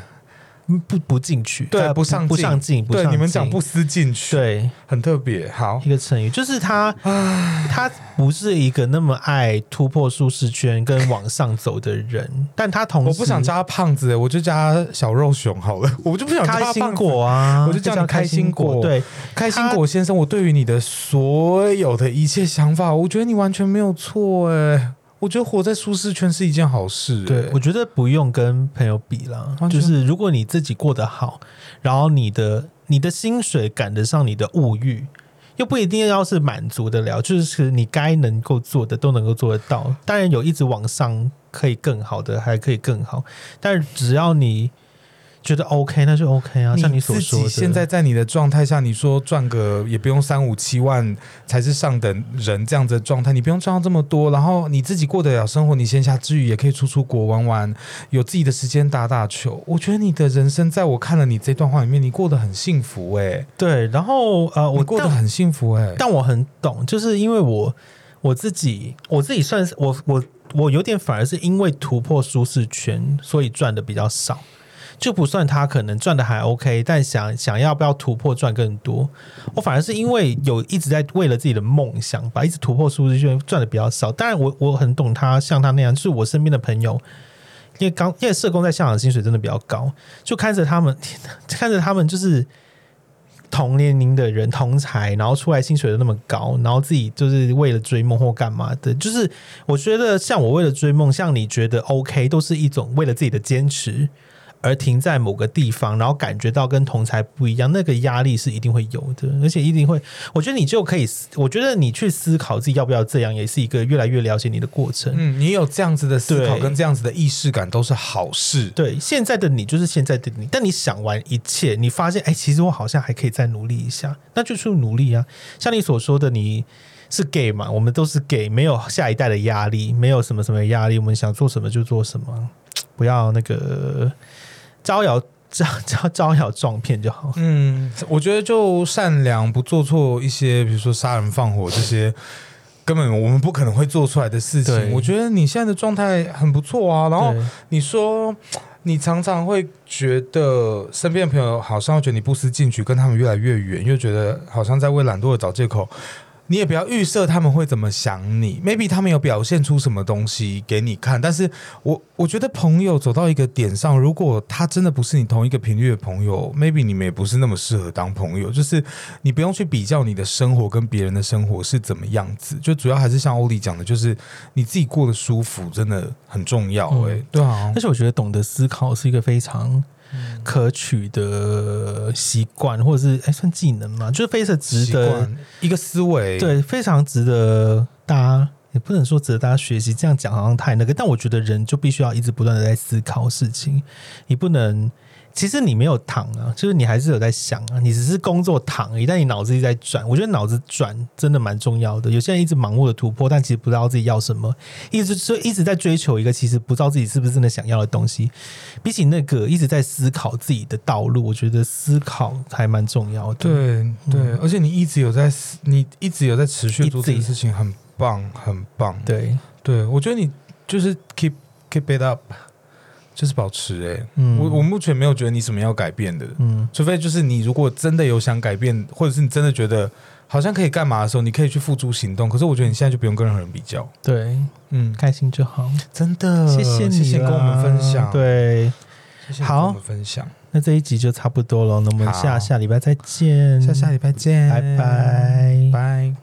S1: 不不进取，
S2: 对
S1: 呃
S2: 不上进
S1: 不上进，不
S2: 对
S1: 上
S2: 你们讲
S1: 进
S2: 不思进取，
S1: 对
S2: 很特别。好
S1: 一，个成语，就是他他不是一个那么爱突破舒适圈跟往上走的人，但他同时
S2: 我不想叫他胖子，我就叫他小肉熊好了，我就不想叫
S1: 开
S2: 他
S1: 心
S2: 胖子。
S1: 果啊，
S2: 我就叫你开
S1: 开
S2: 心果
S1: 果，对，
S2: 开心果先生，我对于你的所有的一切想法，我觉得你完全没有错哎。我觉得活在舒适圈是一件好事哎。
S1: 对，我觉得不用跟朋友比啦
S2: 完，全
S1: 就是如果你自己过得好，然后你的你的薪水赶得上你的物欲，又不一定要是满足得了，就是你该能够做的都能够做得到。当然有一直往上可以更好的，还可以更好，但是只要你觉得 OK，那就 OK 啊。像所
S2: 自
S1: 说
S2: 己
S1: 的，
S2: 现在在你的状态下，你说赚个也不用三五七万才是上等人这样子的状态，你不用赚到这么多，然后你自己过得了生活，你闲暇之余也可以出出国玩玩，有自己的时间打打球。我觉得你的人生，在我看了你这段话里面，你过得很幸福哎、
S1: 对，然后呃，
S2: 我
S1: 我
S2: 过得
S1: 但
S2: 很幸福哎、
S1: 但我很懂，就是因为我我自己，我自己算是我我我有点反而是因为突破舒适圈，所以赚的比较少。就不算他可能赚的还 OK，但想想要不要突破赚更多，我反而是因为有一直在为了自己的梦想吧，一直突破舒适圈，赚的比较少。当然我我很懂他，像他那样，就是我身边的朋友，因为刚因为社工在香港的薪水真的比较高，就看着他们，天哪看着他们就是同年龄的人同才，然后出来薪水都那么高，然后自己就是为了追梦或干嘛的，就是我觉得像我为了追梦，像你觉得 OK，都是一种为了自己的坚持。而停在某个地方，然后感觉到跟同才不一样，那个压力是一定会有的，而且一定会。我觉得你就可以思，我觉得你去思考自己要不要这样，也是一个越来越了解你的过程。
S2: 嗯，你有这样子的思考
S1: 对
S2: 跟这样子的意识感都是好事。
S1: 对，现在的你就是现在的你，但你想完一切，你发现，哎、其实我好像还可以再努力一下，那就去努力啊。像你所说的，你是 gay 嘛，我们都是 gay，没有下一代的压力，没有什么什么压力，我们想做什么就做什么，不要那个招摇 招招招摇撞骗就好。
S2: 嗯，我觉得就善良，不做错一些，比如说杀人放火这些，根本我们不可能会做出来的事情。
S1: 对
S2: 我觉得你现在的状态很不错啊。然后
S1: 对
S2: 你说，你常常会觉得身边的朋友好像觉得你不思进取，跟他们越来越远，又觉得好像在为懒惰而找借口。你也不要预设他们会怎么想你，maybe 他们有表现出什么东西给你看，但是我我觉得朋友走到一个点上，如果他真的不是你同一个频率的朋友，maybe 你们也不是那么适合当朋友。就是你不用去比较你的生活跟别人的生活是怎么样子，就主要还是像欧丽讲的，就是你自己过得舒服真的很重要、欸。哎、
S1: 嗯
S2: 对啊
S1: 但，是我觉得懂得思考是一个非常可取的习惯，或者是哎、算技能嘛，就是非常值
S2: 习
S1: 得
S2: 惯一个思维，，
S1: 对，非常值得大家，也不能说值得大家学习，这样讲好像太那个。但我觉得人就必须要一直不断的在思考事情，你不能。其实你没有躺啊，就是你还是有在想啊，你只是工作躺而已，但你脑子一直在转。我觉得脑子转真的蛮重要的。有些人一直盲目的突破，但其实不知道自己要什么，一直就一直在追求一个其实不知道自己是不是真的想要的东西。比起那个一直在思考自己的道路，我觉得思考还蛮重要的。
S2: 对对，而且你一直有在思，你一直有在持续做这
S1: 一
S2: 件
S1: 直
S2: 事情，很棒，很棒。
S1: 嗯对，
S2: 对，我觉得你就是 keep keep it up，就是保持、欸。哎、
S1: 嗯
S2: 我我目前没有觉得你什么要改变的，
S1: 嗯
S2: 除非就是你如果真的有想改变，或者是你真的觉得好像可以干嘛的时候，你可以去付诸行动。可是我觉得你现在就不用跟任何人比较。
S1: 对，
S2: 嗯，
S1: 开心就好。
S2: 真的，
S1: 谢谢你啦，
S2: 呃谢谢跟我们分享，，
S1: 对，
S2: 谢谢你跟
S1: 好
S2: 我们分享，
S1: 那这一集就差不多了，那我们
S2: 好
S1: 嗯下下礼拜再见，
S2: 下下礼拜见，
S1: 拜拜
S2: 拜。